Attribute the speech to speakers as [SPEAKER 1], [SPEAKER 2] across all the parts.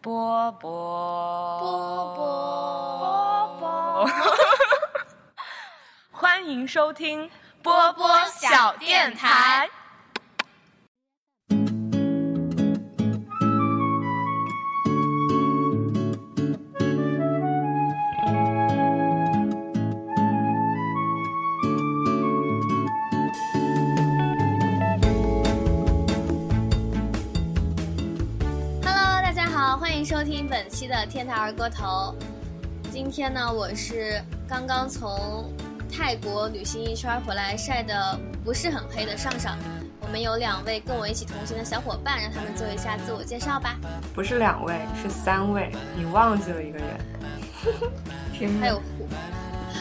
[SPEAKER 1] 波波
[SPEAKER 2] 波
[SPEAKER 1] 波
[SPEAKER 2] 波
[SPEAKER 1] 波，欢迎收听波波小电台。
[SPEAKER 2] Hello，大家好，欢迎收听本期的《天台二锅头》。今天呢，我是刚刚从泰国旅行一圈儿回来，晒得不是很黑的上上。我们有两位跟我一起同行的小伙伴，让他们做一下自我介绍吧。
[SPEAKER 3] 不是两位，是三位，你忘记了一个人。
[SPEAKER 2] 还有虎，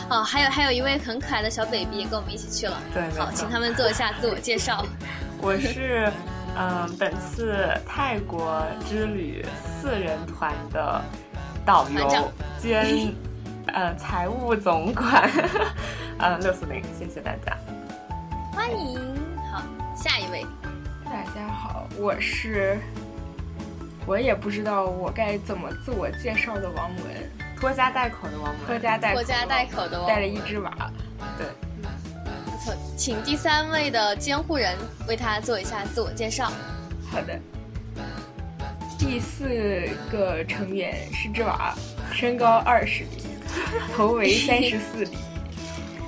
[SPEAKER 2] 哦，还有还有一位很可爱的小 baby 也跟我们一起去了。
[SPEAKER 3] 对，没
[SPEAKER 2] 好，
[SPEAKER 3] 错
[SPEAKER 2] 请他们做一下自我介绍。
[SPEAKER 3] 我是，嗯、本次泰国之旅四人团的导
[SPEAKER 2] 团长
[SPEAKER 3] 游兼，呃，财务总管， 呃，六四零，谢谢大家。
[SPEAKER 2] 欢迎，好，下一位。
[SPEAKER 4] 大家好，我是，我也不知道我该怎么自我介绍的王文，
[SPEAKER 3] 拖家带口的王
[SPEAKER 4] 拖
[SPEAKER 3] 文，
[SPEAKER 4] 家带口
[SPEAKER 2] 拖家带口的哦，
[SPEAKER 4] 带了一只娃，
[SPEAKER 3] 对，
[SPEAKER 2] 不错，请第三位的监护人为他做一下自我介绍。
[SPEAKER 4] 好的。第四个成员是只娃，身高二十厘米，头围三十四厘米，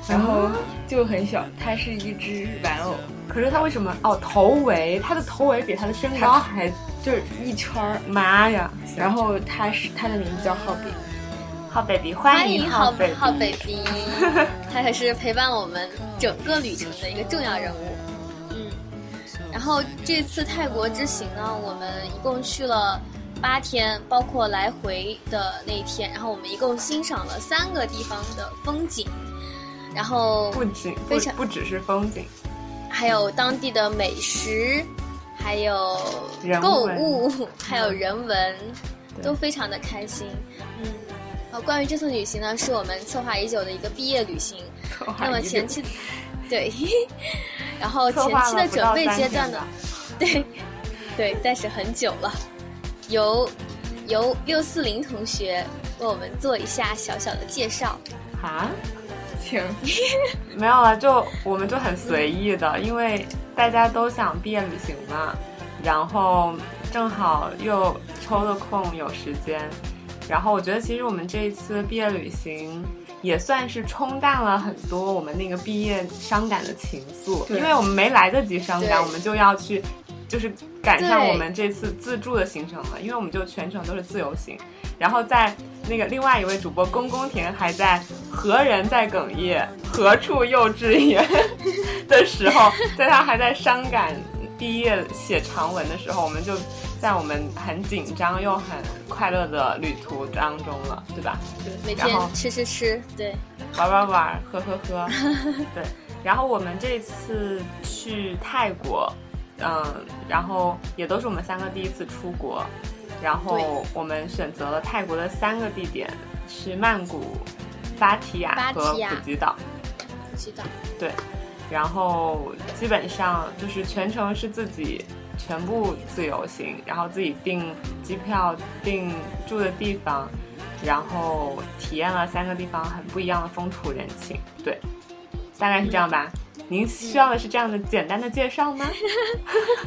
[SPEAKER 4] 然后就很小，它是一只玩偶，
[SPEAKER 3] 可是他为什么？哦，头围，他的头围比他的身高还，
[SPEAKER 4] 就是一圈儿。
[SPEAKER 3] 妈呀！
[SPEAKER 4] 然后它是它的名字叫浩比，
[SPEAKER 3] 好 baby，欢迎
[SPEAKER 2] 浩
[SPEAKER 3] 贝
[SPEAKER 2] 浩 baby，他可是陪伴我们整个旅程的一个重要人物。嗯，然后这次泰国之行呢，我们一共去了八天，包括来回的那一天，然后我们一共欣赏了三个地方的风景，然后
[SPEAKER 3] 不仅不
[SPEAKER 2] 非常
[SPEAKER 3] 不只是风景，
[SPEAKER 2] 还有当地的美食，还有
[SPEAKER 3] 人
[SPEAKER 2] 购
[SPEAKER 3] 文嗯
[SPEAKER 2] 物，还有人文，
[SPEAKER 3] 对
[SPEAKER 2] 都非常的开心。嗯，呃，关于这次旅行呢，是我们策划已久的一个毕业旅行。那么前期， 对，然后呃前
[SPEAKER 3] 策划
[SPEAKER 2] 期
[SPEAKER 3] 了
[SPEAKER 2] 的
[SPEAKER 3] 不
[SPEAKER 2] 准
[SPEAKER 3] 到
[SPEAKER 2] 备
[SPEAKER 3] 三
[SPEAKER 2] 阶
[SPEAKER 3] 天
[SPEAKER 2] 段呢
[SPEAKER 3] 吧，
[SPEAKER 2] 对，对，但是很久了，由由六四零同学为我们做一下小小的介绍。
[SPEAKER 3] 啊。
[SPEAKER 4] 请
[SPEAKER 3] 没有啊，就我们就很随意的，因为大家都想毕业旅行嘛，然后正好又抽了空有时间，然后我觉得其实我们这一次毕业旅行也算是冲淡了很多我们那个毕业伤感的情愫，
[SPEAKER 4] 对
[SPEAKER 3] 因为我们没来得及伤感，
[SPEAKER 2] 对
[SPEAKER 3] 我们就要去。就是赶上
[SPEAKER 2] 对
[SPEAKER 3] 我们这次自助的行程了，因为我们就全程都是自由行，然后在那个另外一位主播宫宫田还在“何人在哽咽，何处又致远” 的时候，在他还在伤感毕业写长文的时候，我们就在我们很紧张又很快乐的旅途当中了，对吧？
[SPEAKER 2] 每
[SPEAKER 3] 然
[SPEAKER 2] 天
[SPEAKER 3] 后
[SPEAKER 2] 吃吃吃，对，
[SPEAKER 3] 玩玩玩，喝喝 喝，对。然后我们这次去泰国，嗯，然后也都是我们三个第一次出国，然后我们选择了泰国的三个地点是曼谷、芭提雅
[SPEAKER 2] 芭
[SPEAKER 3] 和
[SPEAKER 2] 提雅
[SPEAKER 3] 普吉岛，
[SPEAKER 2] 不知道。
[SPEAKER 3] 然后基本上就是全程是自己全部自由行，然后自己订机票、订住的地方，然后体验了三个地方很不一样的风土人情，对，大概是这样吧。您需要的是这样的简单的介绍吗？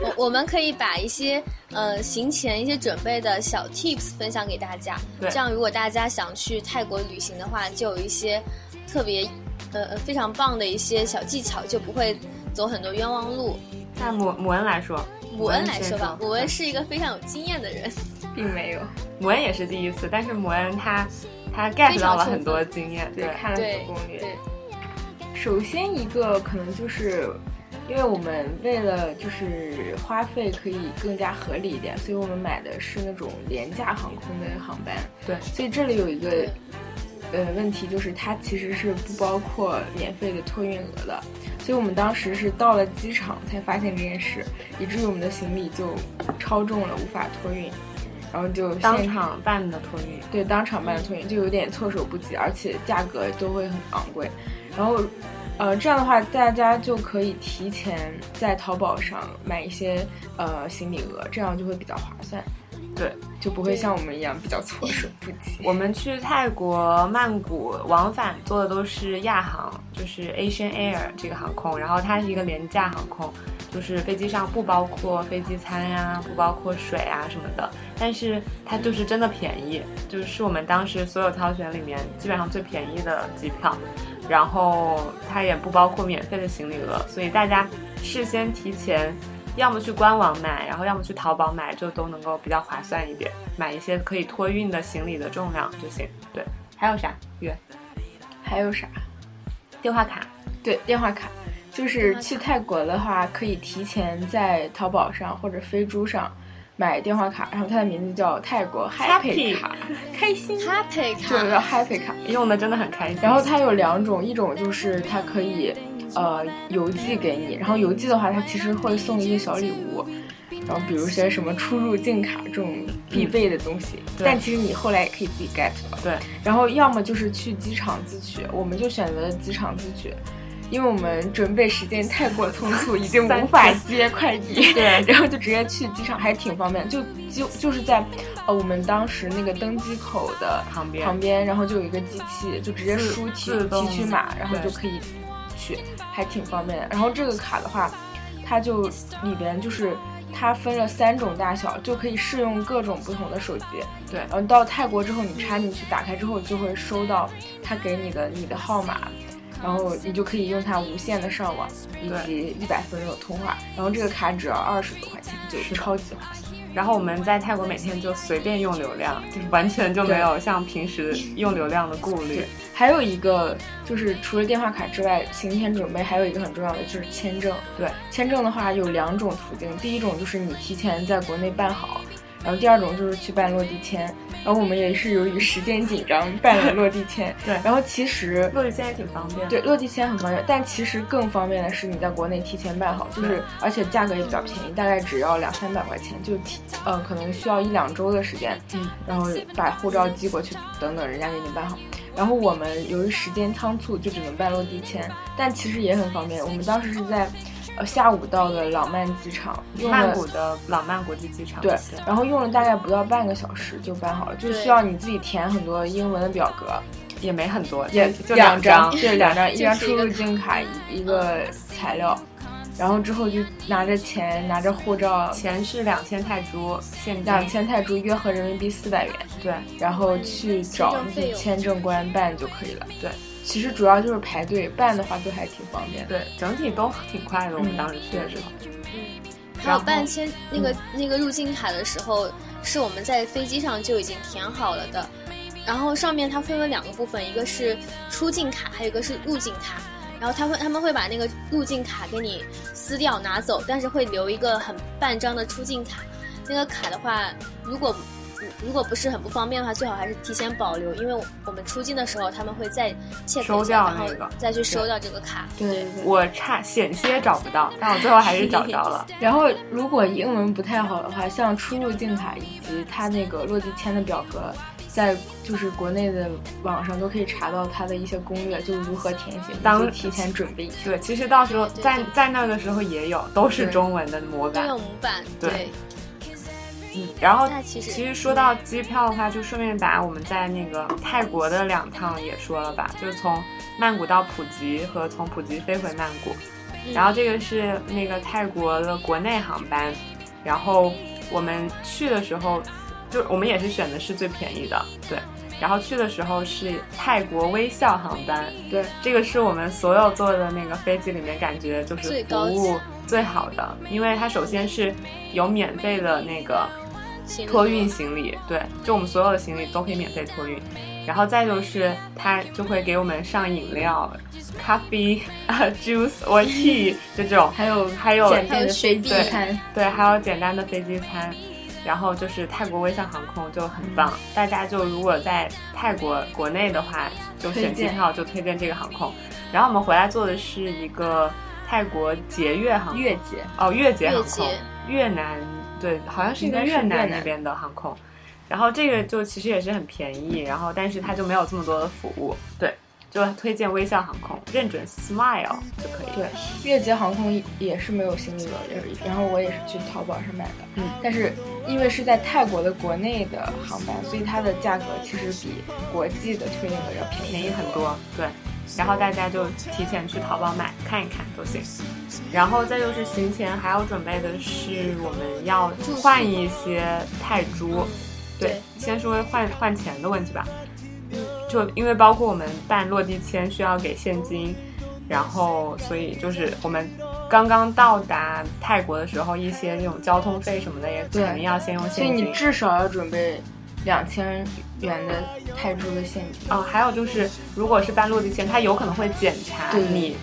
[SPEAKER 2] 我我们可以把一些呃行前一些准备的小 tips 分享给大家，
[SPEAKER 3] 对
[SPEAKER 2] 这样如果大家想去泰国旅行的话，就有一些特别呃呃非常棒的一些小技巧，就不会走很多冤枉路。
[SPEAKER 3] 那母母恩来说，
[SPEAKER 2] 母恩来说吧，
[SPEAKER 3] 先
[SPEAKER 2] 母恩是一个非常有经验的人，
[SPEAKER 4] 并没有，
[SPEAKER 3] 母恩也是第一次，但是母恩她她 get 到了很多经验，
[SPEAKER 4] 对，
[SPEAKER 3] 对，
[SPEAKER 4] 看了很
[SPEAKER 2] 对
[SPEAKER 4] 多攻略。
[SPEAKER 2] 对
[SPEAKER 4] 首先一个可能就是，因为我们为了就是花费可以更加合理一点，所以我们买的是那种廉价航空的航班。
[SPEAKER 3] 对
[SPEAKER 4] 所以这里有一个
[SPEAKER 2] 对
[SPEAKER 4] 呃问题，就是它其实是不包括免费的托运额的。所以我们当时是到了机场才发现这件事，以至于我们的行李就超重了，无法托运，然后就
[SPEAKER 3] 当
[SPEAKER 4] 现
[SPEAKER 3] 场办的托运，
[SPEAKER 4] 对当场办的托运就有点措手不及，而且价格都会很昂贵。然后，呃，这样的话大家就可以提前在淘宝上买一些呃行李额，这样就会比较划算。
[SPEAKER 3] 对，
[SPEAKER 4] 就不会像我们一样比较措手不及。
[SPEAKER 3] 我们去泰国曼谷往返坐的都是亚航，就是 Asian Air 这个航空，然后它是一个廉价航空，就是飞机上不包括飞机餐呀、不包括水啊什么的，但是它就是真的便宜，就是是我们当时所有挑选里面基本上最便宜的机票，然后它也不包括免费的行李额，所以大家事先提前。要么去官网买，然后要么去淘宝买，就都能够比较划算一点，买一些可以托运的行李的重量就行。对，还有啥？月
[SPEAKER 4] 还有啥？
[SPEAKER 3] 电话卡，
[SPEAKER 4] 对，电话卡，就是去泰国的话，可以提前在淘宝上或者飞猪上买电话卡，然后它的名字叫泰国
[SPEAKER 3] Happy
[SPEAKER 4] Happy 卡，开心，
[SPEAKER 2] Happy
[SPEAKER 4] 就
[SPEAKER 2] 卡
[SPEAKER 4] 叫 Happy 卡。
[SPEAKER 3] 用的真的很开心。
[SPEAKER 4] 然后它有两种，一种就是它可以呃邮寄给你，然后邮寄的话，它其实会送一些小礼物，然后比如些什么出入境卡这种必备的东西，
[SPEAKER 3] 对
[SPEAKER 4] 但其实你后来也可以自己 get 到。
[SPEAKER 3] 对，
[SPEAKER 4] 然后要么就是去机场自取，我们就选择了机场自取，因为我们准备时间太过匆促，已经无法接快 递。
[SPEAKER 3] 对
[SPEAKER 4] 然后就直接去机场，还挺方便。就就就是在，呃，我们当时那个登机口的
[SPEAKER 3] 旁边
[SPEAKER 4] 旁边，然后就有一个机器，就直接
[SPEAKER 3] 自
[SPEAKER 4] 输提
[SPEAKER 3] 自动
[SPEAKER 4] 提取码，然后
[SPEAKER 3] 对
[SPEAKER 4] 就可以取，还挺方便的。然后这个卡的话，它就里边就是它分了三种大小，就可以适用各种不同的手机。
[SPEAKER 3] 对
[SPEAKER 4] 然后到泰国之后，你插进去，打开之后就会收到他给你的你的号码，然后你就可以用它无限的上网以及一百分钟的通话。然后这个卡只要二十多块钱，就是
[SPEAKER 3] 的
[SPEAKER 4] 超级划算。
[SPEAKER 3] 然后我们在泰国每天就随便用流量，就是完全就没有像平时用流量的顾虑
[SPEAKER 4] 对。，还有一个就是除了电话卡之外，行前准备还有一个很重要的就是签证。
[SPEAKER 3] 对，
[SPEAKER 4] 签证的话有两种途径，第一种就是你提前在国内办好，然后第二种就是去办落地签。然后我们也是由于时间紧张办了落地签。
[SPEAKER 3] 对
[SPEAKER 4] 然后其实
[SPEAKER 3] 落地现在挺方便。
[SPEAKER 4] 对，落地签很方便，但其实更方便的是你在国内提前办好，就
[SPEAKER 3] 对
[SPEAKER 4] 是而且价格也比较便宜，大概只要两三百块钱，就提呃可能需要一两周的时间，
[SPEAKER 3] 嗯，
[SPEAKER 4] 然后把护照寄过去，等等人家给你办好。然后我们由于时间仓促，就只能办落地签，但其实也很方便。我们当时是在呃下午到的朗曼机场，用
[SPEAKER 3] 曼
[SPEAKER 4] 了
[SPEAKER 3] 谷的朗曼国际机场。
[SPEAKER 4] 对，然后用了大概不到半个小时就办好了，就
[SPEAKER 2] 对
[SPEAKER 4] 需要你自己填很多英文的表格，
[SPEAKER 3] 也没很多，
[SPEAKER 4] 也
[SPEAKER 3] 就就
[SPEAKER 4] 两
[SPEAKER 3] 张。
[SPEAKER 4] 对，两张，
[SPEAKER 2] 就
[SPEAKER 4] 一
[SPEAKER 2] 是
[SPEAKER 4] 张
[SPEAKER 2] 一
[SPEAKER 4] 出
[SPEAKER 2] 个
[SPEAKER 4] 入境卡，一一个材料，然后之后就拿着钱，拿着护照，
[SPEAKER 3] 钱是两千泰铢，现金
[SPEAKER 4] 两千泰铢约合人民币四百元，
[SPEAKER 3] 对
[SPEAKER 4] 然后去找
[SPEAKER 2] 签证费
[SPEAKER 4] 那个
[SPEAKER 2] 用
[SPEAKER 4] 签证官办就可以了。
[SPEAKER 3] 对，
[SPEAKER 4] 其实主要就是排队，办的话都还挺方便的。
[SPEAKER 3] 对，整体都挺快的。我们
[SPEAKER 4] 嗯
[SPEAKER 3] 当时去的时候，
[SPEAKER 2] 嗯，还
[SPEAKER 3] 然
[SPEAKER 2] 有
[SPEAKER 3] 后嗯
[SPEAKER 2] 办签那个那个入境卡的时候，是我们在飞机上就已经填好了的。然后上面它分为两个部分，一个是出境卡，还有一个是入境卡。然后他会他们会把那个入境卡给你撕掉拿走，但是会留一个很半张的出境卡。那个卡的话，如果如果不是很不方便的话，最好还是提前保留，因为我我们出境的时候他们会再 check
[SPEAKER 3] 收
[SPEAKER 2] 一下
[SPEAKER 3] 掉
[SPEAKER 2] 然后
[SPEAKER 3] 那个
[SPEAKER 2] 再去收掉这个卡。
[SPEAKER 4] 对对对。
[SPEAKER 3] 我差险些找不到，但我最后还是找着 了。
[SPEAKER 4] 然后，如果英文不太好的话，像出入境卡以及它那个落地签的表格，在就是国内的网上都可以查到它的一些攻略，就如何填写，
[SPEAKER 3] 当
[SPEAKER 4] 你就提前准备一下。
[SPEAKER 3] 对，其实到时候
[SPEAKER 2] 对对
[SPEAKER 3] 在
[SPEAKER 2] 对
[SPEAKER 3] 在那儿的时候也有，都是
[SPEAKER 4] 对
[SPEAKER 3] 中文的模
[SPEAKER 2] 都
[SPEAKER 3] 板。
[SPEAKER 2] 有模板，
[SPEAKER 3] 对嗯，然后
[SPEAKER 2] 那其实
[SPEAKER 3] 其实说到机票的话，就顺便把我们在那个泰国的两趟也说了吧，就是从曼谷到普吉和从普吉飞回曼谷。
[SPEAKER 2] 嗯
[SPEAKER 3] 然后这个是那个泰国的国内航班，然后我们去的时候，就我们也是选的是最便宜的，对。然后去的时候是泰国微笑航班，
[SPEAKER 4] 对，
[SPEAKER 3] 这个是我们所有坐的那个飞机里面感觉就是
[SPEAKER 2] 最
[SPEAKER 3] 服
[SPEAKER 2] 高级
[SPEAKER 3] 务最好的，因为它首先是有免费的那个
[SPEAKER 2] 行李
[SPEAKER 3] 托运行李，对，就我们所有的行李都可以免费托运。然后再就是，他就会给我们上饮料，咖啡、啊 juice or tea 就这种，
[SPEAKER 4] 还有
[SPEAKER 3] 还有
[SPEAKER 4] 简
[SPEAKER 2] 还
[SPEAKER 4] 便
[SPEAKER 2] 有
[SPEAKER 4] 的飞
[SPEAKER 2] 雪
[SPEAKER 4] 机
[SPEAKER 2] 碧
[SPEAKER 4] 餐，
[SPEAKER 3] 对，还有简单的飞机餐。然后就是泰国微笑航空就
[SPEAKER 4] 嗯
[SPEAKER 3] 很棒，大家就如果在泰国国内的话，就选
[SPEAKER 4] 推
[SPEAKER 3] 机
[SPEAKER 4] 荐
[SPEAKER 3] 票就推荐这个航空。然后我们回来坐的是一个泰国捷越航空，
[SPEAKER 4] 月姐
[SPEAKER 3] 哦，越捷航
[SPEAKER 2] 越
[SPEAKER 3] 空
[SPEAKER 2] 捷，
[SPEAKER 3] 越南，对，好像是一个
[SPEAKER 4] 应该是
[SPEAKER 3] 越
[SPEAKER 4] 越
[SPEAKER 3] 南
[SPEAKER 4] 南
[SPEAKER 3] 那边的航空。然后这个就其实也是很便宜，然后但是它就没有这么多的服务，对。就推荐微笑航空，认准 Smile 就可以。
[SPEAKER 4] 对，月捷航空也是没有行李的，然后我也是去淘宝上买的。
[SPEAKER 3] 嗯，
[SPEAKER 4] 但是因为是在泰国的国内的航班，所以它的价格其实比国际的推那个要便宜
[SPEAKER 3] 便宜很。多，对。然后大家就提前去淘宝买看一看都行。
[SPEAKER 4] 嗯
[SPEAKER 3] 然后再就是行前还要准备的是，我们要换一些泰铢。对
[SPEAKER 2] 对，
[SPEAKER 3] 先说换换钱的问题吧。
[SPEAKER 2] 嗯
[SPEAKER 3] 就因为包括我们办落地签需要给现金，然后所以就是我们刚刚到达泰国的时候，一些这种交通费什么的也
[SPEAKER 4] 对
[SPEAKER 3] 肯定要先用
[SPEAKER 4] 所以
[SPEAKER 3] 现
[SPEAKER 4] 你
[SPEAKER 3] 金。
[SPEAKER 4] 至少要准备两千元的泰铢的现金。
[SPEAKER 3] 嗯，还有就是，如果是办落地签，他有可能会检查
[SPEAKER 4] 对
[SPEAKER 3] 你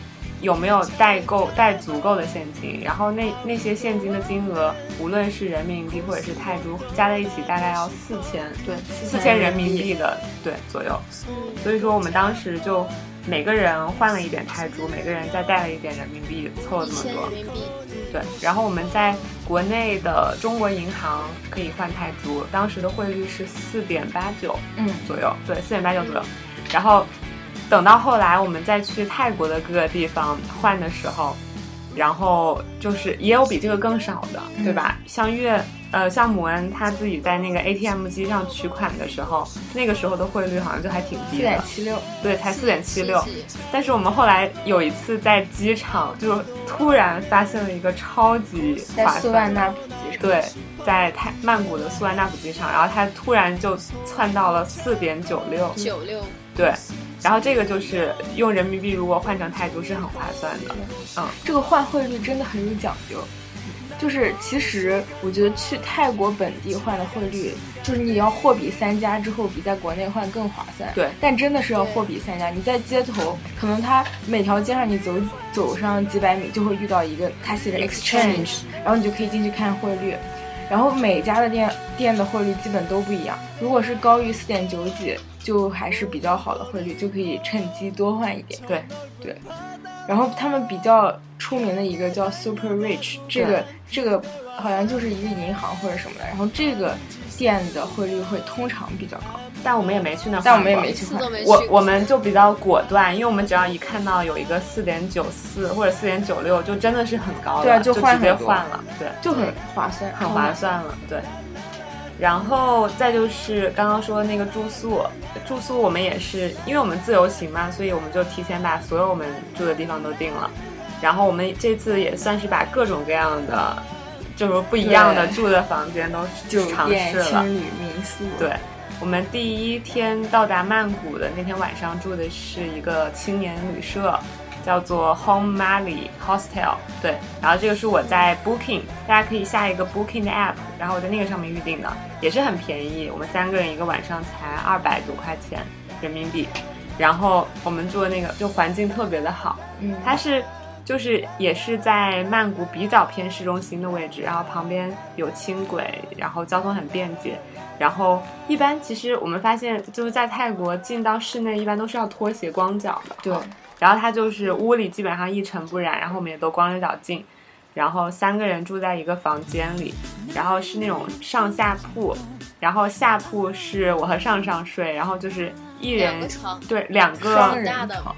[SPEAKER 3] 有没有带够带足够的现金，然后那那些现金的金额，无论是人民币或者是泰铢，加在一起大概要四千，
[SPEAKER 4] 对，
[SPEAKER 3] 四千人民币的对左右。
[SPEAKER 2] 嗯，
[SPEAKER 3] 所以说我们当时就每个人换了一点泰铢，每个人再带了一点人民币，凑了
[SPEAKER 2] 一
[SPEAKER 3] 这么
[SPEAKER 2] 千
[SPEAKER 3] 多
[SPEAKER 2] 人。民币，
[SPEAKER 3] 对，然后我们在国内的中国银行可以换泰铢，当时的汇率是四点八九，
[SPEAKER 4] 嗯，
[SPEAKER 3] 左右，对，四点八九左右。然后等到后来我们再去泰国的各个地方换的时候，然后就是也有比这个更少的，
[SPEAKER 4] 嗯
[SPEAKER 3] 对吧？像月呃，像母恩他自己在那个 ATM 机上取款的时候，那个时候的汇率好像就还挺低
[SPEAKER 4] 四点
[SPEAKER 3] 的，
[SPEAKER 4] 七六，
[SPEAKER 3] 对，才四点七六。
[SPEAKER 2] 是是
[SPEAKER 3] 但是我们后来有一次在机场，就突然发现了一个超级
[SPEAKER 4] 在
[SPEAKER 3] 划
[SPEAKER 4] 苏
[SPEAKER 3] 算
[SPEAKER 4] 万
[SPEAKER 3] 的。
[SPEAKER 4] 那普机场。
[SPEAKER 3] 对，在泰曼谷的苏万纳普机场，然后它突然就窜到了四点九六，
[SPEAKER 2] 九六，
[SPEAKER 3] 对，然后这个就是用人民币如果换成泰铢是很划算的。
[SPEAKER 4] 这个换汇率真的很有讲究。就是其实我觉得去泰国本地换的汇率，就是你要货比三家之后比在国内换更划算。
[SPEAKER 3] 对
[SPEAKER 4] 但真的是要货比三家。你在街头，可能他每条街上你走走上几百米就会遇到一个，他写着 exchange，然后你就可以进去看汇率。然后每家的店店的汇率基本都不一样，如果是高于四点九几，就还是比较好的汇率，就可以趁机多换一点。
[SPEAKER 3] 对，
[SPEAKER 4] 然后他们比较出名的一个叫 Super Rich，这个这个好像就是一个银行或者什么的，然后这个店的汇率会通常比较高，
[SPEAKER 3] 但我们也没去那儿换过，
[SPEAKER 4] 但我们也没去
[SPEAKER 2] 四
[SPEAKER 4] 换
[SPEAKER 2] 都。没去
[SPEAKER 3] 我
[SPEAKER 2] 过
[SPEAKER 3] 我们就比较果断，因为我们只要一看到有一个四点九四或者四点九六，就真的是很高了，
[SPEAKER 4] 对啊
[SPEAKER 3] 就
[SPEAKER 4] 就换
[SPEAKER 3] 直接
[SPEAKER 4] 很多
[SPEAKER 3] 换了，对，
[SPEAKER 4] 就很划算，
[SPEAKER 3] 很划算了，对。然后再就是刚刚说的那个住宿，住宿我们也是，因为我们自由行嘛，所以我们就提前把所有我们住的地方都定了。然后我们这次也算是把各种各样的，就是不一样的
[SPEAKER 4] 对
[SPEAKER 3] 住的房间都
[SPEAKER 4] 酒
[SPEAKER 3] 尝
[SPEAKER 4] 店、
[SPEAKER 3] 试了
[SPEAKER 4] 青。旅、民宿，啊
[SPEAKER 3] 对，我们第一天到达曼谷的那天晚上住的是一个青年旅社，叫做 Home Mali Hostel。对，然后这个是我在 Booking，大家可以下一个 Booking 的 app，然后我在那个上面预定的，也是很便宜，我们三个人一个晚上才二百多块钱人民币。然后我们住的那个就环境特别的好，
[SPEAKER 4] 嗯，
[SPEAKER 3] 它是就是也是在曼谷比较偏市中心的位置，然后旁边有轻轨，然后交通很便捷。然后一般其实我们发现就是在泰国进到室内一般都是要脱鞋光脚的，
[SPEAKER 4] 对，
[SPEAKER 3] 然后它就是屋里基本上一尘不染，然后我们也都光着脚进，然后三个人住在一个房间里，然后是那种上下铺，然后下铺是我和上上睡，然后就是一人
[SPEAKER 2] 两个床
[SPEAKER 3] 对两个
[SPEAKER 4] 双
[SPEAKER 2] 挺
[SPEAKER 4] 人
[SPEAKER 2] 大的
[SPEAKER 4] 床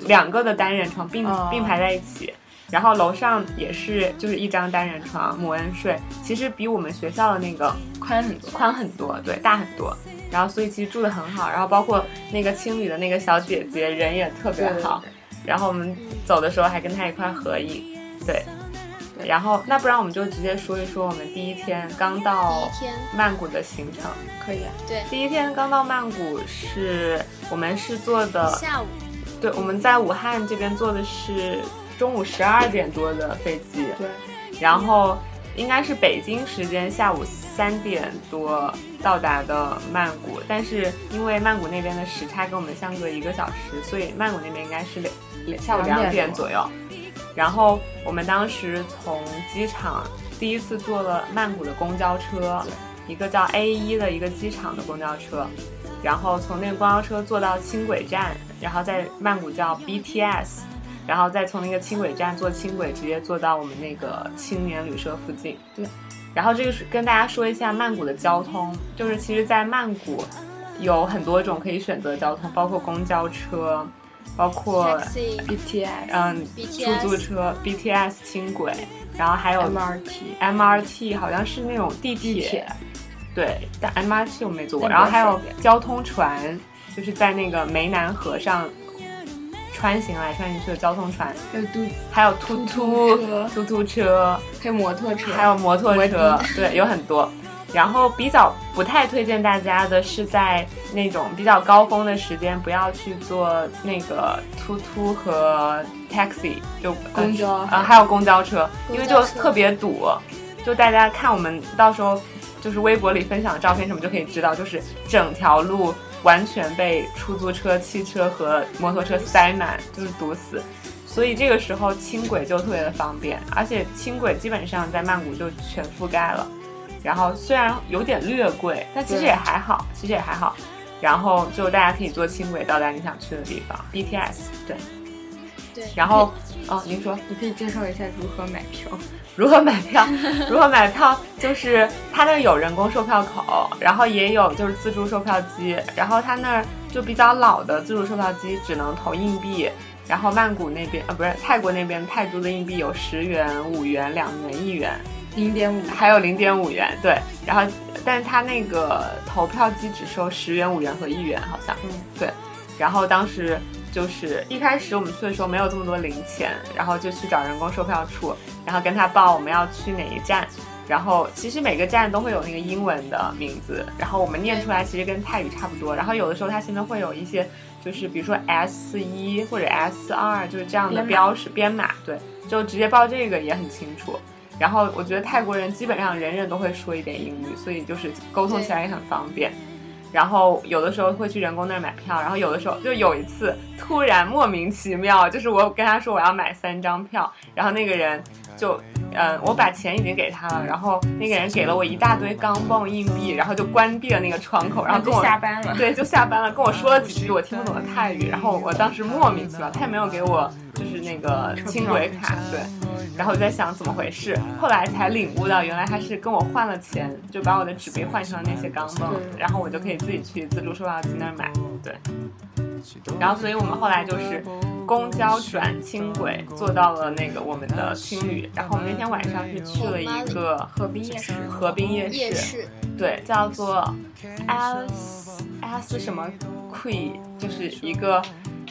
[SPEAKER 3] 两个的单人床并
[SPEAKER 4] 哦
[SPEAKER 3] 并排在一起，然后楼上也是就是一张单人床，母恩睡，其实比我们学校的那个
[SPEAKER 4] 宽很多，
[SPEAKER 3] 宽很多，对，大很多。然后所以其实住的很好，然后包括那个青旅的那个小姐姐人也特别好，然后我们走的时候还跟她一块儿合影，对。对然后那不然我们就直接说一说我们第一天刚
[SPEAKER 2] 第
[SPEAKER 3] 到
[SPEAKER 2] 一天，
[SPEAKER 3] 曼谷的行程。
[SPEAKER 4] 可以啊。
[SPEAKER 2] 对，
[SPEAKER 3] 第一天刚到曼谷是我们是坐的
[SPEAKER 2] 下午
[SPEAKER 3] 对，我们在武汉这边坐的是中午十二点多的飞机，
[SPEAKER 4] 对，
[SPEAKER 3] 然后应该是北京时间下午三点多到达的曼谷，但是因为曼谷那边的时差跟我们相隔一个小时，所以曼谷那边应该是两两下午两
[SPEAKER 4] 两点
[SPEAKER 3] 点左右。然后我们当时从机场第一次坐了曼谷的公交车，一个叫 A 一的一个机场的公交车，然后从那个公交车坐到轻轨站，然后在曼谷叫 BTS，然后再从那个轻轨站坐轻轨直接坐到我们那个青年旅社附近。
[SPEAKER 4] 对，
[SPEAKER 3] 然后这个是跟大家说一下曼谷的交通，就是其实，在曼谷有很多种可以选择的交通，包括公交车，包括
[SPEAKER 2] taxi、
[SPEAKER 4] BTS、
[SPEAKER 3] 嗯出
[SPEAKER 2] BTS
[SPEAKER 3] 租车、BTS 轻轨，然后还有
[SPEAKER 4] MRT，
[SPEAKER 3] MRT 好像是那种地铁，
[SPEAKER 4] 地铁
[SPEAKER 3] 对，但 MRT 我没坐过。
[SPEAKER 4] 那
[SPEAKER 3] 然
[SPEAKER 4] 个
[SPEAKER 3] 后还有
[SPEAKER 4] 是的
[SPEAKER 3] 交通船，就是在那个湄南河上穿行来穿行去的交通船，
[SPEAKER 4] 还有嘟，
[SPEAKER 3] 还有突
[SPEAKER 4] 突
[SPEAKER 3] 突
[SPEAKER 4] 车
[SPEAKER 3] 突突车，
[SPEAKER 4] 还有摩托车，
[SPEAKER 3] 还有摩托
[SPEAKER 4] 摩
[SPEAKER 3] 车
[SPEAKER 4] 的，
[SPEAKER 3] 对，有很多。然后比较不太推荐大家的是在那种比较高峰的时间，不要去坐那个突突和 taxi，就呃
[SPEAKER 4] 公交啊
[SPEAKER 3] 呃还有公交车，
[SPEAKER 2] 公
[SPEAKER 3] 因
[SPEAKER 2] 交
[SPEAKER 3] 为
[SPEAKER 2] 车
[SPEAKER 3] 就特别堵。就大家看我们到时候就是微博里分享的照片什么，就可以知道，就是整条路完全被出租车、汽车和摩托车塞满，就是堵死。所以这个时候轻轨就特别的方便，而且轻轨基本上在曼谷就全覆盖了。然后虽然有点略贵，但其实也还好，其实也还好。然后就大家可以坐轻轨到达你想去的地方，BTS 对。
[SPEAKER 2] 对，
[SPEAKER 3] 然后，哦，您说。
[SPEAKER 4] 你可以介绍一下如何买票。
[SPEAKER 3] 如何买票？ 如何买票？就是他那儿有人工售票口，然后也有就是自助售票机，然后他那儿就比较老的自助售票机只能投硬币，然后曼谷那边啊不是泰国那边泰铢的硬币有十元、五元、两元、一元，
[SPEAKER 4] 零点五，
[SPEAKER 3] 嗯还有零点五元，对，然后但是他那个投票机只收十元、五元和一元，好像，
[SPEAKER 4] 嗯，
[SPEAKER 3] 对。然后当时就是一开始我们去的时候没有这么多零钱，然后就去找人工售票处，然后跟他报我们要去哪一站。然后其实每个站都会有那个英文的名字，然后我们念出来其实跟泰语差不多。然后有的时候它前面会有一些，就是比如说 S 一或者 S 二，就是这样的
[SPEAKER 4] 编码
[SPEAKER 3] 标识编码，对，就直接报这个也很清楚。然后我觉得泰国人基本上人人都会说一点英语，所以就是沟通起来也很方便。然后有的时候会去人工那儿买票，然后有的时候就有一次突然莫名其妙，就是我跟他说我要买三张票，然后那个人就。嗯，我把钱已经给他了，然后那个人给了我一大堆钢镚硬币，然后就关闭了那个窗口，然后
[SPEAKER 4] 然后
[SPEAKER 3] 跟
[SPEAKER 4] 啊就
[SPEAKER 3] 我
[SPEAKER 4] 下班了。
[SPEAKER 3] 对，就下班了，跟我说了几句我听不懂的泰语，然后我当时莫名其妙，他也没有给我就是那个轻轨卡，对，然后我就在想怎么回事，后来才领悟到原来他是跟我换了钱，就把我的纸币换成了那些钢镚，
[SPEAKER 4] 对
[SPEAKER 3] 然后我就可以自己去自助售票机那儿买，对，然后所以我们后来就是。公交转轻轨，坐到了那个我们的青旅，然后我们那天晚上是去了一个
[SPEAKER 4] 河滨夜市，
[SPEAKER 3] 哦河滨夜市，
[SPEAKER 2] 夜市，
[SPEAKER 3] 对，叫做 S S 什么 Queen，就是一个，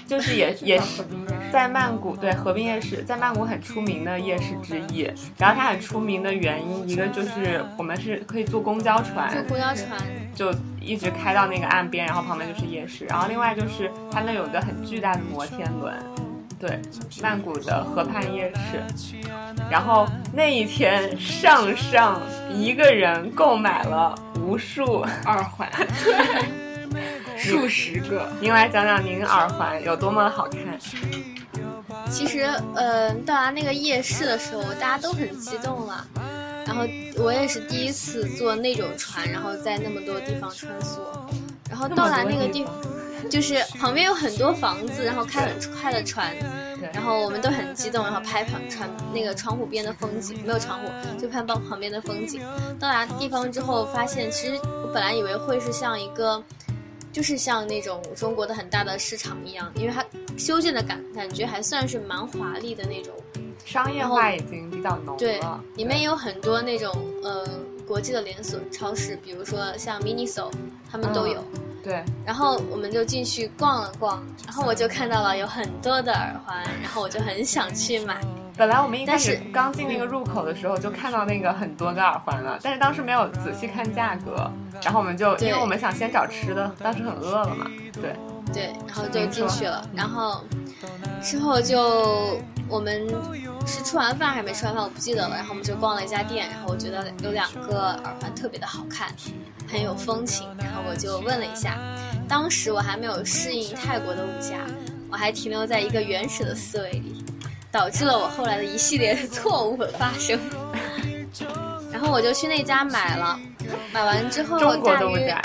[SPEAKER 3] 就是也也是在曼谷，对，河滨夜市，在曼谷很出名的夜市之一。然后它很出名的原因，一个就是我们是可以坐公交
[SPEAKER 2] 坐
[SPEAKER 3] 船，
[SPEAKER 2] 公交船，
[SPEAKER 3] 就一直开到那个岸边，然后旁边就是夜市。然后另外就是它那有一个很巨大的摩天轮。对，曼谷的河畔夜市，然后那一天上上一个人购买了无数
[SPEAKER 4] 二环，数十个。
[SPEAKER 3] 您来讲讲您耳环有多么的好看？
[SPEAKER 2] 其实，呃，到达那个夜市的时候，大家都很激动了。然后我也是第一次坐那种船，然后在那么多地方穿梭。然后到达那个地方，就是旁边有很多房子，然后开很快的船，
[SPEAKER 3] 对，
[SPEAKER 2] 然后我们都很激动，然后拍旁船那个窗户边的风景，没有窗户，就拍旁旁边的风景。到达地方之后，发现其实我本来以为会是像一个，就是像那种中国的很大的市场一样，因为它修建的感感觉还算是蛮华丽的那种。
[SPEAKER 3] 商业化已经比较浓了。
[SPEAKER 2] 对，里面有很多那种呃国际的连锁超市，比如说像 Miniso，他们都有。
[SPEAKER 3] 对
[SPEAKER 2] 然后我们就进去逛了逛，然后我就看到了有很多的耳环，然后我就很想去买。
[SPEAKER 3] 本来我们一开始
[SPEAKER 2] 但是
[SPEAKER 3] 刚进那个入口的时候就看到那个很多个耳环了，但是当时没有仔细看价格，然后我们就因
[SPEAKER 2] 对
[SPEAKER 3] 为我们想先找吃的，当时很饿了嘛，对，
[SPEAKER 2] 对，然后就进去了，
[SPEAKER 3] 嗯
[SPEAKER 2] 然后之后就我们是吃完饭还没吃完饭，我不记得了。然后我们就逛了一家店，然后我觉得有两个耳环特别的好看，很有风情，然后我就问了一下，当时我还没有适应泰国的物价，我还停留在一个原始的思维里，导致了我后来的一系列的错误的发生。 然后我就去那家买了，买完之后
[SPEAKER 3] 中国
[SPEAKER 2] 哦大
[SPEAKER 3] 的物
[SPEAKER 2] 约
[SPEAKER 3] 价，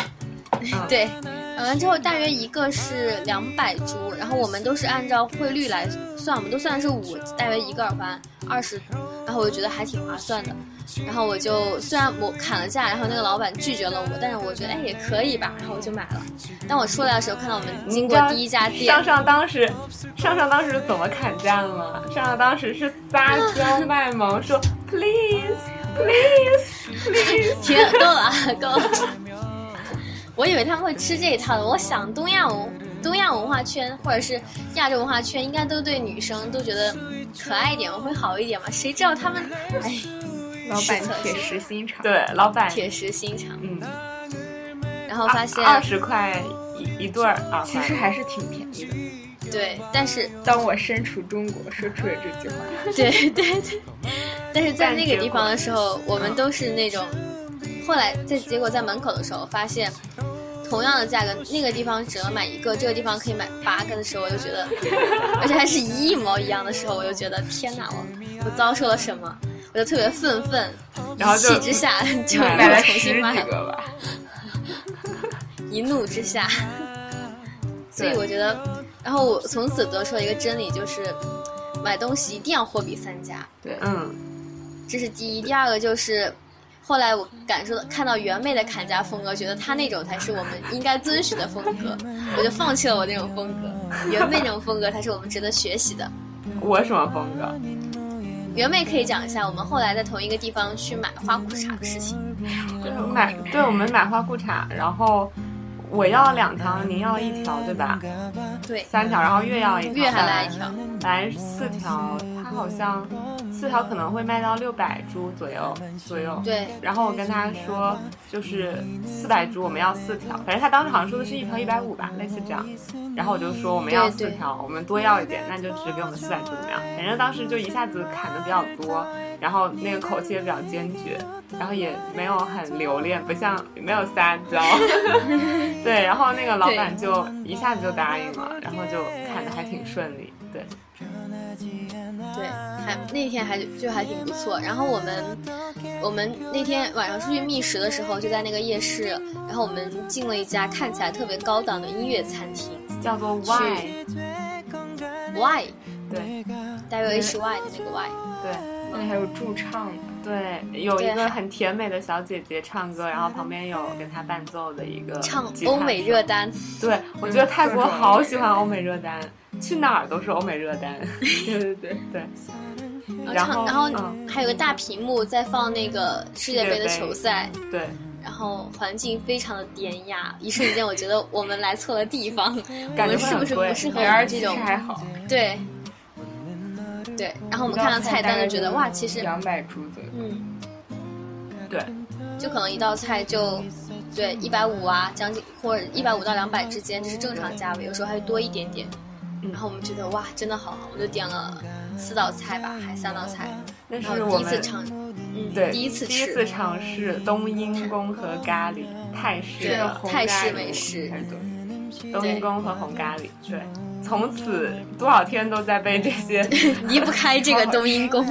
[SPEAKER 3] 嗯，
[SPEAKER 2] 对，买完之后大约一个是两百铢，然后我们都是按照汇率来算，我们都算是五，大约一个耳环二十，然后我就觉得还挺划算的。然后我就虽然我砍了价，然后那个老板拒绝了我，但是我觉得哎也可以吧，然后我就买了。当我出来的时候，看到我们经过第一家
[SPEAKER 3] 你知
[SPEAKER 2] 店
[SPEAKER 3] 道，上上当时，上上当时怎么砍价的吗？上上当时是撒娇卖 萌，说 please please please，
[SPEAKER 2] 停，够了，够了。啊我以为他们会吃这一套的，我想东亚文东亚文化圈或者是亚洲文化圈，应该都对女生都觉得可爱一点会好一点嘛，谁知道他们哎
[SPEAKER 4] 老板铁
[SPEAKER 2] 是
[SPEAKER 4] 石心肠。
[SPEAKER 3] 对，老板，
[SPEAKER 2] 铁石心肠，
[SPEAKER 3] 嗯，
[SPEAKER 2] 然后发现
[SPEAKER 3] 二十块一一对儿啊，
[SPEAKER 4] 其实还是挺便宜的。
[SPEAKER 2] 对，但是
[SPEAKER 4] 当我身处中国，说出了这句话，
[SPEAKER 2] 对对对， 但是在
[SPEAKER 3] 但
[SPEAKER 2] 那个
[SPEAKER 3] 结
[SPEAKER 2] 地
[SPEAKER 3] 果
[SPEAKER 2] 方的时候，我们都是那种，后来在结果在门口的时候发现，同样的价格，那个地方只能买一个，这个地方可以买八个的时候，我就觉得，而且还是一模一样的时候，我就觉得天哪，我我遭受了什么？我就特别愤愤，
[SPEAKER 3] 然后
[SPEAKER 2] 一
[SPEAKER 3] 就
[SPEAKER 2] 气之下就
[SPEAKER 3] 买
[SPEAKER 4] 买
[SPEAKER 2] 又
[SPEAKER 4] 了
[SPEAKER 2] 重
[SPEAKER 4] 十
[SPEAKER 2] 新买
[SPEAKER 4] 几
[SPEAKER 2] 了，
[SPEAKER 4] 个吧。
[SPEAKER 2] 一怒之下。所以
[SPEAKER 3] 对
[SPEAKER 2] 我觉得，然后我从此得出了一个真理，就是买东西一定要货比三家。
[SPEAKER 4] 对，
[SPEAKER 3] 嗯，
[SPEAKER 2] 这是第一，第二个就是，后来我感受到看到袁妹的砍价风格，觉得她那种才是我们应该遵循的风格，我就放弃了我那种风格。袁妹那种风格才是我们值得学习的。
[SPEAKER 3] 我什么风格？
[SPEAKER 2] 袁妹可以讲一下我们后来在同一个地方去买花裤衩的事情。嗯
[SPEAKER 3] 就是买，对我们买花裤衩，然后我要两条，您要一条，对吧？
[SPEAKER 2] 对，
[SPEAKER 3] 三条，然后月要一条，
[SPEAKER 2] 月还来一条，
[SPEAKER 3] 本来是四条，它好像四条可能会卖到六百株左右左右。。
[SPEAKER 2] 对
[SPEAKER 3] 然后我跟他说，就是四百株我们要四条，反正他当时好像说的是一条一百五吧，类似这样。然后我就说我们要
[SPEAKER 2] 对
[SPEAKER 3] 四
[SPEAKER 2] 对
[SPEAKER 3] 条，我们多要一点，那就只给我们四百株怎么样？反正当时就一下子砍的比较多，然后那个口气也比较坚决，然后也没有很留恋，不像没有撒娇。 对，然后那个老板就一下子就答应了，然后就砍的还挺顺利。对，
[SPEAKER 2] 对，还那天还就还挺不错。然后我们我们那天晚上出去觅食的时候，就在那个夜市，然后我们进了一家看起来特别高档的音乐餐厅
[SPEAKER 3] 叫做 Y。
[SPEAKER 2] ，Y
[SPEAKER 3] 对
[SPEAKER 2] W H Y 的那个 Y。
[SPEAKER 3] 对。
[SPEAKER 2] 嗯
[SPEAKER 4] 那里还有驻唱的，
[SPEAKER 3] 对，有一
[SPEAKER 2] 对
[SPEAKER 3] 个
[SPEAKER 2] 还
[SPEAKER 3] 很甜美的小姐姐唱歌，然后旁边有跟她伴奏的一个
[SPEAKER 2] 唱
[SPEAKER 3] 呃吉他
[SPEAKER 2] 欧美
[SPEAKER 3] 手
[SPEAKER 2] 热。单，
[SPEAKER 3] 对，我觉得泰国
[SPEAKER 4] 嗯
[SPEAKER 3] 好喜欢欧美热单，去哪儿都是欧美热单。
[SPEAKER 4] 对 对对，
[SPEAKER 3] 对，
[SPEAKER 2] 然
[SPEAKER 3] 然
[SPEAKER 2] 后
[SPEAKER 3] 后
[SPEAKER 2] 哦然后
[SPEAKER 3] 嗯
[SPEAKER 2] 还有个大屏幕在放那个世界杯的球赛，
[SPEAKER 3] 对，
[SPEAKER 2] 然后环境非常的典雅，一瞬间我觉得我们来错了地方，我
[SPEAKER 3] 感觉
[SPEAKER 2] 们是不
[SPEAKER 3] 会很
[SPEAKER 2] 是
[SPEAKER 3] 贵
[SPEAKER 2] 不适合
[SPEAKER 4] 美
[SPEAKER 2] 我
[SPEAKER 4] 而
[SPEAKER 2] 们
[SPEAKER 4] 其
[SPEAKER 2] 这
[SPEAKER 4] 实
[SPEAKER 2] 种？
[SPEAKER 4] 还好。
[SPEAKER 2] 对，对，然后我们看到菜单就觉得哇，其实
[SPEAKER 4] 两百株左右。
[SPEAKER 2] 嗯，
[SPEAKER 3] 对，
[SPEAKER 2] 就可能一道菜就对一百五啊，将近或者一百五到两百之间，这是正常价位，有时候还会多一点点。
[SPEAKER 3] 嗯
[SPEAKER 2] 然后我们觉得哇，真的好好，我们就点了四道菜吧，还三道菜。
[SPEAKER 3] 那
[SPEAKER 2] 然
[SPEAKER 3] 是
[SPEAKER 2] 后
[SPEAKER 3] 我
[SPEAKER 2] 哦第一次
[SPEAKER 3] 们
[SPEAKER 2] 尝，嗯，
[SPEAKER 3] 对
[SPEAKER 2] 第一次
[SPEAKER 3] 第一
[SPEAKER 2] 吃，
[SPEAKER 3] 次尝试
[SPEAKER 4] 嗯
[SPEAKER 3] 冬阴功和咖喱泰式
[SPEAKER 2] 对
[SPEAKER 3] 的
[SPEAKER 2] 泰式
[SPEAKER 3] 咖喱
[SPEAKER 2] 美食
[SPEAKER 3] 还是冬
[SPEAKER 4] 嗯
[SPEAKER 3] 冬阴功和红咖喱。对，从此多少天都在被这些
[SPEAKER 2] 离不开这个冬阴 功，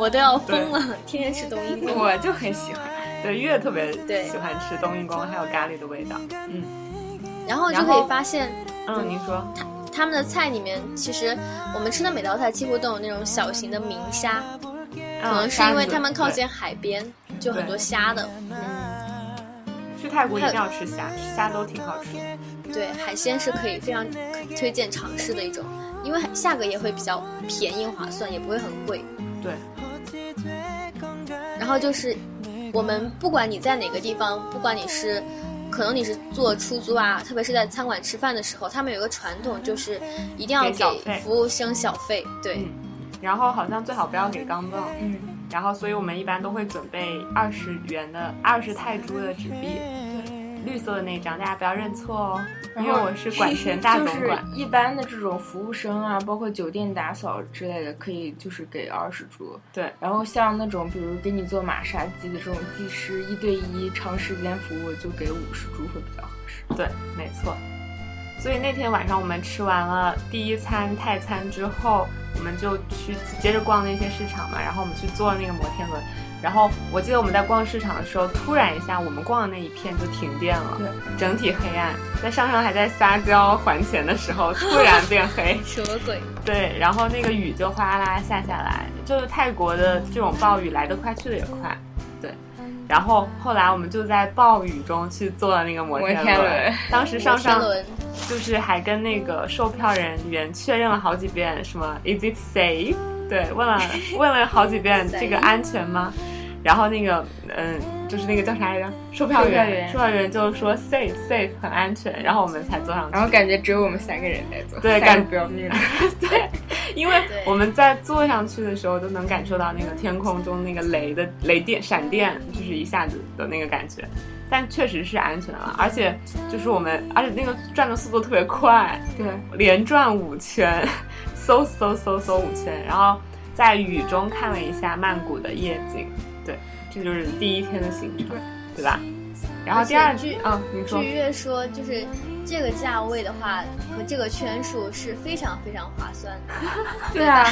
[SPEAKER 2] 我都要疯了，天天吃冬阴功。
[SPEAKER 4] 我就很喜欢，
[SPEAKER 3] 对月特别
[SPEAKER 2] 对
[SPEAKER 3] 喜欢吃冬阴功还有咖喱的味道。嗯
[SPEAKER 2] 然后就
[SPEAKER 3] 然
[SPEAKER 2] 可
[SPEAKER 3] 后
[SPEAKER 2] 以发现，
[SPEAKER 3] 嗯，您说。
[SPEAKER 2] 他们的菜里面，其实我们吃的每道菜几乎都有那种小型的明虾，
[SPEAKER 3] 嗯
[SPEAKER 2] 可
[SPEAKER 3] 啊
[SPEAKER 2] 能是因为他们靠近海边，就很多虾的，
[SPEAKER 3] 对去泰国一定要吃虾，吃虾都挺好吃的。
[SPEAKER 2] 对，海鲜是可以非常推荐尝试的一种，因为价格也会比较便宜划算，也不会很贵。
[SPEAKER 3] 对，
[SPEAKER 2] 然后就是，我们不管你在哪个地方，不管你是，可能你是坐出租啊，特别是在餐馆吃饭的时候，他们有个传统就是一定要
[SPEAKER 3] 给小
[SPEAKER 2] 给
[SPEAKER 3] 费
[SPEAKER 2] 服务生小费，对，，
[SPEAKER 3] 嗯然后好像最好不要给钢镚，
[SPEAKER 4] 嗯，
[SPEAKER 3] 然后所以我们一般都会准备二十元的二十泰铢的纸币，绿色的那张，大家不要认错哦，因为我是管钱大总管。
[SPEAKER 4] 就是一般的这种服务生啊，包括酒店打扫之类的，可以就是给二十株。
[SPEAKER 3] 对，
[SPEAKER 4] 然后像那种比如给你做马杀鸡的这种技师一对一长时间服务，就给五十株会比较合适。
[SPEAKER 3] 对，没错。所以那天晚上我们吃完了第一餐泰餐之后，我们就去接着逛那些市场嘛，然后我们去坐那个摩天轮。然后我记得我们在逛市场的时候，突然一下我们逛的那一片就停电了，
[SPEAKER 4] 对
[SPEAKER 3] 整体黑暗。在上上还在撒娇还钱的时候，突然变黑
[SPEAKER 2] 什么鬼？
[SPEAKER 3] 对，然后那个雨就哗啦啦下下来，就是泰国的这种暴雨来得快去得也快，然后后来我们就在暴雨中去坐了那个摩天
[SPEAKER 4] 摩天轮
[SPEAKER 3] 当时上
[SPEAKER 2] 摩天
[SPEAKER 3] 上
[SPEAKER 2] 轮，
[SPEAKER 3] 就是还跟那个售票人员确认了好几遍，什么 Is it safe？对，问 了问了好几遍
[SPEAKER 2] Safe
[SPEAKER 3] 这个安全吗？然后那个嗯，就是那个叫啥来着？售票
[SPEAKER 4] 售票
[SPEAKER 3] 员，
[SPEAKER 4] 员
[SPEAKER 3] 售票员就说 safe safe 很安全，然后我们才坐上去
[SPEAKER 4] 然。后感觉只有我们三个人在做，
[SPEAKER 3] 对
[SPEAKER 4] 三个
[SPEAKER 3] 感
[SPEAKER 4] 不 要命了。
[SPEAKER 3] 对，因为
[SPEAKER 2] 对
[SPEAKER 3] 我们在坐上去的时候，就能感受到那个天空中那个雷的雷电、闪电，就是一下子的那个感觉。但确实是安全了，而且就是我们，而且那个转的速度特别快，
[SPEAKER 4] 对，
[SPEAKER 3] 连转五圈， 嗖嗖嗖嗖五圈，然后在雨中看了一下曼谷的夜景。对，这就是第一天的行程，对吧？然后第二
[SPEAKER 2] 而且据
[SPEAKER 3] 嗯，你说
[SPEAKER 2] 据月说，就是这个价位的话，和这个圈数是非常非常划算的。
[SPEAKER 4] 对啊，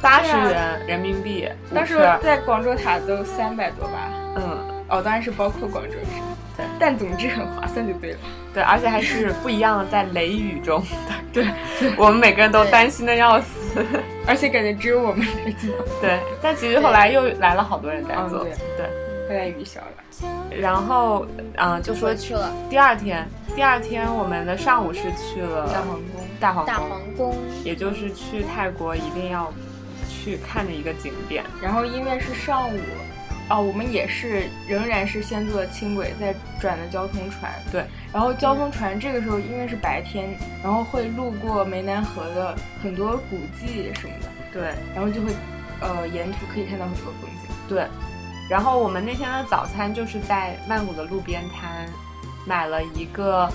[SPEAKER 3] 八十元人民币，五
[SPEAKER 4] 当时
[SPEAKER 3] 圈
[SPEAKER 4] 在广州塔都三百多吧，
[SPEAKER 3] 嗯。
[SPEAKER 4] 哦，当然是包括广州市。
[SPEAKER 3] 对
[SPEAKER 4] 但总之很划算就对了。
[SPEAKER 3] 对，而且还是不一样的，在雷雨中， 对，我们每个人都担心的要死，
[SPEAKER 4] 而且感觉只有我们在做，
[SPEAKER 3] 对。但其实后来又来了好多人在
[SPEAKER 4] 嗯
[SPEAKER 3] 做，
[SPEAKER 4] 后来雨小了。
[SPEAKER 3] 对。然后，嗯、就说
[SPEAKER 2] 我去了
[SPEAKER 3] 第二天，第二天我们的上午是去了
[SPEAKER 4] 大皇宫
[SPEAKER 3] 大皇
[SPEAKER 2] 大
[SPEAKER 3] 宫，
[SPEAKER 2] 皇宫，
[SPEAKER 3] 也就是去泰国一定要去看的一个景点。
[SPEAKER 4] 然后因为是上午，啊、我们也是仍然是先坐的轻轨，再转的交通船。
[SPEAKER 3] 对，
[SPEAKER 4] 然后交通船这个时候因为是白天，然后会路过湄南河的很多古迹什么的，
[SPEAKER 3] 对
[SPEAKER 4] 然后就会，呃，沿途可以看到很多风景。
[SPEAKER 3] 对。然后我们那天的早餐就是在曼谷的路边摊买了一个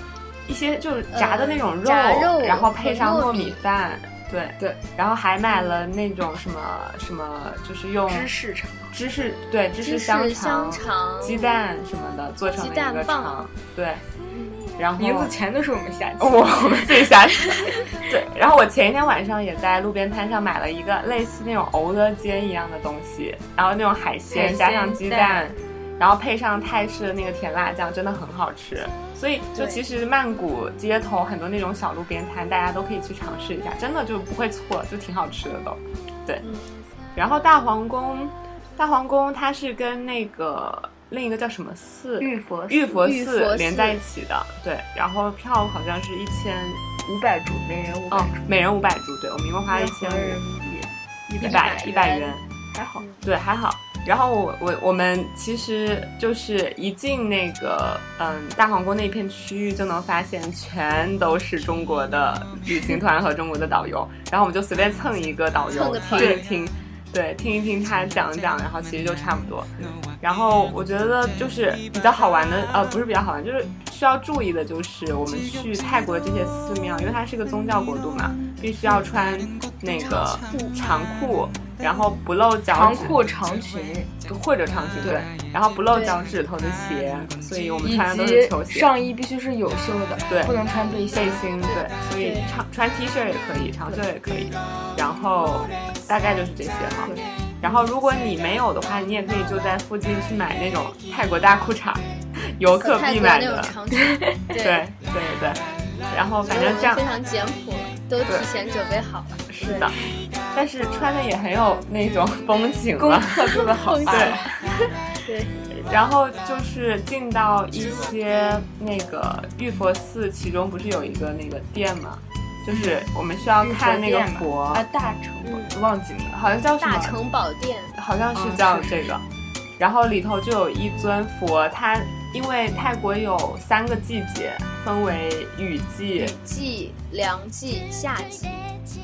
[SPEAKER 3] 一些就是炸的那种
[SPEAKER 2] 呃
[SPEAKER 3] 肉，
[SPEAKER 2] 炸肉
[SPEAKER 3] 然后配上
[SPEAKER 2] 和
[SPEAKER 3] 糯
[SPEAKER 2] 糯米
[SPEAKER 3] 米饭，对。
[SPEAKER 4] 对，
[SPEAKER 3] 然后还买了那种什么什么，就是用
[SPEAKER 4] 芝士场，
[SPEAKER 3] 芝士对芝士
[SPEAKER 2] 芝士
[SPEAKER 3] 香
[SPEAKER 2] 香
[SPEAKER 3] 肠、
[SPEAKER 2] 肠
[SPEAKER 3] 鸡蛋什么的做成了
[SPEAKER 2] 鸡
[SPEAKER 3] 一
[SPEAKER 2] 蛋
[SPEAKER 3] 个
[SPEAKER 2] 棒
[SPEAKER 3] 肠，对，然后
[SPEAKER 4] 名字全都是我们下起。
[SPEAKER 3] 我我们自己想起。对，然后我前一天晚上也在路边摊上买了一个类似那种耦合煎一样的东西，然后那种海鲜
[SPEAKER 4] 海鲜
[SPEAKER 3] 加上鸡蛋
[SPEAKER 4] 蛋，
[SPEAKER 3] 然后配上泰式的那个甜辣酱，真的很好吃。所以就
[SPEAKER 2] 对
[SPEAKER 3] 其实曼谷街头很多那种小路边摊，大家都可以去尝试一下，真的就不会错，就挺好吃的都。对，
[SPEAKER 2] 嗯
[SPEAKER 3] 然后大皇宫，大皇宫它是跟那个另一个叫什么寺
[SPEAKER 4] 玉佛寺
[SPEAKER 3] 玉佛
[SPEAKER 2] 玉佛
[SPEAKER 3] 寺
[SPEAKER 2] 寺
[SPEAKER 3] 连在一起的，对。然后票好像是一千，
[SPEAKER 4] 五百株，每人五百
[SPEAKER 3] 哦
[SPEAKER 4] 株，，
[SPEAKER 3] 每人五百铢，对我们一共花了一千
[SPEAKER 4] 合人
[SPEAKER 3] 五，
[SPEAKER 4] 民币
[SPEAKER 3] 一
[SPEAKER 4] 百
[SPEAKER 3] 百一
[SPEAKER 2] 100
[SPEAKER 3] 百
[SPEAKER 2] 元
[SPEAKER 3] 元，
[SPEAKER 4] 还好。
[SPEAKER 3] 对，还好。然后我我我们其实就是一进那个嗯大皇宫那片区域，就能发现全都是中国的旅行团和中国的导游。然后我们就随便蹭一个导
[SPEAKER 2] 蹭
[SPEAKER 3] 游
[SPEAKER 2] 个
[SPEAKER 3] 听
[SPEAKER 2] 团
[SPEAKER 3] 一听，对，听一听他讲一讲，然后其实就差不多。然后我觉得就是比较好玩的，呃，不是比较好玩，就是需要注意的，就是我们去泰国的这些寺庙，因为它是个宗教国度嘛，必须要穿那个长裤，然后不露脚
[SPEAKER 4] 长
[SPEAKER 3] 趾
[SPEAKER 4] 裤、长裙，
[SPEAKER 3] 或者长裙对，然后不露脚趾头的鞋，所以我们
[SPEAKER 4] 以
[SPEAKER 3] 穿的都是球
[SPEAKER 4] 及
[SPEAKER 3] 鞋、
[SPEAKER 4] 上衣必须是有袖的，
[SPEAKER 3] 对
[SPEAKER 4] 不能穿背心
[SPEAKER 3] 背。心，对，所以
[SPEAKER 2] 对
[SPEAKER 3] 长穿 T 恤也可以，长袖也可以，然后大概就是这些哈。然后如果你没有的话，你也可以就在附近去买那种泰国大裤衩，游客
[SPEAKER 2] 和泰
[SPEAKER 3] 必
[SPEAKER 2] 国
[SPEAKER 3] 买
[SPEAKER 2] 那种
[SPEAKER 3] 的，
[SPEAKER 2] 长裙， 对，
[SPEAKER 3] 对对对对。然后反
[SPEAKER 2] 我
[SPEAKER 3] 正
[SPEAKER 2] 们
[SPEAKER 3] 这样
[SPEAKER 2] 非常简朴，都提前准备好了。
[SPEAKER 3] 是的，但是穿的也很有那种风情啊
[SPEAKER 4] 功
[SPEAKER 3] 了，
[SPEAKER 4] 课做的好
[SPEAKER 2] 功
[SPEAKER 4] 吧？
[SPEAKER 2] 课
[SPEAKER 3] 对。
[SPEAKER 2] 对，
[SPEAKER 3] 然后就是进到一些那个玉佛寺，其中不是有一个那个殿嘛，就是我们需要看那个
[SPEAKER 4] 玉佛殿嘛
[SPEAKER 3] 佛，
[SPEAKER 4] 啊，大城
[SPEAKER 3] 嗯
[SPEAKER 4] 堡忘记了，
[SPEAKER 3] 好像叫什
[SPEAKER 2] 大
[SPEAKER 3] 么，
[SPEAKER 2] 城堡殿，
[SPEAKER 3] 好像是
[SPEAKER 4] 嗯
[SPEAKER 3] 叫
[SPEAKER 4] 是
[SPEAKER 3] 这个。然后里头就有一尊佛，它因为泰国有三个季节，分为雨季，
[SPEAKER 2] 季、凉季、夏季，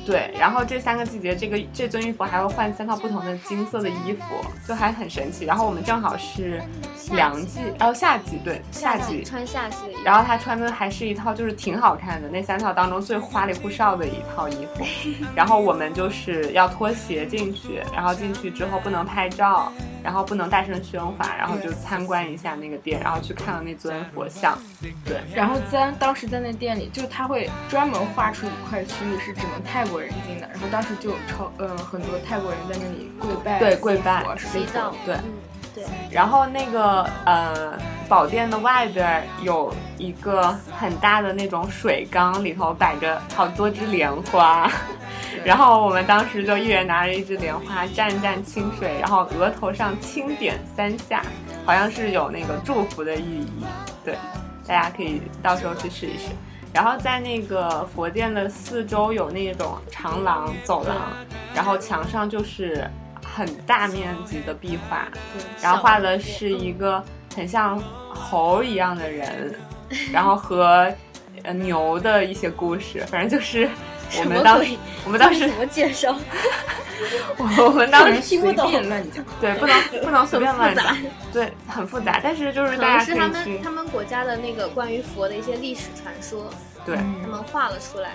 [SPEAKER 3] 对，然后这三个季节，这个这尊玉佛还会换三套不同的金色的衣服，就还很神奇。然后我们正好是凉季，哦，夏季，对，夏季
[SPEAKER 2] 穿夏季的衣服。
[SPEAKER 3] 然后她穿的还是一套就是挺好看的那三套当中最花里胡哨的一套衣服，然后我们就是要脱鞋进去，然后进去之后不能拍照，然后不能大声喧哗，然后就参观一下那个店，然后去看了那尊佛像，对
[SPEAKER 4] 然后在当时在那店里，就是他会专门划出一块区域是只能泰国人进的，然后当时就有超呃很多泰国人在那里跪拜
[SPEAKER 3] 对跪拜
[SPEAKER 4] 佛什么
[SPEAKER 2] 西藏，
[SPEAKER 3] 对，
[SPEAKER 2] 嗯，对，
[SPEAKER 3] 然后那个呃宝殿的外边儿有一个很大的那种水缸，里头摆着好多只莲 花。然后我们当时就一人拿着一只莲花，蘸蘸清水，然后额头上轻点三下，好像是有那个祝福的寓意，对，大家可以到时候去试一试。然后在那个佛殿的四周有那种长廊、走廊，然后墙上就是很大面积的壁画，然后画的是一个很像猴一样 的人，然后和呃牛的一些故事，反 正就是我们当
[SPEAKER 2] 什么鬼
[SPEAKER 3] 我们当时
[SPEAKER 2] 怎么介绍？
[SPEAKER 3] 我们 当时
[SPEAKER 2] 听不懂
[SPEAKER 4] 随便乱讲。
[SPEAKER 3] 对 不能不能随便
[SPEAKER 2] 很复
[SPEAKER 3] 乱讲
[SPEAKER 2] 杂，
[SPEAKER 3] 对很复杂，但是就是
[SPEAKER 2] 可
[SPEAKER 3] 大
[SPEAKER 2] 能
[SPEAKER 3] 家
[SPEAKER 2] 是
[SPEAKER 3] 可
[SPEAKER 2] 他
[SPEAKER 3] 以
[SPEAKER 2] 们
[SPEAKER 3] 去
[SPEAKER 2] 他们国家的那个关于佛的一些历史传说，
[SPEAKER 3] 对
[SPEAKER 2] 他们画了出来。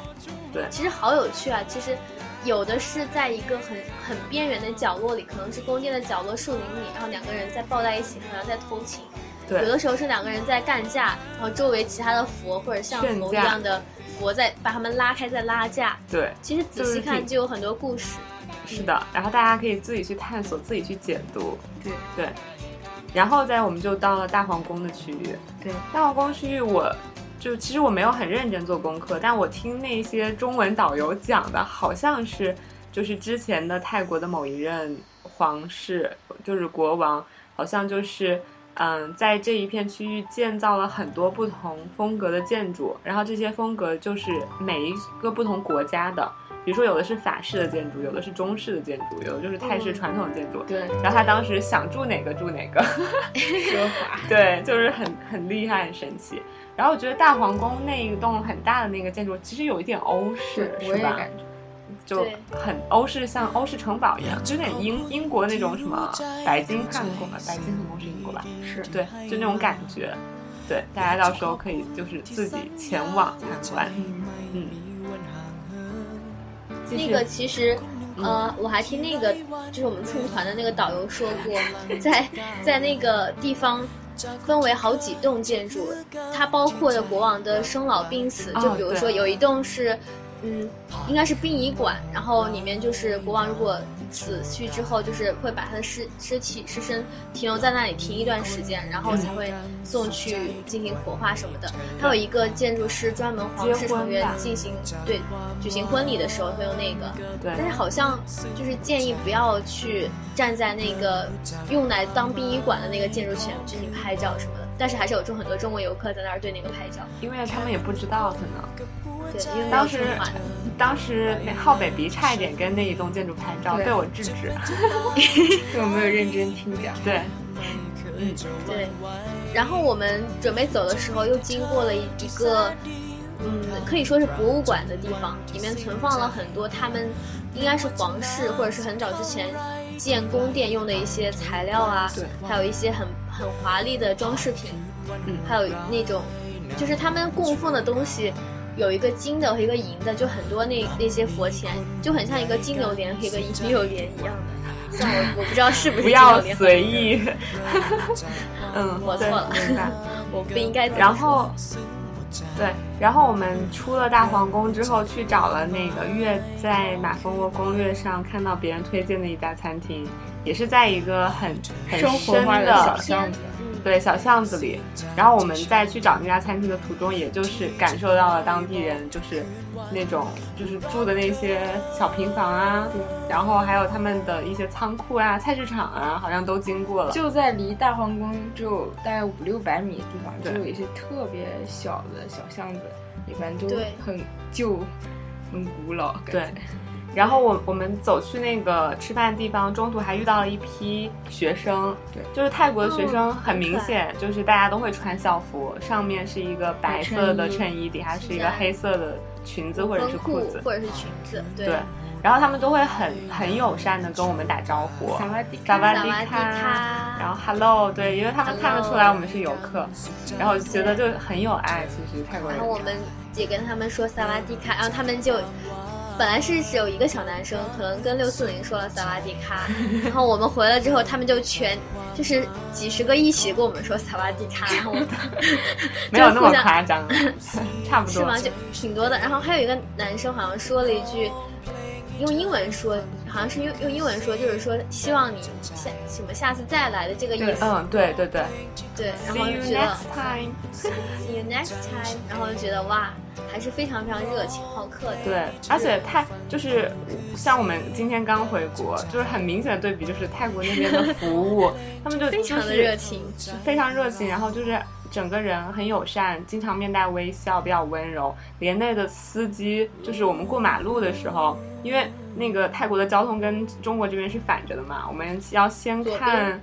[SPEAKER 3] 对
[SPEAKER 2] 其实好有趣啊！其实有的是在一个很很边缘的角落里，可能是宫殿的角落、树林里，然后两个人在抱在一起，然后在偷情。有
[SPEAKER 3] 对
[SPEAKER 2] 的时候是两个人在干架，然后周围其他的佛或者像
[SPEAKER 3] 劝
[SPEAKER 2] 佛一
[SPEAKER 3] 架
[SPEAKER 2] 样的佛在把他们拉开，在拉架。
[SPEAKER 3] 对
[SPEAKER 2] 其实仔
[SPEAKER 3] 就是
[SPEAKER 2] 细看
[SPEAKER 3] 挺
[SPEAKER 2] 就有很多故事。
[SPEAKER 3] 是的，然后大家可以自己去探索，自己去解读，
[SPEAKER 4] 对
[SPEAKER 3] 对。然后再我们就到了大皇宫的区域，
[SPEAKER 4] 对，
[SPEAKER 3] 大皇宫区域我就其实我没有很认真做功课，但我听那些中文导游讲的，好像是就是之前的泰国的某一任皇室，就是国王，好像就是。嗯，在这一片区域建造了很多不同风格的建筑，然后这些风格就是每一个不同国家的，比如说有的是法式的建筑，有的是中式的建筑，有的就是泰式
[SPEAKER 2] 嗯
[SPEAKER 3] 传统建筑。
[SPEAKER 4] 对，
[SPEAKER 3] 然后他当时想住哪个住哪个，
[SPEAKER 4] 奢华。
[SPEAKER 3] 对，就是很很厉害，很神奇。然后我觉得大皇宫那一栋很大的那个建筑，其实有一点欧
[SPEAKER 4] 对
[SPEAKER 3] 式，，
[SPEAKER 4] 我
[SPEAKER 3] 是
[SPEAKER 4] 也
[SPEAKER 3] 吧？
[SPEAKER 4] 感觉。
[SPEAKER 3] 就
[SPEAKER 2] 对
[SPEAKER 3] 很欧式，像欧式城堡一样，有点英英国那种什么白金汉宫吧，白金汉宫是英国吧？
[SPEAKER 4] 是
[SPEAKER 3] 对，就那种感觉。对，大家到时候可以就是自己前往参观。嗯，继
[SPEAKER 2] 那
[SPEAKER 3] 续嗯
[SPEAKER 2] 个其实，呃，我还听那个就是我们蹭团的那个导游说过，
[SPEAKER 3] 嗯
[SPEAKER 2] 在在那个地方分为好几栋建筑，它包括了国王的生老病死，就
[SPEAKER 3] 哦
[SPEAKER 2] 比如
[SPEAKER 3] 对
[SPEAKER 2] 说有一栋是。嗯，应该是殡仪馆，然后里面就是国王如果死去之后，就是会把他的尸尸体尸身停留在那里停一段时间，然后才会送去进行火化什么的。它有一个建筑师专门皇室
[SPEAKER 3] 结婚
[SPEAKER 2] 成员
[SPEAKER 3] 吧
[SPEAKER 2] 进行对举行婚礼的时候会用那个，
[SPEAKER 3] 对
[SPEAKER 2] 但是好像就是建议不要去站在那个用来当殡仪馆的那个建筑前面去拍照什么的，但是还是有中很多中国游客在那儿对那个拍照，
[SPEAKER 3] 因为他们也不知道，可能。
[SPEAKER 2] 对，因为没有
[SPEAKER 3] 当时
[SPEAKER 2] 存款，
[SPEAKER 3] 当时那浩北鼻差一点跟那一栋建筑拍照，
[SPEAKER 4] 对
[SPEAKER 3] 被我制止。
[SPEAKER 4] 对，我没有认真听讲。
[SPEAKER 3] 对，
[SPEAKER 2] 对。然后我们准备走的时候，又经过了一一个，嗯，可以说是博物馆的地方，里面存放了很多他们应该是皇室或者是很早之前建宫殿用的一些材料啊，
[SPEAKER 3] 对
[SPEAKER 2] 还有一些很很华丽的装饰品，
[SPEAKER 3] 嗯
[SPEAKER 2] 还有那种就是他们供奉的东西。有一个金的和一个银的，就很多那那些佛钱，就很像一个金榴莲和一个银榴莲一样的。像我我不知道是不是
[SPEAKER 3] 不
[SPEAKER 2] 金榴
[SPEAKER 3] 要
[SPEAKER 2] 莲，
[SPEAKER 3] 随意。 嗯，
[SPEAKER 2] 我错
[SPEAKER 3] 对
[SPEAKER 2] 了
[SPEAKER 3] 明白。
[SPEAKER 2] 我不应该怎么
[SPEAKER 3] 然后，对，然后我们出了大皇宫之后，去找了那个月在马蜂窝攻略上看到别人推荐的一家餐厅，也是在一个很很
[SPEAKER 4] 生活
[SPEAKER 3] 深
[SPEAKER 4] 化的小
[SPEAKER 3] 的
[SPEAKER 4] 巷子，
[SPEAKER 2] 嗯
[SPEAKER 3] 对小巷子里，然后我们在去找那家餐厅的途中，也就是感受到了当地人就是那种就是住的那些小平房啊，然后还有他们的一些仓库啊、菜市场啊，好像都经过了。
[SPEAKER 4] 就在离大皇宫只有大概五六百米的地方，就
[SPEAKER 3] 对
[SPEAKER 4] 有一些特别小的小巷子，里面都
[SPEAKER 2] 对
[SPEAKER 4] 很旧、很古老感觉。
[SPEAKER 3] 对然后我我们走去那个吃饭的地方，中途还遇到了一批学生，
[SPEAKER 4] 对
[SPEAKER 3] 就是泰国的学生，很
[SPEAKER 2] 很
[SPEAKER 3] 明
[SPEAKER 2] 可爱
[SPEAKER 3] 显就是大家都会穿校服，上面是一个白色的衬衣，底下是一个黑色的裙子或者是
[SPEAKER 2] 风
[SPEAKER 3] 裤
[SPEAKER 2] 裤
[SPEAKER 3] 子，
[SPEAKER 2] 嗯或者是裙子，对
[SPEAKER 3] 对。然后他们都会很很友善的跟我们打招呼，
[SPEAKER 4] 萨瓦迪
[SPEAKER 3] 萨
[SPEAKER 4] 卡
[SPEAKER 3] 瓦
[SPEAKER 2] 萨
[SPEAKER 3] 迪
[SPEAKER 2] 瓦迪
[SPEAKER 3] 卡，
[SPEAKER 2] 卡，
[SPEAKER 3] 然后 hello，对，因为他们看得出来
[SPEAKER 2] Hello
[SPEAKER 3] 我们是游客，然后觉得就很有爱，其实泰国人
[SPEAKER 2] 然后。我们也跟他们说萨瓦迪卡，然后他们就本来是只有一个小男生，可能跟六四零说了萨瓦迪卡， 然后我们回来之后，他们就全就是几十个一起跟我们说萨瓦迪 卡，然后我们
[SPEAKER 3] 没有
[SPEAKER 2] 就
[SPEAKER 3] 那
[SPEAKER 2] 互
[SPEAKER 3] 么
[SPEAKER 2] 相
[SPEAKER 3] 夸张， 差不
[SPEAKER 2] 是
[SPEAKER 3] 多
[SPEAKER 2] 吗？。就挺多的。然后还有一个男生好像说了一句，用英文说好像是用用英文说，就是说希望你下什么下次再来的这个意
[SPEAKER 3] 对，
[SPEAKER 2] 思。
[SPEAKER 3] 嗯，对对对
[SPEAKER 2] 对，然后
[SPEAKER 3] ，See you
[SPEAKER 2] 就觉得
[SPEAKER 3] next time。
[SPEAKER 2] see you next time，然后就觉得哇，还是非常非常热情好客的。
[SPEAKER 3] 对，而且泰就是像我们今天刚回国，就是很明显的对比，就是泰国那边的 服务，他们就
[SPEAKER 2] 非常
[SPEAKER 3] 就
[SPEAKER 2] 的
[SPEAKER 3] 是
[SPEAKER 2] 热情，
[SPEAKER 3] 非常热情，然后就是整个人很友善，经常面带微笑，比较温柔。连累的司机，就是我们过马路的时候，因为那个泰国的交通跟中国这边是反着的嘛，我们要先
[SPEAKER 2] 左
[SPEAKER 3] 看
[SPEAKER 2] 边，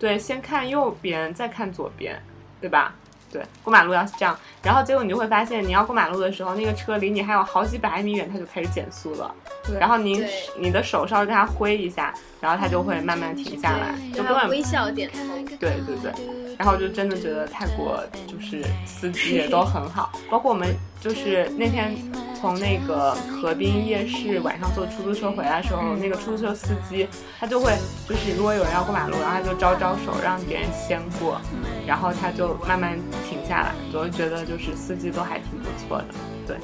[SPEAKER 3] 对，先看右边，再看左边，对吧？对，过马路要是这样，然后结果你就会发现，你要过马路的时候，那个车离你还有好几百米远，它就开始减速了。
[SPEAKER 4] 对
[SPEAKER 3] 然后您
[SPEAKER 2] 对
[SPEAKER 3] 你的手稍微跟它挥一下，然后它就会慢慢停下来，就
[SPEAKER 2] 然
[SPEAKER 3] 根
[SPEAKER 2] 后
[SPEAKER 3] 本
[SPEAKER 2] 微笑点头。
[SPEAKER 3] 对对对，然后就真的觉得泰国就是司机也都很好，包括我们就是那天从那个河滨夜市晚上坐出租车回来的时候，那个出租车司机他就会就是如果有人要过马路，然后他就招招手让别人先过，
[SPEAKER 2] 嗯
[SPEAKER 3] 然后他就慢慢停下来，我就觉得就是司机都还挺不错的，
[SPEAKER 2] 嗯
[SPEAKER 3] 对。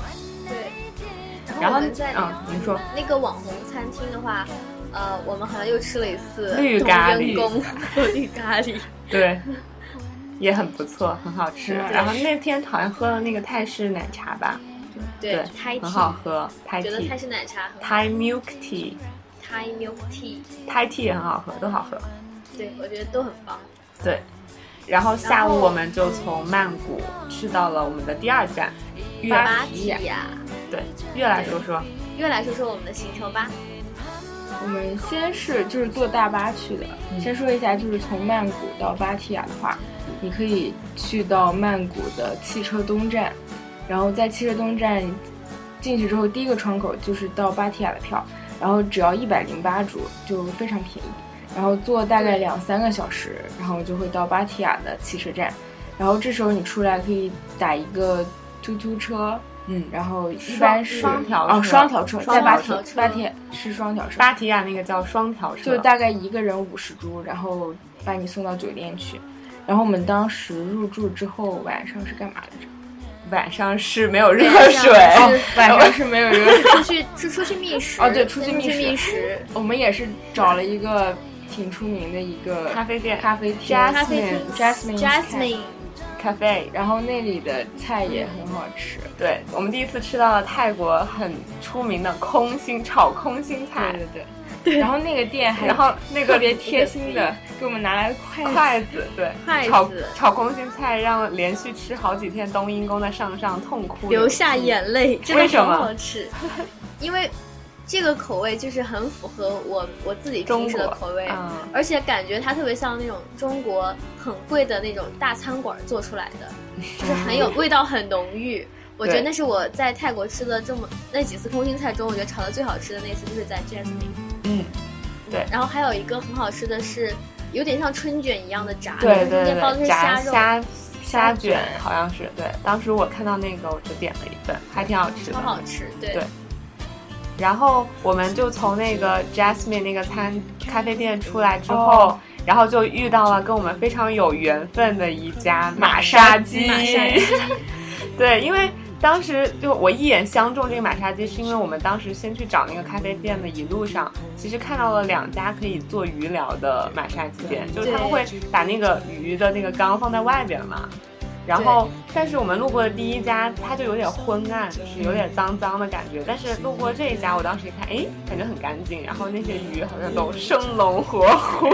[SPEAKER 2] 对，
[SPEAKER 3] 然
[SPEAKER 2] 然后
[SPEAKER 3] 后
[SPEAKER 2] 我们在
[SPEAKER 3] 嗯，您说
[SPEAKER 2] 那个网红餐厅的话，呃，我们好像又吃了一次
[SPEAKER 3] 绿咖喱
[SPEAKER 2] 冬阴功绿咖喱，
[SPEAKER 3] 对。也很不错，很好吃。
[SPEAKER 2] 嗯
[SPEAKER 4] 对
[SPEAKER 3] 然后那天好像喝了那个泰式奶茶吧，
[SPEAKER 2] 对，Thai
[SPEAKER 3] 很
[SPEAKER 2] tea，
[SPEAKER 3] 好喝。Thai
[SPEAKER 2] 觉得
[SPEAKER 3] tea
[SPEAKER 2] 泰式奶茶很好
[SPEAKER 3] Thai milk tea、
[SPEAKER 2] ，Thai milk tea，
[SPEAKER 3] Thai tea 也很好喝，都好喝。
[SPEAKER 2] 对我觉得都很棒。
[SPEAKER 3] 对，然后下午我们就从曼谷去到了我们的第二站越
[SPEAKER 2] 芭
[SPEAKER 3] 来
[SPEAKER 2] 提雅，
[SPEAKER 3] 对，越来说说，
[SPEAKER 2] 又来说说我们的行程吧。
[SPEAKER 4] 我们先是就是坐大巴去的，
[SPEAKER 3] 嗯
[SPEAKER 4] 先说一下，就是从曼谷到芭提雅的话，你可以去到曼谷的汽车东站，然后在汽车东站进去之后，第一个窗口就是到芭提雅的票，然后只要一百零八铢，就非常便宜。然后坐大概两三个小时，然后就会到芭提雅的汽车站，然后这时候你出来可以打一个突突车，
[SPEAKER 3] 嗯，
[SPEAKER 4] 然后一
[SPEAKER 3] 双
[SPEAKER 4] 般是
[SPEAKER 3] 双条
[SPEAKER 4] 哦
[SPEAKER 3] 车
[SPEAKER 4] 双条车，
[SPEAKER 3] 双
[SPEAKER 4] 在芭
[SPEAKER 3] 条
[SPEAKER 4] 提
[SPEAKER 2] 车
[SPEAKER 4] 芭提雅是双条车，
[SPEAKER 3] 芭提雅那个叫双条车，
[SPEAKER 4] 就大概一个人五十铢，然后把你送到酒店去。然后我们当时入住之后，晚上是干嘛来着？
[SPEAKER 3] 晚上是没有热
[SPEAKER 2] 晚上
[SPEAKER 3] 水，
[SPEAKER 2] 是
[SPEAKER 4] 哦，晚上是没有人。
[SPEAKER 2] 出去出出去觅食
[SPEAKER 4] 哦对
[SPEAKER 2] 出
[SPEAKER 4] 出去觅食
[SPEAKER 2] 觅食，
[SPEAKER 4] 我们也是找了一个挺出名的一个
[SPEAKER 3] 咖啡店
[SPEAKER 4] 咖啡厅
[SPEAKER 2] 咖啡厅
[SPEAKER 4] Jasmine
[SPEAKER 2] Jasmine，
[SPEAKER 3] 咖啡。
[SPEAKER 4] 然后那里的菜也很好吃。
[SPEAKER 3] 对我们第一次吃到了泰国很出名的空心炒空心菜，
[SPEAKER 4] 对对对。然后那个店还
[SPEAKER 3] 然后那个
[SPEAKER 4] 特别贴心的给我们拿来了筷子。
[SPEAKER 3] 筷子，对，
[SPEAKER 2] 筷子
[SPEAKER 3] 炒炒空心菜让连续吃好几天冬阴功的上上痛哭
[SPEAKER 2] 流
[SPEAKER 3] 流涕
[SPEAKER 2] 下眼泪，真的
[SPEAKER 3] 为什
[SPEAKER 2] 很
[SPEAKER 3] 么
[SPEAKER 2] 好吃。因为这个口味就是很符合我我自己
[SPEAKER 3] 中
[SPEAKER 2] 平时
[SPEAKER 3] 国
[SPEAKER 2] 的口味，
[SPEAKER 3] 嗯
[SPEAKER 2] 而且感觉它特别像那种中国很贵的那种大餐馆做出来的，就是很有味道，很浓郁。我觉得
[SPEAKER 3] 嗯对
[SPEAKER 2] 那是我在泰国吃的这么那几次空心菜中，我觉得炒的最好吃的那次就是在 Jasmine。
[SPEAKER 3] 嗯，对
[SPEAKER 2] 然后还有一个很好吃的是，有点像春卷一样的炸，
[SPEAKER 3] 对
[SPEAKER 2] 中
[SPEAKER 3] 对
[SPEAKER 2] 间包的
[SPEAKER 3] 对，
[SPEAKER 2] 是
[SPEAKER 3] 炸
[SPEAKER 2] 肉，
[SPEAKER 3] 虾虾卷好像是对。当时我看到那个，我就点了一份，还挺好吃
[SPEAKER 2] 超
[SPEAKER 3] 的。
[SPEAKER 2] 好吃。对
[SPEAKER 3] 对然后我们就从那个 Jasmine 那个餐咖啡店出来之后。
[SPEAKER 4] 哦
[SPEAKER 3] 然后就遇到了跟我们非常有缘分的一家马杀鸡，
[SPEAKER 2] 马杀鸡
[SPEAKER 3] 对，因为当时就我一眼相中这个马杀鸡，是因为我们当时先去找那个咖啡店的一路上，其实看到了两家可以做鱼疗的马杀鸡店，就是他们会把那个鱼的那个缸放在外边嘛。然后，但是我们路过的第一家，它就有点昏暗，就是有点脏脏的感觉。但是路过这一家，我当时一看，哎，感觉很干净，然后那些鱼好像都生龙活虎。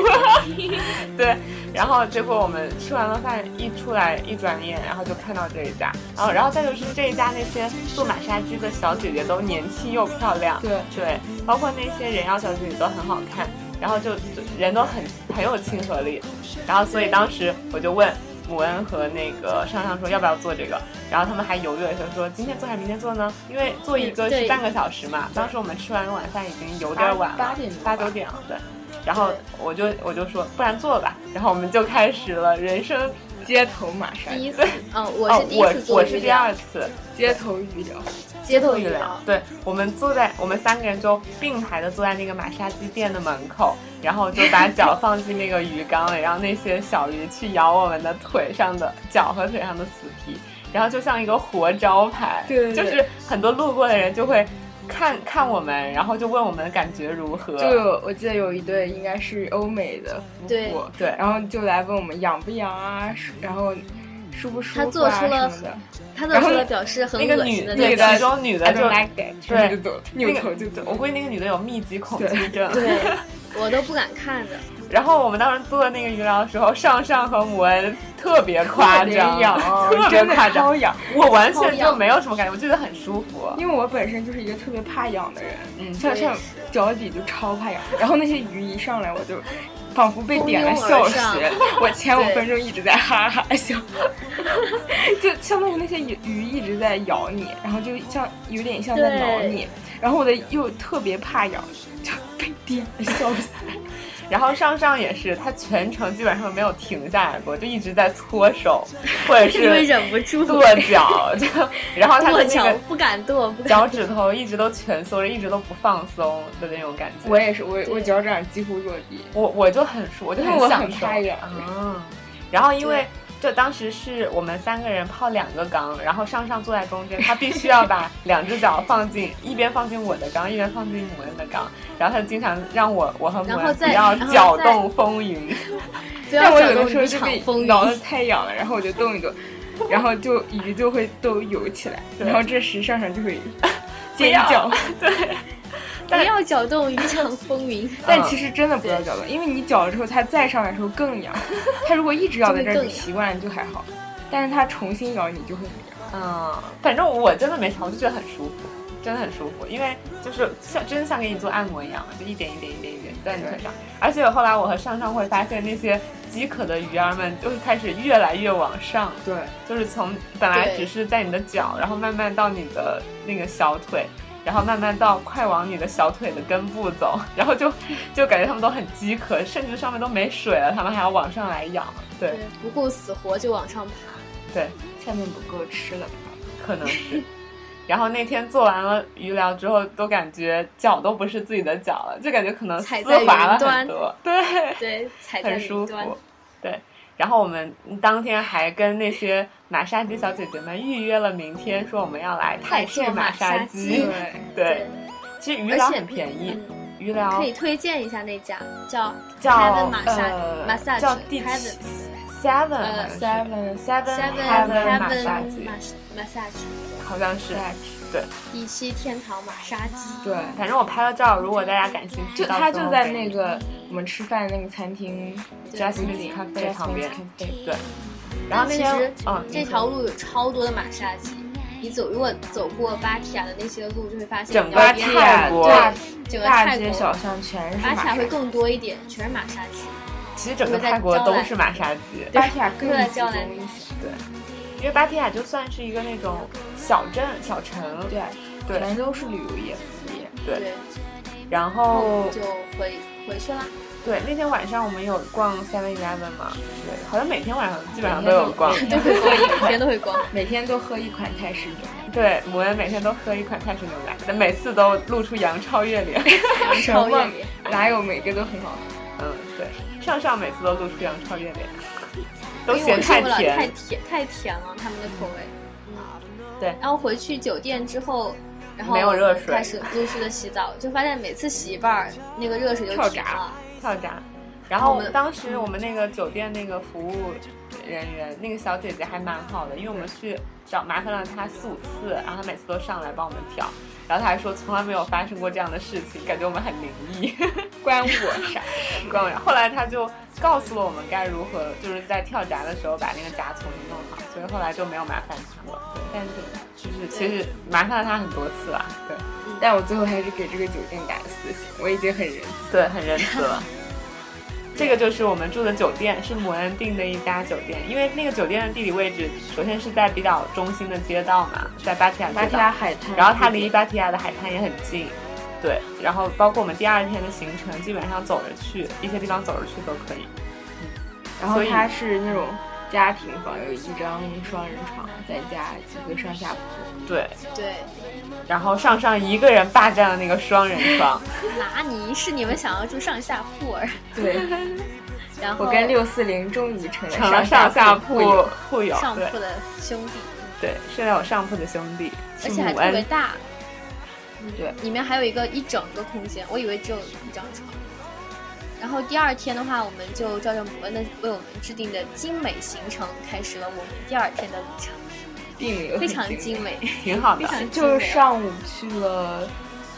[SPEAKER 3] 对，然后结果我们吃完了饭一出来一转眼，然后就看到这一家，然后然后再就是这一家那些做马杀鸡的小姐姐都年轻又漂亮，
[SPEAKER 4] 对
[SPEAKER 3] 对，包括那些人妖小姐姐都很好看，然后就就人都很很有亲和力，然后所以当时我就问。母恩和那个上上说要不要做这个，然后他们还犹豫了一下，说今天做还是明天做呢？因为做一个
[SPEAKER 2] 对
[SPEAKER 3] 是半个小时嘛。当时我们吃完晚饭已经有点晚了，
[SPEAKER 4] 八八点钟
[SPEAKER 3] 八九点了，对。然后我就我就说，不然做吧。然后我们就开始了人生。
[SPEAKER 4] 街头马杀
[SPEAKER 2] 第
[SPEAKER 4] 鸡，
[SPEAKER 2] 一次，嗯，我
[SPEAKER 3] 哦
[SPEAKER 2] 是，第一次
[SPEAKER 3] 我
[SPEAKER 2] 做
[SPEAKER 3] 我
[SPEAKER 2] 鱼
[SPEAKER 3] 是第
[SPEAKER 2] 疗
[SPEAKER 3] 二次
[SPEAKER 4] 街头鱼疗。
[SPEAKER 2] 街头
[SPEAKER 3] 遇
[SPEAKER 2] 鱼
[SPEAKER 3] 了
[SPEAKER 4] 哦
[SPEAKER 2] 疗。。
[SPEAKER 4] 啊
[SPEAKER 3] 对，我们坐在我们三个人就并排的坐在那个马杀鸡店的门口，然后就把脚放进那个鱼缸里，让那些小鱼去咬我们的腿上的脚和腿上的死皮，然后就像一个活招牌，
[SPEAKER 4] 对对对
[SPEAKER 3] 就是很多路过的人就会。看看我们，然后就问我们感觉如何。
[SPEAKER 4] 就有我记得有一对应该是欧美的夫
[SPEAKER 2] 对
[SPEAKER 4] 妇，
[SPEAKER 3] 对
[SPEAKER 4] 然后就来问我们痒不痒啊，舒然后舒不舒服啊
[SPEAKER 2] 他做出了
[SPEAKER 4] 什么的，
[SPEAKER 2] 他做出
[SPEAKER 3] 然
[SPEAKER 2] 了
[SPEAKER 3] 后
[SPEAKER 2] 表示很
[SPEAKER 3] 那个
[SPEAKER 2] 恶
[SPEAKER 3] 女
[SPEAKER 2] 心的表
[SPEAKER 4] 那个
[SPEAKER 2] 情
[SPEAKER 3] 其中女的
[SPEAKER 4] I
[SPEAKER 3] 就
[SPEAKER 4] don't like that，
[SPEAKER 3] 对
[SPEAKER 4] 然后就走了，扭
[SPEAKER 3] 那个
[SPEAKER 4] 头就走了。
[SPEAKER 3] 我估计那个女的有密集恐惧
[SPEAKER 4] 对
[SPEAKER 3] 症。
[SPEAKER 2] 对，我都不敢看的。
[SPEAKER 3] 然后我们当时做那个鱼疗的时候，上上和母恩特别夸
[SPEAKER 4] 特别
[SPEAKER 3] 张，
[SPEAKER 4] 痒，
[SPEAKER 3] 特别
[SPEAKER 4] 真的
[SPEAKER 3] 夸张
[SPEAKER 4] 超。痒。
[SPEAKER 3] 我完全
[SPEAKER 2] 超
[SPEAKER 3] 就
[SPEAKER 2] 痒
[SPEAKER 3] 没有什么感觉，我就觉得很舒服。
[SPEAKER 4] 因为我本身就是一个特别怕痒的人，
[SPEAKER 3] 嗯
[SPEAKER 4] 像像脚底就超怕痒，然后那些鱼一上来我就。仿佛被点了
[SPEAKER 2] 蜂拥
[SPEAKER 4] 笑
[SPEAKER 2] 而
[SPEAKER 4] 石
[SPEAKER 2] 上，
[SPEAKER 4] 我前五
[SPEAKER 2] 对
[SPEAKER 4] 分钟一直在哈哈笑， 就相当于那些鱼鱼一直在咬你，然后就像有点像在挠
[SPEAKER 2] 对
[SPEAKER 4] 你，然后我的又特别怕痒，就被点了笑死。
[SPEAKER 3] 然后上上也是，他全程基本上没有停下来过，就一直在搓手，或者
[SPEAKER 2] 因为
[SPEAKER 3] 是
[SPEAKER 2] 忍不住
[SPEAKER 3] 跺脚，就然后他
[SPEAKER 2] 跺
[SPEAKER 3] 的那
[SPEAKER 2] 脚
[SPEAKER 3] 个，
[SPEAKER 2] 不敢跺， 不敢
[SPEAKER 3] 脚趾头一直都蜷缩着，一直都不放松的那种感觉。
[SPEAKER 4] 我也是，我我
[SPEAKER 2] 对
[SPEAKER 4] 脚掌几乎落地，
[SPEAKER 3] 我我就很舒，我就
[SPEAKER 4] 因为我
[SPEAKER 3] 享
[SPEAKER 4] 很
[SPEAKER 3] 受。
[SPEAKER 4] 怕痒。
[SPEAKER 3] 嗯，然后因为就当时是我们三个人泡两个缸，然后上上坐在中间，他必须要 把两只脚放进，一边放进我的缸，一边放进母恩的缸，然后他就经常让我我和母
[SPEAKER 2] 然后
[SPEAKER 3] 恩不
[SPEAKER 2] 再
[SPEAKER 3] 要
[SPEAKER 2] 然后
[SPEAKER 3] 搅
[SPEAKER 2] 再
[SPEAKER 3] 动风云，
[SPEAKER 2] 不
[SPEAKER 4] 但
[SPEAKER 2] 要
[SPEAKER 4] 我
[SPEAKER 2] 搅
[SPEAKER 4] 有
[SPEAKER 2] 动
[SPEAKER 4] 的时候
[SPEAKER 2] 渔
[SPEAKER 4] 就
[SPEAKER 2] 场
[SPEAKER 4] 被
[SPEAKER 2] 风云。
[SPEAKER 4] 挠的太痒了，然后我就动一 动，然后就鱼就会都游起来，
[SPEAKER 3] 对
[SPEAKER 4] 然后这时上上就 会
[SPEAKER 3] 不
[SPEAKER 4] 尖
[SPEAKER 3] 要
[SPEAKER 4] 叫。
[SPEAKER 2] 不要搅动渔场风云，
[SPEAKER 4] 但其实真的不要搅动，因为你搅了之后，它再上来的时候更 痒。它如果一直咬在这
[SPEAKER 2] 就
[SPEAKER 4] 儿，
[SPEAKER 2] 会
[SPEAKER 4] 你
[SPEAKER 2] 更痒
[SPEAKER 4] 习惯了就还好，但是它重新咬你就会很痒。
[SPEAKER 3] 嗯，反正我真的没啥，我就觉得很舒服，真的很舒服，因为就是像真的像给你做按摩一样嘛，就一点一点一点一点在你腿上。而且后来我和上上会发现，那些饥渴的鱼儿们就是开始越来越往上，
[SPEAKER 4] 对，
[SPEAKER 3] 就是从本来
[SPEAKER 2] 对
[SPEAKER 3] 只是在你的脚，然后慢慢到你的那个小腿。然后慢慢到快往你的小腿的根部走，然后就就感觉他们都很饥渴，甚至上面都没水了，他们还要往上来养。 对
[SPEAKER 2] 对不顾死活就往上爬。
[SPEAKER 3] 对，
[SPEAKER 4] 下面不够吃了吧。
[SPEAKER 3] 可能是。然后那天做完了鱼疗之后，都感觉脚都不是自己的脚了，就感觉可能丝
[SPEAKER 2] 踩在
[SPEAKER 3] 滑了
[SPEAKER 2] 云端
[SPEAKER 3] 很多，对，
[SPEAKER 2] 对，踩在
[SPEAKER 3] 很
[SPEAKER 2] 云
[SPEAKER 3] 舒
[SPEAKER 2] 端。
[SPEAKER 3] 服，对。然后我们当天还跟那些马杀鸡小姐姐们预约了明天，说我们要来泰式
[SPEAKER 2] 做马
[SPEAKER 3] 杀
[SPEAKER 2] 杀
[SPEAKER 3] 鸡。
[SPEAKER 2] 鸡
[SPEAKER 4] 对，
[SPEAKER 3] 对，，其实鱼
[SPEAKER 2] 而
[SPEAKER 3] 疗
[SPEAKER 2] 且
[SPEAKER 3] 很便宜，
[SPEAKER 2] 嗯
[SPEAKER 3] 鱼疗
[SPEAKER 2] 可以推荐一下那家叫
[SPEAKER 3] 叫
[SPEAKER 2] Heaven Massage
[SPEAKER 3] 呃
[SPEAKER 2] Massage
[SPEAKER 3] 叫第
[SPEAKER 2] Heaven
[SPEAKER 3] seven
[SPEAKER 2] 呃
[SPEAKER 3] 好像是 seven
[SPEAKER 4] seven
[SPEAKER 2] Seven
[SPEAKER 3] Heaven 马杀
[SPEAKER 2] Heaven
[SPEAKER 3] 鸡，
[SPEAKER 2] Massage
[SPEAKER 3] 好像是。
[SPEAKER 2] 第七天堂马杀鸡。
[SPEAKER 4] 对，
[SPEAKER 3] 反正我拍了照，如果大家感兴趣，
[SPEAKER 4] 就
[SPEAKER 3] 到
[SPEAKER 4] 它
[SPEAKER 3] 时
[SPEAKER 4] 就
[SPEAKER 3] 候
[SPEAKER 4] 在
[SPEAKER 3] 给
[SPEAKER 4] 那个我们吃饭的那个餐厅
[SPEAKER 2] 对
[SPEAKER 3] Jasmine's Cafe 旁边。
[SPEAKER 4] 对，
[SPEAKER 3] 然后那
[SPEAKER 2] 其实
[SPEAKER 3] 天，嗯，
[SPEAKER 2] 这条路有超多的马杀鸡，你走如果走过芭提雅的那些路，就会发现
[SPEAKER 3] 整
[SPEAKER 2] 你
[SPEAKER 3] 个
[SPEAKER 2] 要
[SPEAKER 3] 芭
[SPEAKER 2] 边
[SPEAKER 3] 提
[SPEAKER 2] 上
[SPEAKER 3] 雅国
[SPEAKER 4] 大
[SPEAKER 2] 对整个
[SPEAKER 4] 大
[SPEAKER 2] 泰
[SPEAKER 4] 街
[SPEAKER 2] 国
[SPEAKER 4] 小巷全是
[SPEAKER 2] 芭提雅
[SPEAKER 4] 马杀
[SPEAKER 2] 会
[SPEAKER 4] 鸡，
[SPEAKER 2] 更多一点，全是马杀鸡。
[SPEAKER 3] 其实整个泰国都是马杀鸡，
[SPEAKER 4] 芭提雅更
[SPEAKER 2] 对
[SPEAKER 4] 集
[SPEAKER 2] 叫来
[SPEAKER 4] 中一些。
[SPEAKER 3] 因为芭提雅就算是一个那种小镇、小城，
[SPEAKER 4] 对，
[SPEAKER 3] 对
[SPEAKER 4] 全都是旅游业、服务业。
[SPEAKER 3] 对
[SPEAKER 2] 对，
[SPEAKER 3] 然
[SPEAKER 2] 然
[SPEAKER 3] 后
[SPEAKER 2] 后就回回去啦。
[SPEAKER 3] 对那天晚上我们有逛 Seven Eleven 嘛，对，好像每天晚上基本上都有逛。
[SPEAKER 2] 都会光，每天都会 光。
[SPEAKER 4] 每天都喝一款泰式牛奶，
[SPEAKER 3] 对，母恩每天都喝一款泰式牛奶，但每次都露出杨超越脸。
[SPEAKER 4] 什
[SPEAKER 2] 超越
[SPEAKER 4] 么
[SPEAKER 2] 你
[SPEAKER 4] 哪有每个都很好喝？
[SPEAKER 3] 嗯，对，上上每次都露出杨超越脸，都
[SPEAKER 2] 因为
[SPEAKER 3] 嫌
[SPEAKER 2] 我受
[SPEAKER 3] 太
[SPEAKER 2] 不了
[SPEAKER 3] 甜。
[SPEAKER 2] 太甜太甜了，他们的口味。嗯，
[SPEAKER 3] 对
[SPEAKER 2] 然后回去酒店之后，然后
[SPEAKER 3] 没有热水
[SPEAKER 2] 开始陆续的洗澡，就发现每次洗一半儿，那个热水就
[SPEAKER 4] 跳
[SPEAKER 2] 停
[SPEAKER 4] 闸
[SPEAKER 2] 了。
[SPEAKER 3] 跳闸。然后我们当时我们那个酒店那个服务人员，那个小姐姐还蛮好的，因为我们去找麻烦了她四五次，然后她每次都上来帮我们调，然后她还说从来没有发生过这样的事情，感觉我们很灵异，
[SPEAKER 4] 关我啥？
[SPEAKER 3] 关我啥后来她就告诉了我们该如何，就是在跳闸的时候把那个闸重新弄好，所以后来就没有麻烦她了。对但是就是其实麻烦了她很多次了，对
[SPEAKER 4] 但我最后还是给这个酒店打了四星，我已经很仁慈。
[SPEAKER 3] 对，很仁慈了。这个就是我们住的酒店，是母恩订的一家酒店。因为那个酒店的地理位置，首先是在比较中心的街道嘛，在芭提雅
[SPEAKER 4] 芭
[SPEAKER 3] 街
[SPEAKER 4] 提雅
[SPEAKER 3] 道，
[SPEAKER 4] 海滩，
[SPEAKER 3] 然后它离芭提雅的海滩也很近，对。然后包括我们第二天的行程，基本上走着去，一些地方走着去都可以。
[SPEAKER 4] 然后
[SPEAKER 3] 所以
[SPEAKER 4] 它是那种家庭房，有一张双人床，再加一个上下 铺。
[SPEAKER 3] 对，
[SPEAKER 2] 对，
[SPEAKER 3] 然后上上一个人霸占了那个双人床，
[SPEAKER 2] 拿尼是你们想要住上下铺儿，
[SPEAKER 4] 对，
[SPEAKER 2] 然后
[SPEAKER 4] 我跟六四零终于成
[SPEAKER 3] 成了
[SPEAKER 4] 了
[SPEAKER 3] 上
[SPEAKER 4] 下
[SPEAKER 3] 下
[SPEAKER 4] 铺
[SPEAKER 3] 铺
[SPEAKER 4] 友。
[SPEAKER 3] 铺友，
[SPEAKER 2] 上
[SPEAKER 3] 对
[SPEAKER 2] 铺的兄弟，
[SPEAKER 3] 对，是有上铺的兄弟，
[SPEAKER 2] 而
[SPEAKER 3] 是
[SPEAKER 2] 且还
[SPEAKER 3] 母
[SPEAKER 2] 特别
[SPEAKER 3] 恩
[SPEAKER 2] 大。
[SPEAKER 3] 对，
[SPEAKER 2] 里面还有一个一整个空间，我以为只有一张床。然后第二天的话，我们就照着母恩的为我们制定的精美行程，开始了我们第二天的旅程，
[SPEAKER 4] 并没有
[SPEAKER 2] 非
[SPEAKER 4] 很
[SPEAKER 2] 常
[SPEAKER 4] 精
[SPEAKER 2] 精
[SPEAKER 4] 美。
[SPEAKER 2] 美。
[SPEAKER 3] 挺好
[SPEAKER 2] 非
[SPEAKER 3] 的。
[SPEAKER 2] 常
[SPEAKER 4] 就是上午去了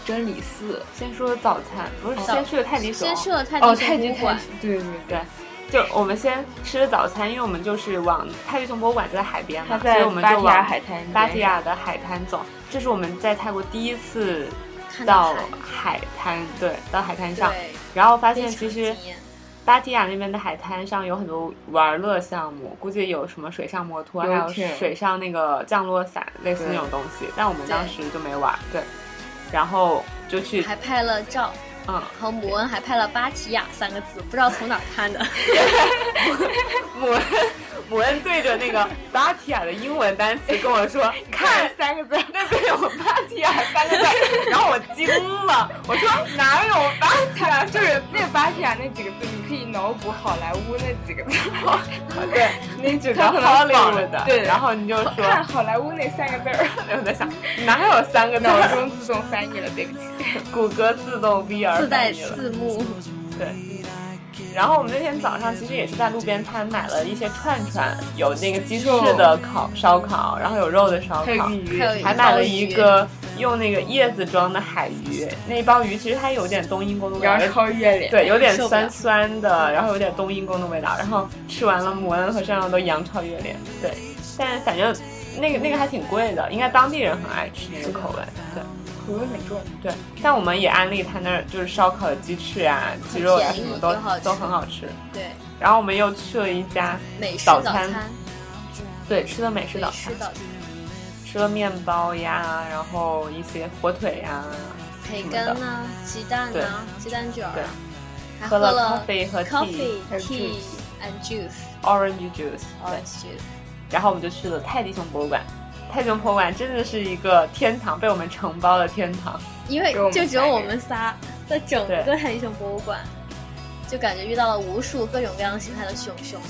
[SPEAKER 4] 真理寺，
[SPEAKER 3] 先说早餐，不是
[SPEAKER 2] 早
[SPEAKER 3] 哦先去了泰迪熊，
[SPEAKER 2] 先去了泰
[SPEAKER 4] 哦，
[SPEAKER 2] 迪熊博
[SPEAKER 4] 太极
[SPEAKER 2] 物
[SPEAKER 4] 太
[SPEAKER 2] 馆
[SPEAKER 4] 极，，对对对。
[SPEAKER 3] 对。就我们先吃早餐，因为我们就是往泰迪熊博物馆就在海边嘛，
[SPEAKER 4] 它
[SPEAKER 3] 所以
[SPEAKER 4] 在
[SPEAKER 3] 我们
[SPEAKER 4] 芭
[SPEAKER 3] 就
[SPEAKER 4] 提雅
[SPEAKER 3] 往
[SPEAKER 4] 海滩边上，
[SPEAKER 3] 芭提 雅的海滩走。这是我们在泰国第一次
[SPEAKER 2] 看
[SPEAKER 3] 到
[SPEAKER 2] 海
[SPEAKER 3] 海滩，对，到海滩上，
[SPEAKER 2] 对，
[SPEAKER 3] 然后发
[SPEAKER 2] 非
[SPEAKER 3] 现
[SPEAKER 2] 常
[SPEAKER 3] 其实
[SPEAKER 2] 惊艳
[SPEAKER 3] 芭提雅那边的海滩上有很多玩乐项目，估计有什么水上摩托，还有
[SPEAKER 4] Yachting
[SPEAKER 3] 水上那个降落伞，类似
[SPEAKER 4] 对
[SPEAKER 3] 那种东西。但我们当时就没玩，对。然后就去，
[SPEAKER 2] 还拍了照，
[SPEAKER 3] 嗯，
[SPEAKER 2] 然后母恩还拍了“芭提雅”三个字，不知道从哪儿看 的。
[SPEAKER 3] 母恩母恩对着那个芭提雅的英文单词跟 我说：“看三个 字，那边有芭提雅三个字。” 然后我惊了，我说：“哪有芭提雅？就
[SPEAKER 4] 就是是那芭提雅那几个字，你可以脑补好莱坞那几个字，
[SPEAKER 3] 对，
[SPEAKER 4] 那
[SPEAKER 3] 就
[SPEAKER 4] 几
[SPEAKER 3] 是
[SPEAKER 4] 个
[SPEAKER 3] Hollywood 的。”
[SPEAKER 4] 对，
[SPEAKER 3] 然后你就说：“
[SPEAKER 4] 看好莱坞那三个字儿，
[SPEAKER 3] 我在想，哪有三个字儿？”
[SPEAKER 4] 脑中自动翻译了，对不起。
[SPEAKER 3] 谷歌自动 VR
[SPEAKER 2] 自带
[SPEAKER 3] 翻译了
[SPEAKER 2] 字幕，
[SPEAKER 3] 对。然后我们那天早上其实也是在路边摊买了一些串串，有那个鸡翅的 烤烧烤，然后有肉的烧
[SPEAKER 4] 还有
[SPEAKER 3] 烤，
[SPEAKER 4] 鱼，
[SPEAKER 2] 还有
[SPEAKER 3] 还买了一个用那个叶子装的海鱼。那一包鱼其实它有点冬阴功的味
[SPEAKER 4] 然后
[SPEAKER 3] 道，
[SPEAKER 4] 超越脸，
[SPEAKER 3] 对，有点
[SPEAKER 2] 受不
[SPEAKER 3] 酸
[SPEAKER 2] 了
[SPEAKER 3] 酸的，然后有点冬阴功的味道。然后吃完了，母恩和山羊都扬长越脸。对，但反正那个那个还挺贵的，应该当地人很爱吃那个口味。对。
[SPEAKER 4] 口味很重。
[SPEAKER 3] 对，但我们也安利他那儿就是烧烤的鸡翅啊、鸡肉呀、
[SPEAKER 2] 很
[SPEAKER 3] 什
[SPEAKER 2] 便宜
[SPEAKER 3] 么都
[SPEAKER 2] 又好吃
[SPEAKER 3] 都很好吃。
[SPEAKER 2] 对
[SPEAKER 3] 然后我们又去了一家
[SPEAKER 2] 美式
[SPEAKER 3] 早
[SPEAKER 2] 早
[SPEAKER 3] 餐对吃的美食
[SPEAKER 2] 美
[SPEAKER 3] 早餐
[SPEAKER 2] 式，早餐，
[SPEAKER 3] 吃了面包呀，然后一些火腿呀，
[SPEAKER 2] 培根啊，鸡蛋啊，鸡蛋卷
[SPEAKER 3] 对
[SPEAKER 2] 儿啊，还
[SPEAKER 3] 喝
[SPEAKER 2] 喝
[SPEAKER 3] 了
[SPEAKER 2] 了
[SPEAKER 3] coffee 和
[SPEAKER 2] coffee tea
[SPEAKER 3] tea，orange
[SPEAKER 4] and
[SPEAKER 2] and juice
[SPEAKER 3] juice。对，
[SPEAKER 2] orange juice。
[SPEAKER 3] 然后我们就去了泰迪熊博物馆。泰迪熊博物馆真的是一个天堂，被我们承包的天堂。
[SPEAKER 2] 因为
[SPEAKER 4] 只有我们
[SPEAKER 2] 就只有我们仨在整个
[SPEAKER 3] 对
[SPEAKER 2] 泰迪熊博物馆，就感觉遇到了无数各种各样形态的熊熊。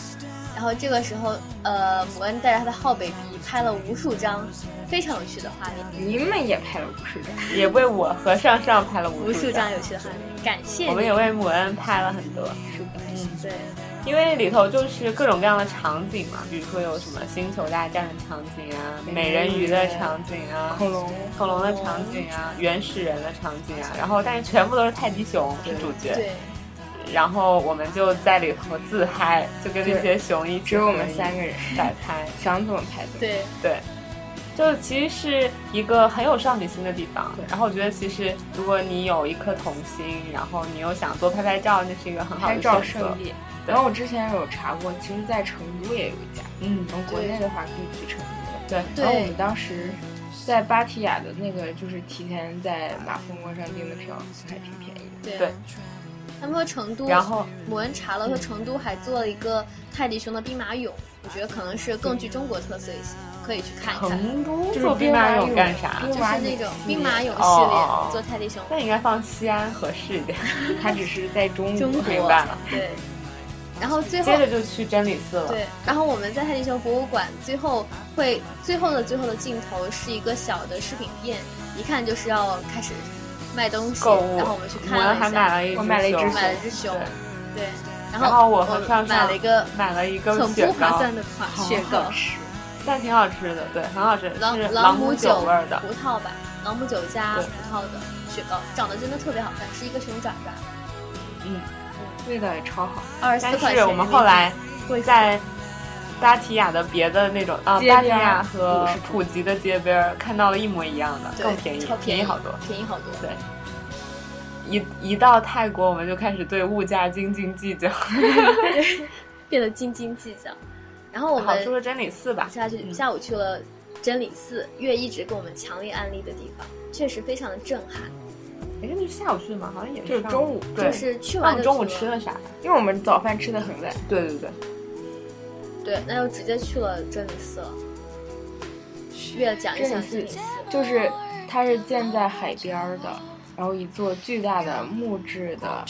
[SPEAKER 2] 然后这个时候，呃，母恩带着他的浩 baby 拍了无数张非常有趣的画面，
[SPEAKER 4] 你们也拍了五十张，
[SPEAKER 3] 也为我和上上拍了无
[SPEAKER 2] 无数
[SPEAKER 3] 数
[SPEAKER 2] 张
[SPEAKER 3] 张，
[SPEAKER 2] 有趣的画面，感谢
[SPEAKER 3] 我们
[SPEAKER 2] 你。
[SPEAKER 3] 也为母恩拍了很多。
[SPEAKER 4] 是吧？
[SPEAKER 3] 嗯
[SPEAKER 2] 对，
[SPEAKER 3] 因为里头就是各种各样的场景嘛，比如说有什么星球大战的场景啊，美人鱼的场景啊，
[SPEAKER 4] 恐龙，
[SPEAKER 3] 恐龙的场景啊，原始人的场景啊，然后但是全部都是泰迪熊是主角，
[SPEAKER 2] 对，
[SPEAKER 3] 然后我们就在里头自嗨，就跟那些熊一起，
[SPEAKER 4] 只有我们三个人，
[SPEAKER 3] 摆拍，
[SPEAKER 4] 想怎么拍怎么拍。
[SPEAKER 2] 对，
[SPEAKER 3] 对。就其实是一个很有少女心的地方，然后我觉得其实如果你有一颗童心，然后你又想多拍拍照，那是一个很好
[SPEAKER 4] 拍
[SPEAKER 3] 的
[SPEAKER 4] 照
[SPEAKER 3] 选
[SPEAKER 4] 圣
[SPEAKER 3] 择。
[SPEAKER 4] 地。然后我之前有查过，其实在成都也有一家，
[SPEAKER 3] 嗯，
[SPEAKER 4] 然后国内的话可以去成都。
[SPEAKER 3] 对，
[SPEAKER 2] 对
[SPEAKER 4] 然后我们当时在芭提雅的那个，就是提前在马蜂窝上订的票，还挺便宜
[SPEAKER 2] 对
[SPEAKER 3] 对
[SPEAKER 2] 他们说成都，
[SPEAKER 3] 然后
[SPEAKER 2] 母恩查了说成都还做了一个泰迪熊的兵马俑，我觉得可能是更具中国特色一些，可以去看一看。
[SPEAKER 3] 成都
[SPEAKER 4] 的。
[SPEAKER 3] 做兵马俑干啥？
[SPEAKER 4] 兵
[SPEAKER 2] 就是
[SPEAKER 4] 马俑
[SPEAKER 2] 那种兵马俑系列、
[SPEAKER 3] 哦
[SPEAKER 2] 做泰迪熊，
[SPEAKER 3] 那应该放西安合适一 点。
[SPEAKER 4] 它只是在中
[SPEAKER 2] 中
[SPEAKER 4] 国
[SPEAKER 2] 国
[SPEAKER 3] 明白了
[SPEAKER 2] 对。然后最后
[SPEAKER 3] 接着就去真理寺了。
[SPEAKER 2] 对，然后我们在泰迪熊博物馆最后会最后的最后的镜头是一个小的饰品店，一看就是要开始卖东西，
[SPEAKER 3] 购物。
[SPEAKER 2] 然后我们去看
[SPEAKER 3] 我
[SPEAKER 2] 了
[SPEAKER 3] 还
[SPEAKER 2] 一
[SPEAKER 3] 买
[SPEAKER 2] 下，
[SPEAKER 3] 了一只
[SPEAKER 4] 我买了一只
[SPEAKER 3] 熊
[SPEAKER 4] 熊
[SPEAKER 2] 买了只熊，对，然
[SPEAKER 3] 然后我和
[SPEAKER 2] 我
[SPEAKER 3] 上上
[SPEAKER 2] 买了一个
[SPEAKER 3] 买了一根
[SPEAKER 2] 很
[SPEAKER 3] 雪
[SPEAKER 2] 不划
[SPEAKER 3] 糕，
[SPEAKER 2] 算的款雪
[SPEAKER 4] 好
[SPEAKER 2] 糕
[SPEAKER 4] 好，吃
[SPEAKER 3] 但挺好吃的，对，很好吃，
[SPEAKER 2] 朗
[SPEAKER 3] 是
[SPEAKER 2] 朗
[SPEAKER 3] 姆
[SPEAKER 2] 姆
[SPEAKER 3] 酒
[SPEAKER 2] 酒
[SPEAKER 3] 味儿的。
[SPEAKER 2] 葡萄吧，朗姆酒加
[SPEAKER 3] 对
[SPEAKER 2] 葡萄的雪糕，长得真的特别好看，是一个熊爪爪，
[SPEAKER 4] 味道也超好。
[SPEAKER 2] 二十
[SPEAKER 3] 但
[SPEAKER 2] 四块钱
[SPEAKER 3] 是
[SPEAKER 2] 人
[SPEAKER 3] 我
[SPEAKER 2] 民币。
[SPEAKER 3] 们后来会在芭提雅的别的那种啊，
[SPEAKER 4] 街边
[SPEAKER 3] 芭
[SPEAKER 4] 儿
[SPEAKER 3] 提雅和
[SPEAKER 4] 50
[SPEAKER 3] 普吉的街边儿看到了一模一样的，
[SPEAKER 2] 对
[SPEAKER 3] 更便宜，
[SPEAKER 2] 超
[SPEAKER 3] 便
[SPEAKER 2] 宜
[SPEAKER 3] 好多。，
[SPEAKER 2] 便宜好多。
[SPEAKER 3] 对，一一到泰国，我们就开始对物价斤斤计较。
[SPEAKER 2] 变得斤斤计较。然后我
[SPEAKER 3] 好，嗯说
[SPEAKER 2] 们
[SPEAKER 3] 说真理寺吧。
[SPEAKER 2] 下去下午去了真理寺，月一直跟我们强烈安利的地方，确实非常的震撼。
[SPEAKER 3] 哎，那是下午去的吗？好像也
[SPEAKER 4] 就是
[SPEAKER 3] 上
[SPEAKER 4] 中午
[SPEAKER 3] 对。
[SPEAKER 2] 就是去
[SPEAKER 3] 那我
[SPEAKER 2] 完
[SPEAKER 3] 们
[SPEAKER 2] 就
[SPEAKER 3] 中午
[SPEAKER 2] 去
[SPEAKER 3] 吃了啥？
[SPEAKER 4] 因为我们早饭吃的很晚，
[SPEAKER 3] 对对对，
[SPEAKER 2] 对，那就直接去了真理寺了。月讲一
[SPEAKER 4] 真
[SPEAKER 2] 讲真
[SPEAKER 4] 理寺
[SPEAKER 2] 理寺，
[SPEAKER 4] 就是它是建在海边儿的，然后一座巨大的木质的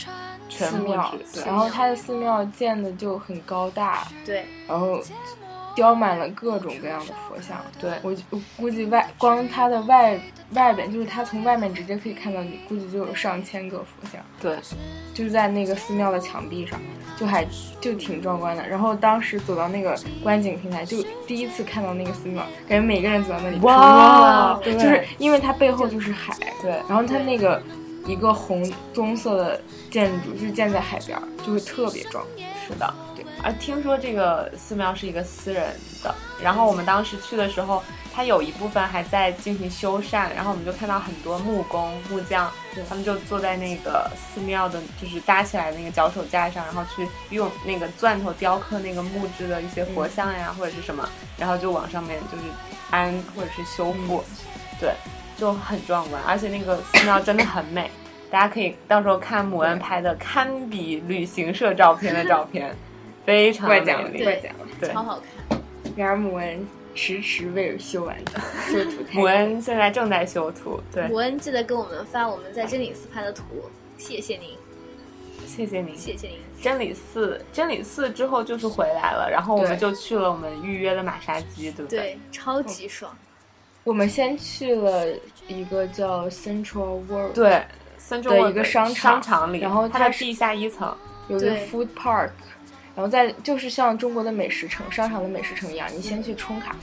[SPEAKER 3] 全
[SPEAKER 4] 寺
[SPEAKER 3] 部
[SPEAKER 4] 庙
[SPEAKER 3] 吃。，
[SPEAKER 4] 然后它的寺庙建的就很高大，
[SPEAKER 2] 对，
[SPEAKER 4] 然后雕满了各种各样的佛像。
[SPEAKER 3] 对
[SPEAKER 4] 我就我估计外光它的外外边，就是它从外面直接可以看到你，估计就有上千个佛像，
[SPEAKER 3] 对，
[SPEAKER 4] 就是在那个寺庙的墙壁上，就还就挺壮观的。然后当时走到那个观景平台，就第一次看到那个寺庙，感觉每个人走到那里，
[SPEAKER 3] 哇
[SPEAKER 4] 就
[SPEAKER 3] 对
[SPEAKER 4] 是因为它背后就是海，
[SPEAKER 3] 对
[SPEAKER 4] 然后它那个一个红棕色的建筑就是建在海边儿，就会特别壮。
[SPEAKER 3] 是的，对。而啊听说这个寺庙是一个私人的，然后我们当时去的时候，它有一部分还在进行修缮，然后我们就看到很多木工、木匠，他们就坐在那个寺庙的，就是搭起来的那个脚手架上，然后去用那个钻头雕刻那个木质的一些佛像呀，或者是什么，然后就往上面就是安或者是修复，对，就很壮观，而且那个寺庙真的很美。大家可以到时候看母恩拍的堪比旅行社照片的照片，非常
[SPEAKER 4] 怪
[SPEAKER 3] 美
[SPEAKER 4] 奖了，
[SPEAKER 3] 丽。
[SPEAKER 4] 怪奖了。
[SPEAKER 3] 对
[SPEAKER 2] 超，好看。
[SPEAKER 4] 然而母恩迟迟未修完的修图 太
[SPEAKER 3] 母恩现在正在修图，对，
[SPEAKER 2] 伯恩记得给我们发我们在真理寺拍的图，谢谢您，
[SPEAKER 3] 谢谢您。
[SPEAKER 2] 谢谢您。
[SPEAKER 3] 真理寺，真理寺之后就是回来了，然后我们
[SPEAKER 4] 对
[SPEAKER 3] 就去了我们预约的马杀鸡，对不对？哦
[SPEAKER 2] 对，超级爽。
[SPEAKER 4] 我们先去了一个叫 Central World，，
[SPEAKER 3] 对，三中
[SPEAKER 4] 的一个商
[SPEAKER 3] 商
[SPEAKER 4] 场
[SPEAKER 3] 场里，
[SPEAKER 4] 然后
[SPEAKER 3] 它
[SPEAKER 4] 它
[SPEAKER 3] 的
[SPEAKER 4] 是
[SPEAKER 3] 地下一层，
[SPEAKER 4] 有一个
[SPEAKER 2] 对
[SPEAKER 4] Food Park，然后在就是像中国的美食城、商场的美食城一样，你先去充卡，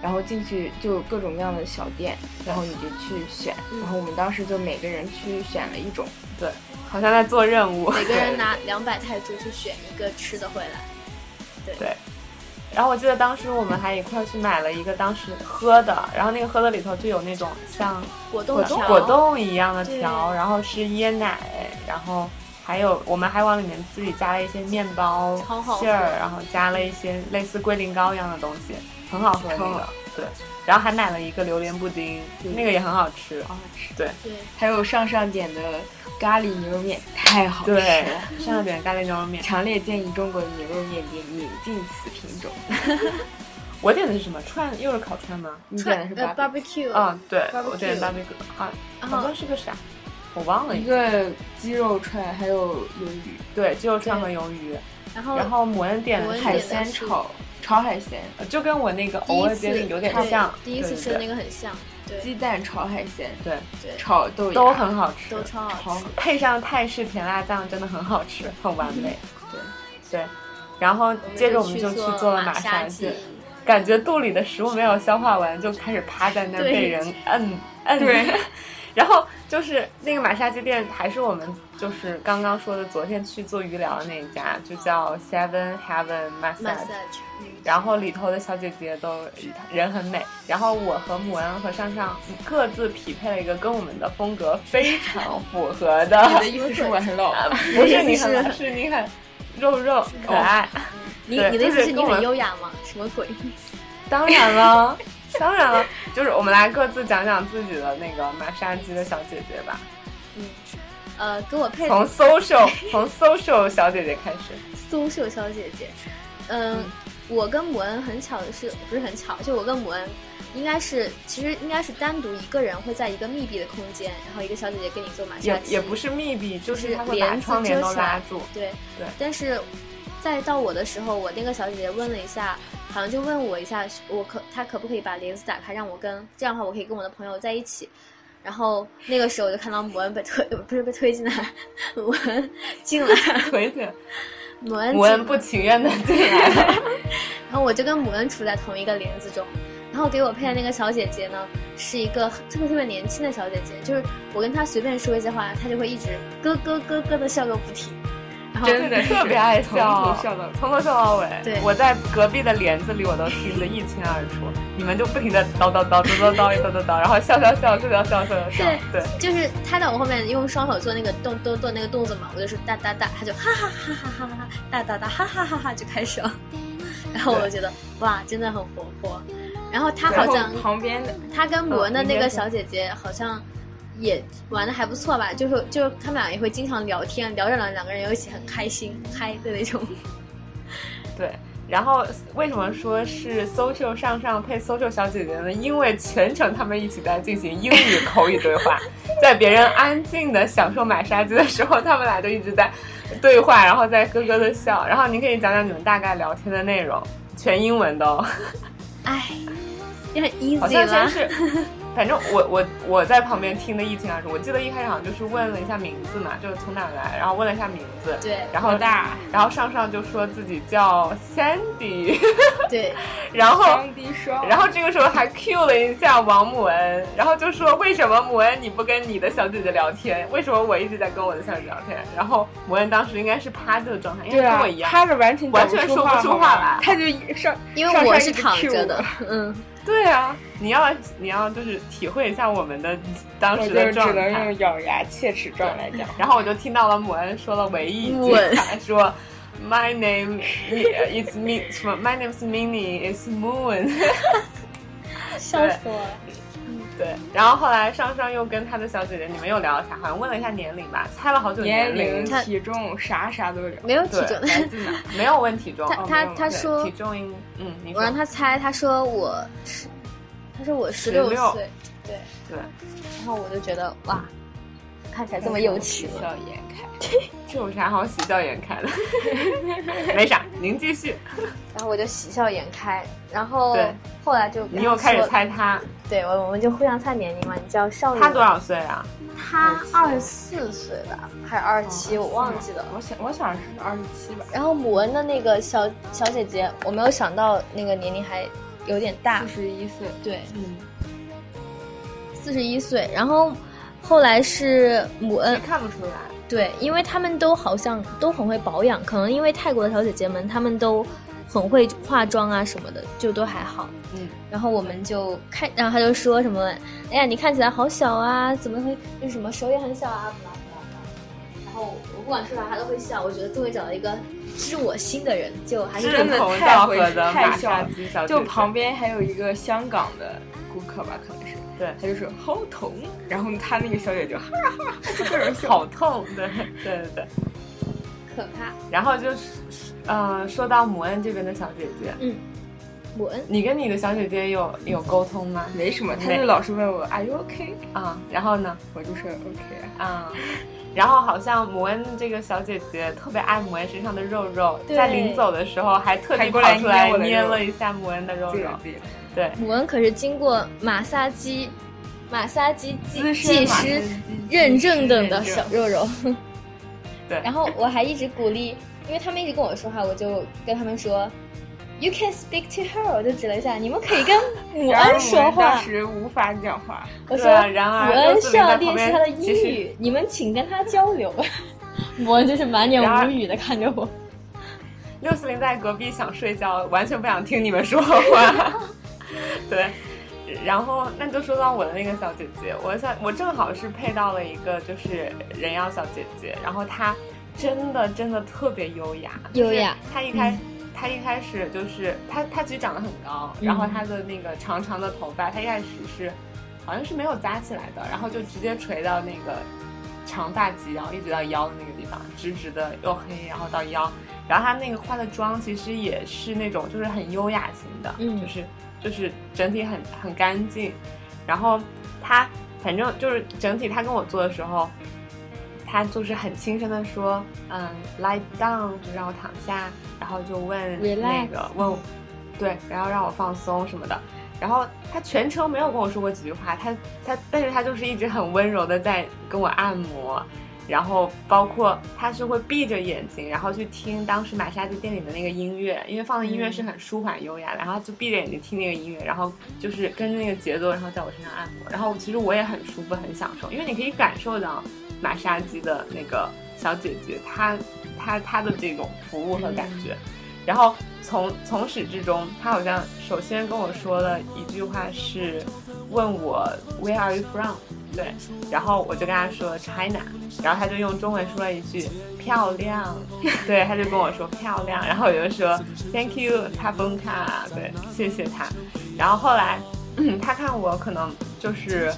[SPEAKER 4] 然后进去就有各种各样的小店，然后你就去选，
[SPEAKER 2] 嗯
[SPEAKER 4] 然后我们当时就每个人去选了一种，
[SPEAKER 3] 对，好像在做任务。
[SPEAKER 2] 每个人拿两百泰铢去选一个吃的回来，
[SPEAKER 3] 然后我记得当时我们还一块儿去买了一个当时喝的，然后那个喝的里头就有那种像
[SPEAKER 2] 果冻
[SPEAKER 3] 果
[SPEAKER 2] 条
[SPEAKER 3] 冻果冻一样的
[SPEAKER 2] 对
[SPEAKER 3] 条，然后是椰奶，然后还有我们还往里面自己加了一些面包
[SPEAKER 2] 超好
[SPEAKER 3] 馅儿
[SPEAKER 2] 喝，
[SPEAKER 3] 然后加了一些类似龟苓膏一样的东西，很好喝那
[SPEAKER 4] 超
[SPEAKER 3] 个
[SPEAKER 4] 好，
[SPEAKER 3] 对。然后还买了一个榴莲布丁，那个也很好吃，
[SPEAKER 4] 好吃，
[SPEAKER 3] 对
[SPEAKER 2] 对，
[SPEAKER 4] 还有上上点的咖喱牛肉面，太好吃
[SPEAKER 3] 对
[SPEAKER 4] 了。，
[SPEAKER 3] 上了点咖喱牛肉面。
[SPEAKER 4] 强烈建议中国的牛肉面店引进此品种。
[SPEAKER 3] 我点的是什么串？又是烤串吗？
[SPEAKER 4] 你点的是
[SPEAKER 2] 呃
[SPEAKER 4] 八
[SPEAKER 2] barbecue，
[SPEAKER 3] 嗯，对，
[SPEAKER 2] Barbecue
[SPEAKER 3] 我点 barbecue 啊，
[SPEAKER 2] 然
[SPEAKER 3] 好
[SPEAKER 2] 后
[SPEAKER 3] 像是个啥，我忘了
[SPEAKER 4] 一。个鸡肉串，还有鱿鱼，
[SPEAKER 3] 对，鸡肉串和鱿鱼，
[SPEAKER 2] 然后
[SPEAKER 3] 然后母恩点的
[SPEAKER 2] 母恩
[SPEAKER 3] 是
[SPEAKER 4] 海
[SPEAKER 2] 点的
[SPEAKER 4] 鲜
[SPEAKER 2] 是
[SPEAKER 4] 炒炒海鲜，
[SPEAKER 3] 就跟我那个
[SPEAKER 2] 第
[SPEAKER 3] 偶
[SPEAKER 2] 一
[SPEAKER 3] 尔煎
[SPEAKER 2] 次
[SPEAKER 3] 的有点
[SPEAKER 2] 对
[SPEAKER 3] 像，
[SPEAKER 2] 第一次
[SPEAKER 3] 对
[SPEAKER 2] 吃的那个很像，对
[SPEAKER 4] 鸡蛋炒海鲜，
[SPEAKER 3] 对
[SPEAKER 2] 对，
[SPEAKER 4] 炒豆芽
[SPEAKER 3] 对，都很好吃
[SPEAKER 2] 都，超好
[SPEAKER 4] 炒
[SPEAKER 2] 吃。
[SPEAKER 3] 配上泰式甜辣酱真的很好吃，很完美。
[SPEAKER 2] 嗯
[SPEAKER 4] 对，
[SPEAKER 3] 对，然后接着我们就去做了
[SPEAKER 2] 马
[SPEAKER 3] 马杀
[SPEAKER 2] 鸡
[SPEAKER 3] 鸡，，感觉肚里的食物没有消化完，就开始趴在那儿
[SPEAKER 2] 对
[SPEAKER 3] 被人摁摁。
[SPEAKER 4] 对，
[SPEAKER 3] 然后就是那个马杀鸡店，还是我们就是刚刚说的昨天去做鱼疗的那一家，就叫 Seven Heaven Massage。
[SPEAKER 2] massage，嗯
[SPEAKER 3] 然后里头的小姐姐都人很美，然后我和母恩和上上各自匹配了一个跟我们的风格非常符合的，
[SPEAKER 4] 你的意思是我很老
[SPEAKER 3] 啊不是你很老，是你很肉肉可爱。
[SPEAKER 2] 你
[SPEAKER 3] 对
[SPEAKER 2] 你的意
[SPEAKER 3] 就
[SPEAKER 2] 思
[SPEAKER 3] 是
[SPEAKER 2] 是你
[SPEAKER 3] 跟我
[SPEAKER 2] 很优雅吗？什么鬼？
[SPEAKER 3] 当然了，当然了，就是我们来各自讲讲自己的那个马杀鸡的小姐姐吧，
[SPEAKER 2] 嗯，呃，跟我配
[SPEAKER 3] 从 social 从 social 小姐姐开始。
[SPEAKER 2] 苏秀小姐姐，嗯，我跟母恩很巧的是，不是很巧，就我跟母恩应该是，其实应该是单独一个人会在一个密闭的空间，然后一个小姐姐给你做马杀
[SPEAKER 3] 也
[SPEAKER 2] 鸡，
[SPEAKER 3] 也不是密闭，
[SPEAKER 2] 就
[SPEAKER 3] 就
[SPEAKER 2] 是
[SPEAKER 3] 是她会把
[SPEAKER 2] 帘子
[SPEAKER 3] 窗帘
[SPEAKER 2] 遮
[SPEAKER 3] 都
[SPEAKER 2] 起来
[SPEAKER 3] 拉住。
[SPEAKER 2] 对
[SPEAKER 3] 对
[SPEAKER 2] 但是再到我的时候，我那个小姐姐问了一下，好像就问我一下，我可她可不可以把帘子打开，让我跟这样的话，我可以跟我的朋友在一起。然后那个时候我就看到母恩被推，不是被推进来， 母恩进来，
[SPEAKER 3] 推荐
[SPEAKER 2] 母恩
[SPEAKER 3] 母
[SPEAKER 2] 进
[SPEAKER 3] 恩不情愿的进来了，
[SPEAKER 2] 然后我就跟母恩处在同一个帘子中。然后给我配的那个小姐姐呢，是一个特别特别年轻的小姐姐，就是我跟她随便说一些话，她就会一直咯咯咯咯的笑个不停。然后
[SPEAKER 4] 真的是
[SPEAKER 3] 啊特别爱笑，
[SPEAKER 4] 从头笑到尾
[SPEAKER 3] 从头笑到尾。
[SPEAKER 2] 对
[SPEAKER 3] 我在隔壁的帘子里我都听得一清二楚，你们就不停的叨叨叨叨叨叨叨叨叨，然后笑笑笑笑笑笑笑笑，对，
[SPEAKER 2] 就是她在我后面用双手做那个动动动那个动作嘛，我就说哒哒哒，她就哈哈哈哈哈哈哈哒哒哒哈哈哈哈就开始了。 然后我就觉得哇，真的很活泼。然后她 好
[SPEAKER 4] 然后
[SPEAKER 2] 像
[SPEAKER 4] 旁边的
[SPEAKER 2] 她跟母恩的那
[SPEAKER 3] 哦
[SPEAKER 2] 个
[SPEAKER 3] 你先说
[SPEAKER 2] 小姐姐好像也玩的还不错吧，就是就是他们俩也会经常聊天，聊着聊着两个人又一起很开心嗨的那种。
[SPEAKER 3] 对。然后为什么说是 social 上上配 social 小姐姐呢？因为全程他们一起在进行英语口语对话，在别人安静的享受买杀鸡的时候，他们俩就一直在对话，然后在咯咯的笑。然后你可以讲讲你们大概聊天的内容。全英文的、哦，
[SPEAKER 2] 哎，也很
[SPEAKER 3] 好
[SPEAKER 2] easy
[SPEAKER 3] 像先
[SPEAKER 2] 啦。
[SPEAKER 3] 是， 反正我我我在旁边听的一清二楚。我记得一开始好像就是问了一下名字嘛，就是从哪来，然后问了一下名字，
[SPEAKER 2] 对
[SPEAKER 3] 然后大，然后上上就说自己叫 Sandy，
[SPEAKER 2] 对，
[SPEAKER 3] 然后。
[SPEAKER 4] 张低双，
[SPEAKER 3] 然后这个时候还 Q 了一下王母恩，然后就说为什么母恩你不跟你的小姐姐聊天？为什么我一直在跟我的小姐姐聊天？然后母恩当时应该是趴着的状态，应
[SPEAKER 4] 对
[SPEAKER 3] 该跟
[SPEAKER 4] 啊
[SPEAKER 3] 我一，样。
[SPEAKER 4] 趴着完全
[SPEAKER 3] 完全
[SPEAKER 4] 讲
[SPEAKER 3] 说不出话
[SPEAKER 4] 出话
[SPEAKER 3] 来
[SPEAKER 4] 来，他就一上，
[SPEAKER 2] 因为
[SPEAKER 4] 上
[SPEAKER 2] 我
[SPEAKER 4] 山
[SPEAKER 2] 是
[SPEAKER 4] 一直
[SPEAKER 2] 躺
[SPEAKER 4] cue
[SPEAKER 2] 着
[SPEAKER 4] 我
[SPEAKER 2] 的，嗯，
[SPEAKER 3] 对啊，你要你要就是体会一下我们的当
[SPEAKER 4] 我
[SPEAKER 3] 时
[SPEAKER 4] 就
[SPEAKER 3] 的
[SPEAKER 4] 只
[SPEAKER 3] 状
[SPEAKER 4] 能
[SPEAKER 3] 态。
[SPEAKER 4] 用咬牙切齿状来讲。
[SPEAKER 3] 然后我就听到了母恩说了唯一一句
[SPEAKER 2] 吻，
[SPEAKER 3] 他说 My name is me 什么 My name's Minnie is Moon
[SPEAKER 2] 笑死我了。
[SPEAKER 3] 对，然后后来上上又跟他的小姐姐你们又聊了啥？好像问了一下年龄吧，猜了好久
[SPEAKER 4] 年龄、
[SPEAKER 3] 龄，
[SPEAKER 2] 他
[SPEAKER 4] 体重啥啥都聊。
[SPEAKER 2] 没有体
[SPEAKER 3] 对
[SPEAKER 2] 重，
[SPEAKER 4] 来自哪？
[SPEAKER 3] 没有问体重。
[SPEAKER 2] 他
[SPEAKER 3] 哦
[SPEAKER 2] 他
[SPEAKER 3] 没有
[SPEAKER 2] 他
[SPEAKER 3] 对
[SPEAKER 2] 说
[SPEAKER 3] 体重应嗯，你
[SPEAKER 2] 我
[SPEAKER 3] 说
[SPEAKER 2] 让他猜，他说我是，他说我十六
[SPEAKER 3] 16
[SPEAKER 2] 岁，对，
[SPEAKER 3] 对，
[SPEAKER 2] 然后我就觉得哇，看起来这么幼稚
[SPEAKER 4] 喜
[SPEAKER 2] 吗？
[SPEAKER 4] 笑颜开。
[SPEAKER 3] 这有啥好喜笑颜开的？ 没啥，您继续。
[SPEAKER 2] 然后我就喜笑颜开，然后
[SPEAKER 3] 对
[SPEAKER 2] 后来就
[SPEAKER 3] 你又开始
[SPEAKER 2] 说，
[SPEAKER 3] 猜他，
[SPEAKER 2] 对，我我们就互相猜年龄嘛，你叫少女，
[SPEAKER 3] 他多？少岁啊？
[SPEAKER 2] 他二十四岁吧，还是二十
[SPEAKER 4] 哦
[SPEAKER 2] 七？我忘记了。
[SPEAKER 4] 我想，我想是二十七吧，
[SPEAKER 2] 然后母恩的那个小小姐姐，我没有想到那个年龄还有点大
[SPEAKER 4] 四，十一岁。
[SPEAKER 2] 对，
[SPEAKER 3] 嗯，
[SPEAKER 2] 四十一岁。然后后来是母恩，
[SPEAKER 3] 看不出来。
[SPEAKER 2] 对，因为他们都好像都很会保养，可能因为泰国的小姐姐们，她们都很会化妆啊什么的，就都还好。
[SPEAKER 3] 嗯，
[SPEAKER 2] 然后我们就看，然后他就说什么，哎呀，你看起来好小啊，怎么会就是什么手也很小啊，不啦不啦不啦。然后我不管说啥，他都会笑。我觉得终于找到一个知我心的人，就还是
[SPEAKER 4] 真的
[SPEAKER 3] 同
[SPEAKER 4] 太
[SPEAKER 3] 道合
[SPEAKER 4] 回
[SPEAKER 3] 的
[SPEAKER 4] 太
[SPEAKER 3] 马
[SPEAKER 4] 小
[SPEAKER 3] 杀
[SPEAKER 4] 了
[SPEAKER 3] 鸡小姐
[SPEAKER 4] 就
[SPEAKER 3] 姐
[SPEAKER 4] 旁边还有一个香港的顾客吧，可能是，
[SPEAKER 3] 对
[SPEAKER 4] 他就说好疼，然后他那个小姐就哈哈哈哈各种笑。
[SPEAKER 3] 好痛，对对对对。
[SPEAKER 2] 可怕。
[SPEAKER 3] 然后就是，呃，说到母恩这边的小姐姐，
[SPEAKER 2] 母恩，
[SPEAKER 3] 你跟你的小姐姐有有沟通吗？
[SPEAKER 4] 没什么，他
[SPEAKER 3] 没
[SPEAKER 4] 就老是问我 Are you OK？
[SPEAKER 3] 啊、然后呢？
[SPEAKER 4] 我就说 OK 啊。
[SPEAKER 3] 啊、 然后好像母恩这个小姐姐特别爱母恩身上的肉肉，
[SPEAKER 2] 对
[SPEAKER 3] 在临走的时候还特地
[SPEAKER 4] 还
[SPEAKER 3] 跑
[SPEAKER 4] 过来
[SPEAKER 3] 出来
[SPEAKER 4] 捏我的肉
[SPEAKER 3] 捏了一下母恩的肉
[SPEAKER 4] 对
[SPEAKER 3] 肉
[SPEAKER 4] 的，对的，
[SPEAKER 3] 对，
[SPEAKER 2] 母恩可是经过马杀鸡、马杀鸡技
[SPEAKER 4] 资
[SPEAKER 2] 技
[SPEAKER 4] 深马
[SPEAKER 2] 师
[SPEAKER 4] 杀鸡
[SPEAKER 2] 认证等的
[SPEAKER 4] 技师
[SPEAKER 2] 小肉肉。
[SPEAKER 3] 对
[SPEAKER 2] 然后我还一直鼓励，因为他们一直跟我说话，我就跟他们说，You can speak to her，我就指了一下，你们可以跟母
[SPEAKER 4] 然而
[SPEAKER 2] 恩
[SPEAKER 4] 我
[SPEAKER 2] 说
[SPEAKER 4] 们当
[SPEAKER 2] 话。
[SPEAKER 4] 时无法讲话，
[SPEAKER 2] 我说，
[SPEAKER 3] 对啊然而
[SPEAKER 2] 母恩
[SPEAKER 3] 六四零在
[SPEAKER 2] 上
[SPEAKER 3] 旁
[SPEAKER 2] 帝
[SPEAKER 3] 边
[SPEAKER 2] 是她的
[SPEAKER 3] 其
[SPEAKER 2] 英
[SPEAKER 3] 实
[SPEAKER 2] 语，你们请跟她交流。母恩就是满脸
[SPEAKER 3] 然而
[SPEAKER 2] 无语的看着我。
[SPEAKER 3] 六四零在隔壁想睡觉，完全不想听你们说 话。对，然后那就说到我的那个小姐姐，我想我正好是配到了一个就是人妖小姐姐，然后她真的真的特别优雅，就是
[SPEAKER 2] 优雅嗯
[SPEAKER 3] 她一开。她一开始就是她，她其实长得很高，
[SPEAKER 2] 嗯
[SPEAKER 3] 然后她的那个长长的头发，她一开始是好像是没有扎起来的，然后就直接垂到那个长发及腰，一直到腰的那个地方，直直的又黑，然后到腰。然后她那个化的妆其实也是那种就是很优雅型的，
[SPEAKER 2] 嗯
[SPEAKER 3] 就是就是整体很很干净。然后她反正就是整体她跟我做的时候，她就是很轻声的说，嗯，lie down 就让我躺下，然后就问
[SPEAKER 2] Relax
[SPEAKER 3] 那个问我对，然后让我放松什么的。然后他全程没有跟我说过几句话，他他，但是他就是一直很温柔的在跟我按摩，然后包括他是会闭着眼睛，然后去听当时玛莎鸡店里的那个音乐，因为放的音乐是很舒缓优雅的，然后就闭着眼睛听那个音乐，然后就是跟着那个节奏，然后在我身上按摩，然后其实我也很舒服，很享受，因为你可以感受到玛莎鸡的那个小姐姐，她她她的这种服务和感觉。然后从从始至终，他好像首先跟我说了一句话是问我 Where are you from？对，然后我就跟他说 China，然后他就用中文说了一句漂亮， 对，他就跟我说漂亮，然后我就说 Thank you，他崩卡，对，谢谢他。然后后来、嗯他看我可能就是。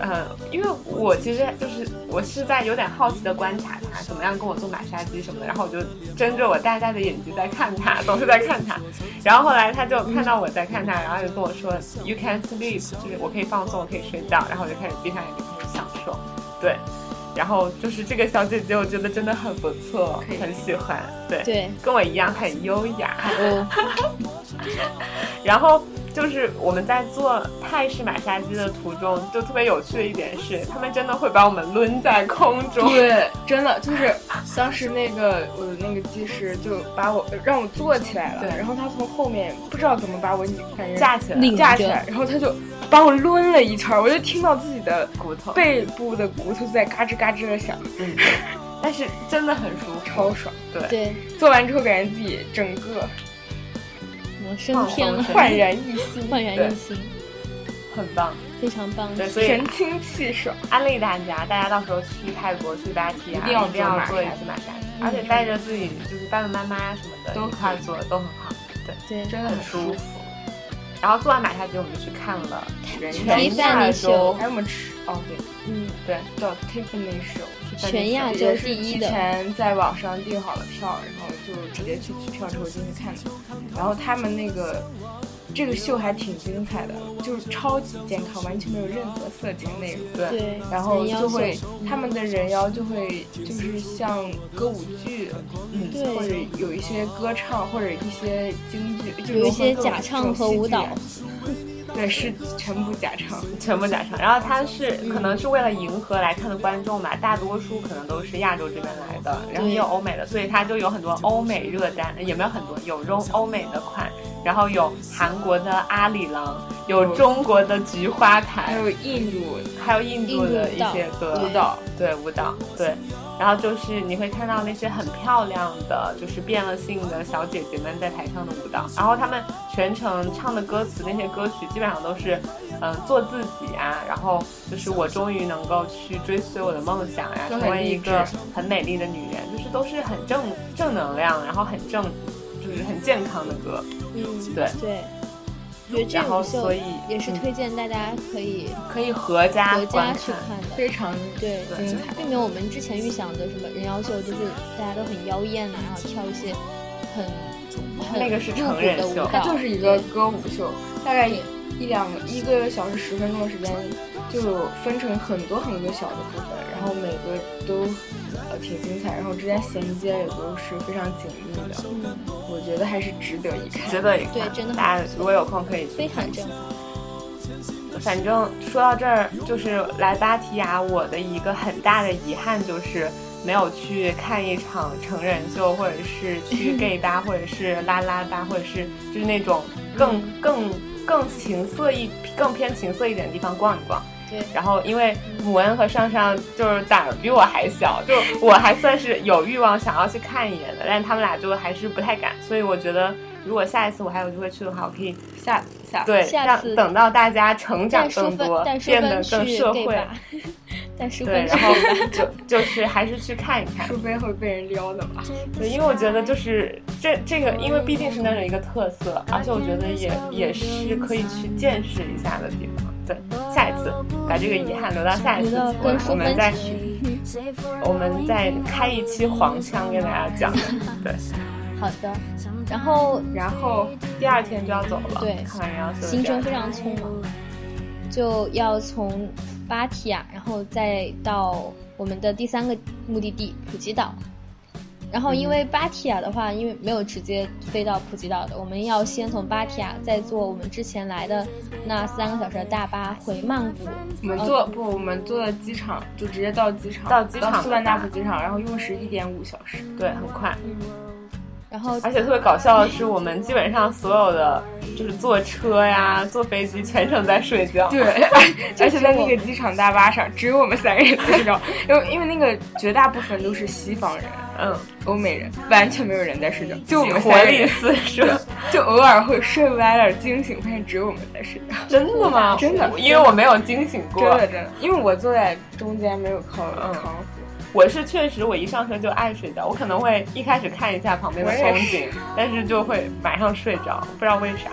[SPEAKER 3] 呃，因为我其实就是我是在有点好奇的观察他怎么样跟我做马杀鸡什么的，然后我就睁着我大大的眼睛在看他，总是在看他。然后后来他就看到我在看他，然后就跟我说 “You can sleep”，就是我可以放松，我可以睡觉。然后我就开始闭上眼睛开始享受，对。然后就是这个小姐姐，我觉得真的很不错
[SPEAKER 4] 可以，
[SPEAKER 3] 很喜欢，对，哦
[SPEAKER 2] 对，
[SPEAKER 3] 跟我一样很优雅。
[SPEAKER 2] 我
[SPEAKER 3] 然后就是我们在做泰式马杀鸡的途中，就特别有趣的一点是，他们真的会把我们抡在空中。
[SPEAKER 4] 对，真的就是当时那个我的那个技师就把我让我坐起来了，
[SPEAKER 3] 对
[SPEAKER 4] 然后他从后面不知道怎么把我反正
[SPEAKER 3] 架起来
[SPEAKER 4] 拧架起来，然后他就把我抡了一圈儿，我就听到自己的
[SPEAKER 3] 骨头，
[SPEAKER 4] 背部的骨头在嘎吱嘎吱的响，
[SPEAKER 3] 嗯，但是真的很舒
[SPEAKER 4] 超
[SPEAKER 3] 服，
[SPEAKER 4] 爽。
[SPEAKER 2] 对，
[SPEAKER 4] 做完之后感觉自己整个
[SPEAKER 2] 我升天了，
[SPEAKER 3] 放松
[SPEAKER 4] 焕然一新，
[SPEAKER 2] 焕然一新，
[SPEAKER 3] 很棒。
[SPEAKER 2] 非常棒。
[SPEAKER 3] 对，所以
[SPEAKER 4] 神清气爽。
[SPEAKER 3] 安利大家，大家到时候去泰国、去芭提雅，
[SPEAKER 4] 一定要
[SPEAKER 3] 一定要做
[SPEAKER 4] 做
[SPEAKER 3] 一
[SPEAKER 4] 马杀
[SPEAKER 3] 次马杀鸡，而且带着自己就是爸爸妈妈什么的
[SPEAKER 4] 都
[SPEAKER 3] 一块儿做，都很好，
[SPEAKER 2] 对，
[SPEAKER 4] 真的
[SPEAKER 3] 很
[SPEAKER 4] 很
[SPEAKER 3] 舒
[SPEAKER 4] 舒
[SPEAKER 3] 服。然后做完马杀鸡，我们就去嗯看了
[SPEAKER 4] 人
[SPEAKER 2] 全
[SPEAKER 3] 全
[SPEAKER 2] 一亚
[SPEAKER 3] 亚
[SPEAKER 2] 尼
[SPEAKER 3] 洲
[SPEAKER 2] 秀
[SPEAKER 4] 还有我们吃哦，对，
[SPEAKER 2] 嗯，
[SPEAKER 3] 对
[SPEAKER 4] 叫 Tiffany Show，
[SPEAKER 2] 全亚
[SPEAKER 4] 也
[SPEAKER 2] 洲
[SPEAKER 4] 是
[SPEAKER 2] 第一
[SPEAKER 4] 提
[SPEAKER 2] 的，
[SPEAKER 4] 前在网上订好了票，然后就直接去取票之后进去看的。然后他们那个这个秀还挺精彩的，就是超级健康，完全没有任何色情内容。
[SPEAKER 3] 对
[SPEAKER 2] 对，
[SPEAKER 4] 然后
[SPEAKER 2] 人妖
[SPEAKER 4] 就会
[SPEAKER 2] 秀
[SPEAKER 4] 他们的人妖就会就是像歌舞剧，
[SPEAKER 3] 嗯
[SPEAKER 2] 对
[SPEAKER 4] 或者有一些歌唱，或者一些京剧，就是
[SPEAKER 2] 有一些
[SPEAKER 4] 融合各种
[SPEAKER 2] 假唱和舞蹈，
[SPEAKER 4] 对，是全部假唱。
[SPEAKER 3] 全部假唱。然后他是可能是为了迎合来看的观众吧，大多数可能都是亚洲这边来的，然后也有欧美的，所以他就有很多欧美热单，也没有很多，有中欧美的款，然后有韩国的阿里郎，有中国的菊花
[SPEAKER 4] 还
[SPEAKER 3] 台，
[SPEAKER 4] 有印度
[SPEAKER 3] 还有印度的一些歌
[SPEAKER 2] 印度舞蹈
[SPEAKER 4] 舞蹈，
[SPEAKER 3] 对舞蹈，对。然后就是你会看到那些很漂亮的，就是变了性的小姐姐们在台上的舞蹈，然后她们全程唱的歌词那些歌曲基本上都是，嗯、做自己啊，然后就是我终于能够去追随我的梦想呀、
[SPEAKER 4] 都
[SPEAKER 3] 成
[SPEAKER 4] 很
[SPEAKER 3] 为一
[SPEAKER 4] 励志
[SPEAKER 3] 个很美丽的女人，就是都是很正正能量，然后很正，就是很健康的歌，
[SPEAKER 2] 嗯，
[SPEAKER 3] 对
[SPEAKER 2] 对。我觉得这
[SPEAKER 3] 然后
[SPEAKER 2] 种秀
[SPEAKER 3] 所以
[SPEAKER 2] 也是
[SPEAKER 3] 嗯
[SPEAKER 2] 推荐大家可以
[SPEAKER 3] 可以合家
[SPEAKER 2] 合
[SPEAKER 3] 观
[SPEAKER 2] 家去看的，
[SPEAKER 4] 非常
[SPEAKER 2] 对，
[SPEAKER 3] 对
[SPEAKER 4] 精彩。
[SPEAKER 2] 并没有我们之前预想的什么人妖秀，就是大家都很妖艳呐、啊然后跳一些很很
[SPEAKER 3] 那个是成人
[SPEAKER 2] 露骨的
[SPEAKER 3] 秀啊
[SPEAKER 2] 舞
[SPEAKER 3] 它
[SPEAKER 2] 蹈，
[SPEAKER 4] 就是一个歌舞秀，大概一一两个一个小时十分钟的时间，就分成很多很多小的部分，然后每个都呃挺精彩，然后之间衔接也都是非常紧密的，
[SPEAKER 2] 嗯，
[SPEAKER 4] 我觉得还是值得一看。
[SPEAKER 3] 值得一看，
[SPEAKER 2] 对真的很
[SPEAKER 3] 大家
[SPEAKER 2] 不错
[SPEAKER 3] 如果有空可以去
[SPEAKER 2] 非
[SPEAKER 3] 看
[SPEAKER 2] 常
[SPEAKER 3] 一下
[SPEAKER 2] 震撼。
[SPEAKER 3] 反正说到这儿，就是来芭提雅，我的一个很大的遗憾就是没有去看一场成人秀，或者是去 gay 吧，或者是啦啦吧，或者是就是那种更更更情色一更偏情色一点的地方逛一逛。
[SPEAKER 2] 对
[SPEAKER 3] 然后因为母恩和上上就是胆儿比我还小，就我还算是有欲望想要去看一眼的，但是他们俩就还是不太敢，所以我觉得如果下一次我还有机会去的话，我可以
[SPEAKER 4] 下下
[SPEAKER 3] 对，
[SPEAKER 2] 下
[SPEAKER 3] 让
[SPEAKER 2] 次
[SPEAKER 3] 等到大家成
[SPEAKER 2] 带
[SPEAKER 3] 长
[SPEAKER 2] 淑
[SPEAKER 3] 更
[SPEAKER 2] 芬
[SPEAKER 3] 多，
[SPEAKER 2] 带淑
[SPEAKER 3] 变得
[SPEAKER 2] 芬
[SPEAKER 3] 更
[SPEAKER 2] 去
[SPEAKER 3] 社
[SPEAKER 2] gay
[SPEAKER 3] 会，
[SPEAKER 2] 吧， 带淑
[SPEAKER 3] 对，
[SPEAKER 2] 芬
[SPEAKER 3] 啊
[SPEAKER 2] 去
[SPEAKER 3] 然后就就是还是去看一看，
[SPEAKER 4] 除非会被人撩的吧？
[SPEAKER 3] 对，因为我觉得就是这这个，因为毕竟是那种一个特色，而且我觉得也也是可以去见识一下的地方。对，下一次把这个遗憾留到下一次
[SPEAKER 2] 留到，
[SPEAKER 3] 我
[SPEAKER 2] 跟淑
[SPEAKER 3] 我们
[SPEAKER 2] 芬
[SPEAKER 3] 再
[SPEAKER 2] 去。
[SPEAKER 3] 我们再开一期黄腔跟大家讲。对，
[SPEAKER 2] 好的，然后
[SPEAKER 4] 然后
[SPEAKER 3] 第二天就要走了，
[SPEAKER 2] 对
[SPEAKER 3] 看完然后就
[SPEAKER 2] 行程
[SPEAKER 3] 这
[SPEAKER 2] 非
[SPEAKER 3] 样
[SPEAKER 2] 常匆忙，就要从芭提雅，然后再到我们的第三个目的地普吉岛。然后因
[SPEAKER 3] 嗯
[SPEAKER 2] 为芭提雅的话，因为没有直接飞到普吉岛的，我们要先从芭提雅再坐我们之前来的那三个小时的大巴回曼谷。
[SPEAKER 4] 我们坐不，我们坐的机场就直接到机场，
[SPEAKER 3] 到机场
[SPEAKER 4] 到苏万
[SPEAKER 3] 的吧
[SPEAKER 4] 大浦机场，然后用时一点五小时。
[SPEAKER 3] 对，很快。
[SPEAKER 2] 然后
[SPEAKER 3] 而且特别搞笑的是，我们基本上所有的就是坐车呀、坐飞机，全程在睡觉。
[SPEAKER 4] 对， 而且在那个机场大巴上，只有我们三个人在睡因为因为那个绝大部分都是西方人、
[SPEAKER 3] 嗯，
[SPEAKER 4] 欧美人，完全没有人在睡觉，就我们
[SPEAKER 3] 活
[SPEAKER 4] 三个
[SPEAKER 3] 力
[SPEAKER 4] 人，
[SPEAKER 3] 四射。
[SPEAKER 4] 就偶尔会睡歪了惊醒，发现只有我们在睡觉，
[SPEAKER 3] 真的吗？
[SPEAKER 4] 真的
[SPEAKER 3] 因为我没有惊醒过。
[SPEAKER 4] 真的真的，因为我坐在中间没有靠
[SPEAKER 3] 嗯
[SPEAKER 4] 靠，
[SPEAKER 3] 我是确实，我一上车就爱睡觉。我可能会一开始看一下旁边的
[SPEAKER 4] 我
[SPEAKER 3] 风
[SPEAKER 4] 也是
[SPEAKER 3] 景，但是就会马上睡着，不知道为啥。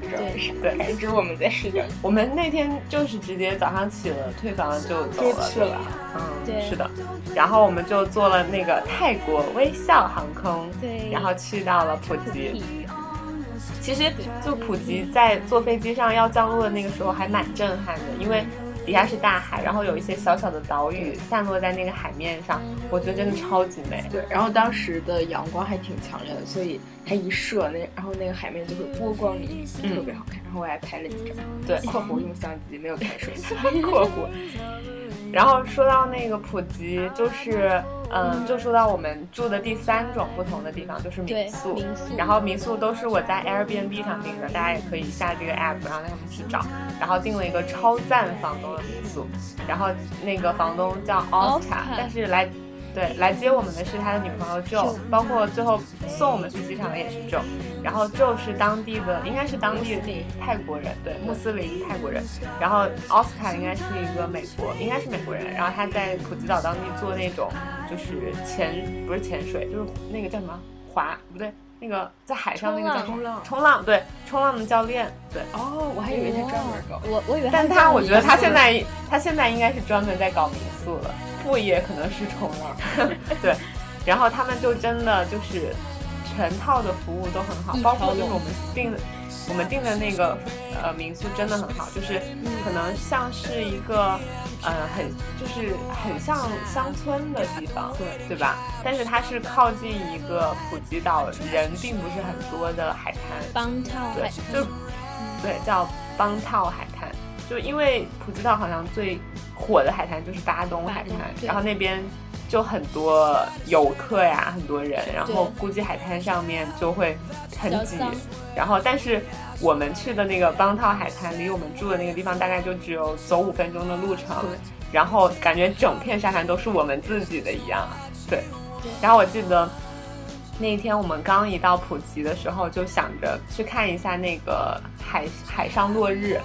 [SPEAKER 4] 不知道为啥，
[SPEAKER 3] 对
[SPEAKER 4] 反正只有我们在睡觉，
[SPEAKER 3] 我们那天就是直接早上起了退房就走
[SPEAKER 4] 就
[SPEAKER 3] 了，
[SPEAKER 4] 去了。
[SPEAKER 3] 嗯，
[SPEAKER 2] 对
[SPEAKER 3] 是的。然后我们就坐了那个泰国微笑航空，
[SPEAKER 2] 对，
[SPEAKER 3] 然后去到了普吉。
[SPEAKER 2] 地
[SPEAKER 3] 其实就普吉在坐飞机上要降落的那个时候还蛮震撼的，因为底下是大海，然后有一些小小的岛屿散落在那个海面上，我觉得真的超级美。
[SPEAKER 4] 对，然后当时的阳光还挺强烈的，所以它一射那，然后那个海面就会波光粼粼，
[SPEAKER 3] 嗯
[SPEAKER 4] 特别好看。然后我还拍了几张，
[SPEAKER 3] 对
[SPEAKER 4] （括弧用相机 没有开水
[SPEAKER 3] 括弧。然后说到那个普及，就是嗯，就说到我们住的第三种不同的地方，就是民
[SPEAKER 2] 对
[SPEAKER 3] 宿。
[SPEAKER 2] 民宿
[SPEAKER 3] 然后民宿都是我在 Airbnb 上订的，大家也可以下这个 app，然后他们去找。然后订了一个超赞房东的民宿，然后那个房东叫 Oscar，,
[SPEAKER 2] Oscar
[SPEAKER 3] 但是来对来接我们的是他的女朋友 Joe，包括最后送我们去机场的也是 Joe。然后 Joe 是当地的，应该是当地
[SPEAKER 4] 穆斯林
[SPEAKER 3] 泰国人，对，穆斯林泰国人。然后奥斯卡应该是一个美国，应该是美国人。然后他在普吉岛当地做那种就是潜，不是潜水，就是那个叫什么滑，不对，那个在海上那个叫什么
[SPEAKER 4] 冲浪
[SPEAKER 3] 冲浪，对，冲浪的教练，对。
[SPEAKER 4] 哦，我还以为他专门搞。
[SPEAKER 2] 我我以为
[SPEAKER 3] 但
[SPEAKER 2] 是
[SPEAKER 3] 他，
[SPEAKER 2] 这
[SPEAKER 3] 我
[SPEAKER 2] 样
[SPEAKER 3] 觉得
[SPEAKER 2] 的
[SPEAKER 3] 他现在，他现在应该是专门在搞民宿了，副业可能是冲 浪。对，然后他们就真的就是全套的服务都很好
[SPEAKER 2] 一，
[SPEAKER 3] 包括
[SPEAKER 2] 条
[SPEAKER 3] 就是
[SPEAKER 2] 龙
[SPEAKER 3] 我们订的，我们订的那个呃民宿真的很好，就是
[SPEAKER 2] 嗯
[SPEAKER 3] 可能像是一个呃很就是很像乡村的地方，对对吧？但是它是靠近一个普吉岛人并不是很多的海滩，
[SPEAKER 2] 帮他
[SPEAKER 3] 对
[SPEAKER 2] 海，嗯
[SPEAKER 3] 就对叫邦套海滩，就因为普吉岛好像最火的海滩就是巴东海滩
[SPEAKER 2] 巴东，对
[SPEAKER 3] 然后那边就很多游客呀，很多人，然后估计海滩上面就会很
[SPEAKER 2] 比较
[SPEAKER 3] 挤
[SPEAKER 2] 脏，
[SPEAKER 3] 然后但是。我们去的那个邦套海滩，离我们住的那个地方大概就只有走五分钟的路程，然后感觉整片沙滩都是我们自己的一样，啊对。然后我记得那一天我们刚一到普吉的时候，就想着去看一下那个海海上落日，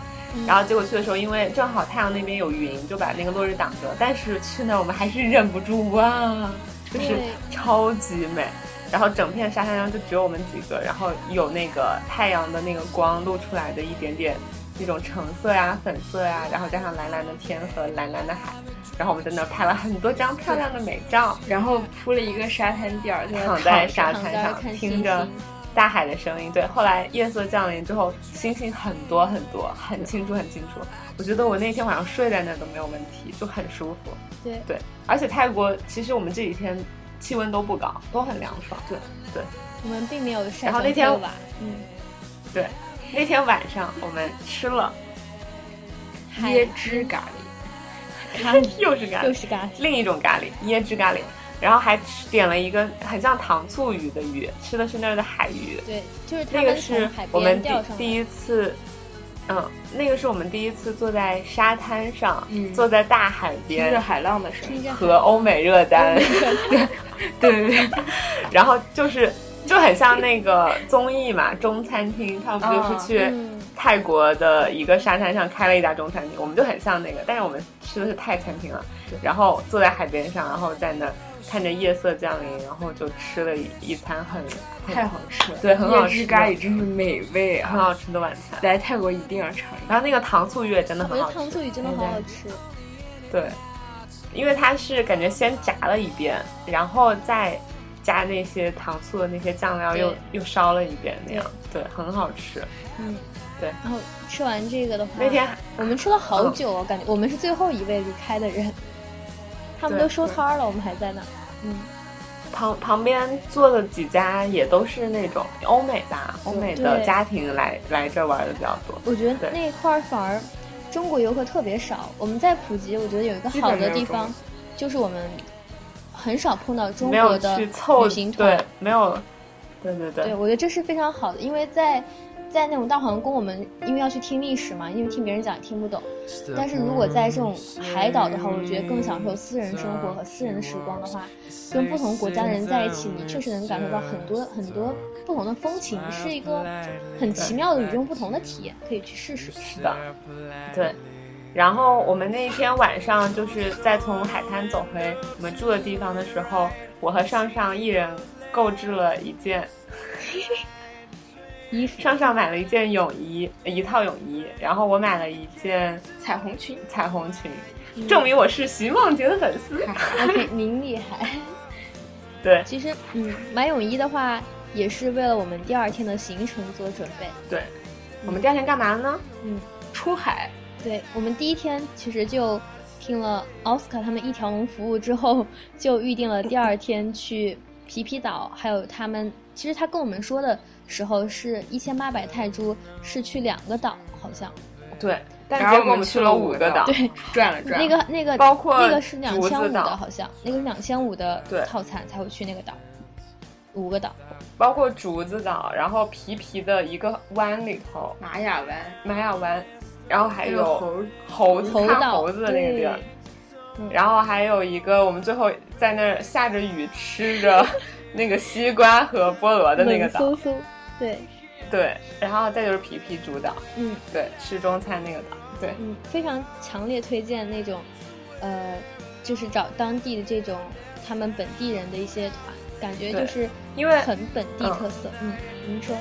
[SPEAKER 3] 然后结果去的时候，因为正好太阳那边有云，就把那个落日挡着。但是去那儿我们还是忍不住哇，就是
[SPEAKER 2] 对
[SPEAKER 3] 超级美。然后整片沙滩上就只有我们几个，然后有那个太阳的那个光露出来的一点点那种橙色呀、粉色呀，然后加上蓝蓝的天和蓝蓝的海，然后我们在那儿拍了很多张漂亮的美照。
[SPEAKER 4] 然后铺了一个沙滩垫儿，就
[SPEAKER 3] 躺在
[SPEAKER 4] 上。
[SPEAKER 3] 沙
[SPEAKER 2] 躺
[SPEAKER 3] 滩
[SPEAKER 2] 在
[SPEAKER 3] 上，
[SPEAKER 2] 看
[SPEAKER 3] 听
[SPEAKER 2] 星
[SPEAKER 3] 着
[SPEAKER 2] 星
[SPEAKER 3] 大海的声音。对，后来夜色降临之后，星星很多很多，很清楚很清楚。我觉得我那天晚上睡在那儿都没有问题，就很舒服。
[SPEAKER 2] 对
[SPEAKER 3] 对，而且泰国其实我们这几天气温都不高，都很凉爽。对对
[SPEAKER 2] 我们并没有晒
[SPEAKER 3] 然后
[SPEAKER 2] 成
[SPEAKER 3] 那天
[SPEAKER 2] 会吧，嗯，
[SPEAKER 3] 对，那天晚上我们吃了，
[SPEAKER 2] 海
[SPEAKER 4] 椰
[SPEAKER 3] 嗯
[SPEAKER 4] 汁咖喱，
[SPEAKER 2] 咖喱
[SPEAKER 3] 又是咖喱
[SPEAKER 2] 又，是咖喱，
[SPEAKER 3] 另一种咖喱，椰汁咖喱。然后还吃点了一个很像糖醋鱼的鱼，吃的是那儿的海鱼。
[SPEAKER 2] 对，就是他
[SPEAKER 3] 那个
[SPEAKER 2] 们
[SPEAKER 3] 是
[SPEAKER 2] 从海
[SPEAKER 3] 我
[SPEAKER 2] 边
[SPEAKER 3] 们第
[SPEAKER 2] 钓上来
[SPEAKER 3] 第
[SPEAKER 2] 的，
[SPEAKER 3] 一次，嗯，那个是我们第一次坐在沙滩上，
[SPEAKER 4] 嗯
[SPEAKER 3] 坐在大海
[SPEAKER 4] 听着
[SPEAKER 3] 边
[SPEAKER 4] 海浪的声音。
[SPEAKER 2] 听着
[SPEAKER 3] 和欧美热单，
[SPEAKER 4] 对对对，
[SPEAKER 3] 然后就是就很像那个综艺嘛，中餐厅，他们不就是
[SPEAKER 4] 啊
[SPEAKER 3] 去
[SPEAKER 2] 嗯
[SPEAKER 3] 泰国的一个沙滩上开了一家中餐厅，我们就很像那个，但是我们吃的是泰餐厅啊，然后坐在海边上，然后在那儿看着夜色降临，然后就吃了一一餐很
[SPEAKER 4] 太好吃了。
[SPEAKER 3] 对很好吃
[SPEAKER 4] 椰汁咖喱真是美味
[SPEAKER 3] 很
[SPEAKER 4] 啊！
[SPEAKER 3] 好吃的晚餐。
[SPEAKER 4] 来泰国一定要尝一下。
[SPEAKER 3] 然后那个糖醋鱼也真的
[SPEAKER 2] 嗯我觉
[SPEAKER 3] 很好
[SPEAKER 2] 得
[SPEAKER 3] 吃，
[SPEAKER 2] 糖醋鱼真的好好吃，
[SPEAKER 3] 对，因为它是感觉先炸了一遍，然后再加那些糖醋的那些酱料又，
[SPEAKER 2] 对
[SPEAKER 3] 又烧了一遍那样，对，很好吃。
[SPEAKER 2] 嗯，
[SPEAKER 3] 对
[SPEAKER 2] 然后吃完这个的话，
[SPEAKER 3] 那天还
[SPEAKER 2] 我们吃了好
[SPEAKER 3] 嗯
[SPEAKER 2] 久哦，感觉我们是最后一位离开的人，他们
[SPEAKER 3] 对
[SPEAKER 2] 都收摊儿了，我们还在那儿，嗯，
[SPEAKER 3] 旁旁边坐的几家也都是那种欧美吧，欧美的
[SPEAKER 2] 对
[SPEAKER 3] 家庭来来这儿玩的比较多。
[SPEAKER 2] 我觉得
[SPEAKER 3] 对
[SPEAKER 2] 那一块儿反而中国游客特别少。我们在普吉，我觉得有一个
[SPEAKER 4] 基
[SPEAKER 2] 好
[SPEAKER 4] 本没
[SPEAKER 2] 的
[SPEAKER 4] 有
[SPEAKER 2] 地
[SPEAKER 4] 中国
[SPEAKER 2] 方，就是我们很少碰到中
[SPEAKER 3] 没
[SPEAKER 2] 国
[SPEAKER 3] 有
[SPEAKER 2] 的
[SPEAKER 3] 去凑
[SPEAKER 2] 旅行团
[SPEAKER 3] 对，，没有，对对对
[SPEAKER 2] 对，我觉得这是非常好的，因为在在那种大皇宫，我们因为要去听历史嘛，因为听别人讲也听不懂。但是如果在这种海岛的话，我觉得更享受私人生活和私人的时光的话，跟不同国家人在一起，你确实能感受到很多很多不同的风情，是一个很奇妙的与众不同的体验，可以去试试。
[SPEAKER 3] 是的，对。然后我们那一天晚上就是在从海滩走回我们住的地方的时候，我和上上一人购置了一件
[SPEAKER 2] 衣服
[SPEAKER 3] 上上买了一件泳衣，呃一套泳衣，然后我买了一件
[SPEAKER 4] 彩虹裙，
[SPEAKER 3] 彩虹裙，证明我是徐梦洁的粉丝。
[SPEAKER 2] 嗯，OK，您厉害。
[SPEAKER 3] 对
[SPEAKER 2] 其实，嗯，买泳衣的话，也是为了我们第二天的行程做准备。
[SPEAKER 3] 嗯对，我们第二天干嘛了呢？
[SPEAKER 4] 出海
[SPEAKER 2] 对我们第一天其实就听了奥斯卡他们一条龙服务之后，就预定了第二天去皮皮岛，还有他们其实他跟我们说的时候是一千八百泰铢，是去两个岛好像。
[SPEAKER 3] 对，但
[SPEAKER 4] 然后
[SPEAKER 3] 结
[SPEAKER 4] 我
[SPEAKER 3] 果我
[SPEAKER 4] 们
[SPEAKER 3] 们
[SPEAKER 4] 去
[SPEAKER 3] 去
[SPEAKER 4] 了
[SPEAKER 3] 了
[SPEAKER 4] 五
[SPEAKER 3] 五
[SPEAKER 4] 个
[SPEAKER 3] 个
[SPEAKER 4] 岛
[SPEAKER 3] 岛，
[SPEAKER 2] 对，
[SPEAKER 4] 转了转，
[SPEAKER 2] 那个那个
[SPEAKER 3] 包括
[SPEAKER 2] 那个是两
[SPEAKER 3] 竹
[SPEAKER 2] 千
[SPEAKER 3] 子
[SPEAKER 2] 五
[SPEAKER 3] 岛
[SPEAKER 2] 的，好像那个两千五的
[SPEAKER 3] 对
[SPEAKER 2] 套餐才会去那个岛，五个岛。
[SPEAKER 3] 包括竹子岛，然后皮皮的一个湾里头，
[SPEAKER 4] 玛雅湾，
[SPEAKER 3] 玛雅湾，然后还
[SPEAKER 4] 那个
[SPEAKER 3] 有
[SPEAKER 4] 猴
[SPEAKER 3] 猴子
[SPEAKER 2] 猴
[SPEAKER 3] 看
[SPEAKER 2] 岛
[SPEAKER 3] 猴子的那个地儿
[SPEAKER 2] 对，
[SPEAKER 3] 然后还有一个我们最后在那儿下着雨 吃着那个西瓜和菠萝的那个
[SPEAKER 2] 冷
[SPEAKER 3] 岛，
[SPEAKER 2] 飕飕，对，
[SPEAKER 3] 对，然后再就是皮皮主岛，
[SPEAKER 2] 嗯
[SPEAKER 3] 对，吃中餐那个岛，对，
[SPEAKER 2] 嗯，非常强烈推荐那种，呃，就是找当地的这种他们本地人的一些团，感觉
[SPEAKER 3] 对
[SPEAKER 2] 就是
[SPEAKER 3] 因为
[SPEAKER 2] 很本地特色。嗯，您说，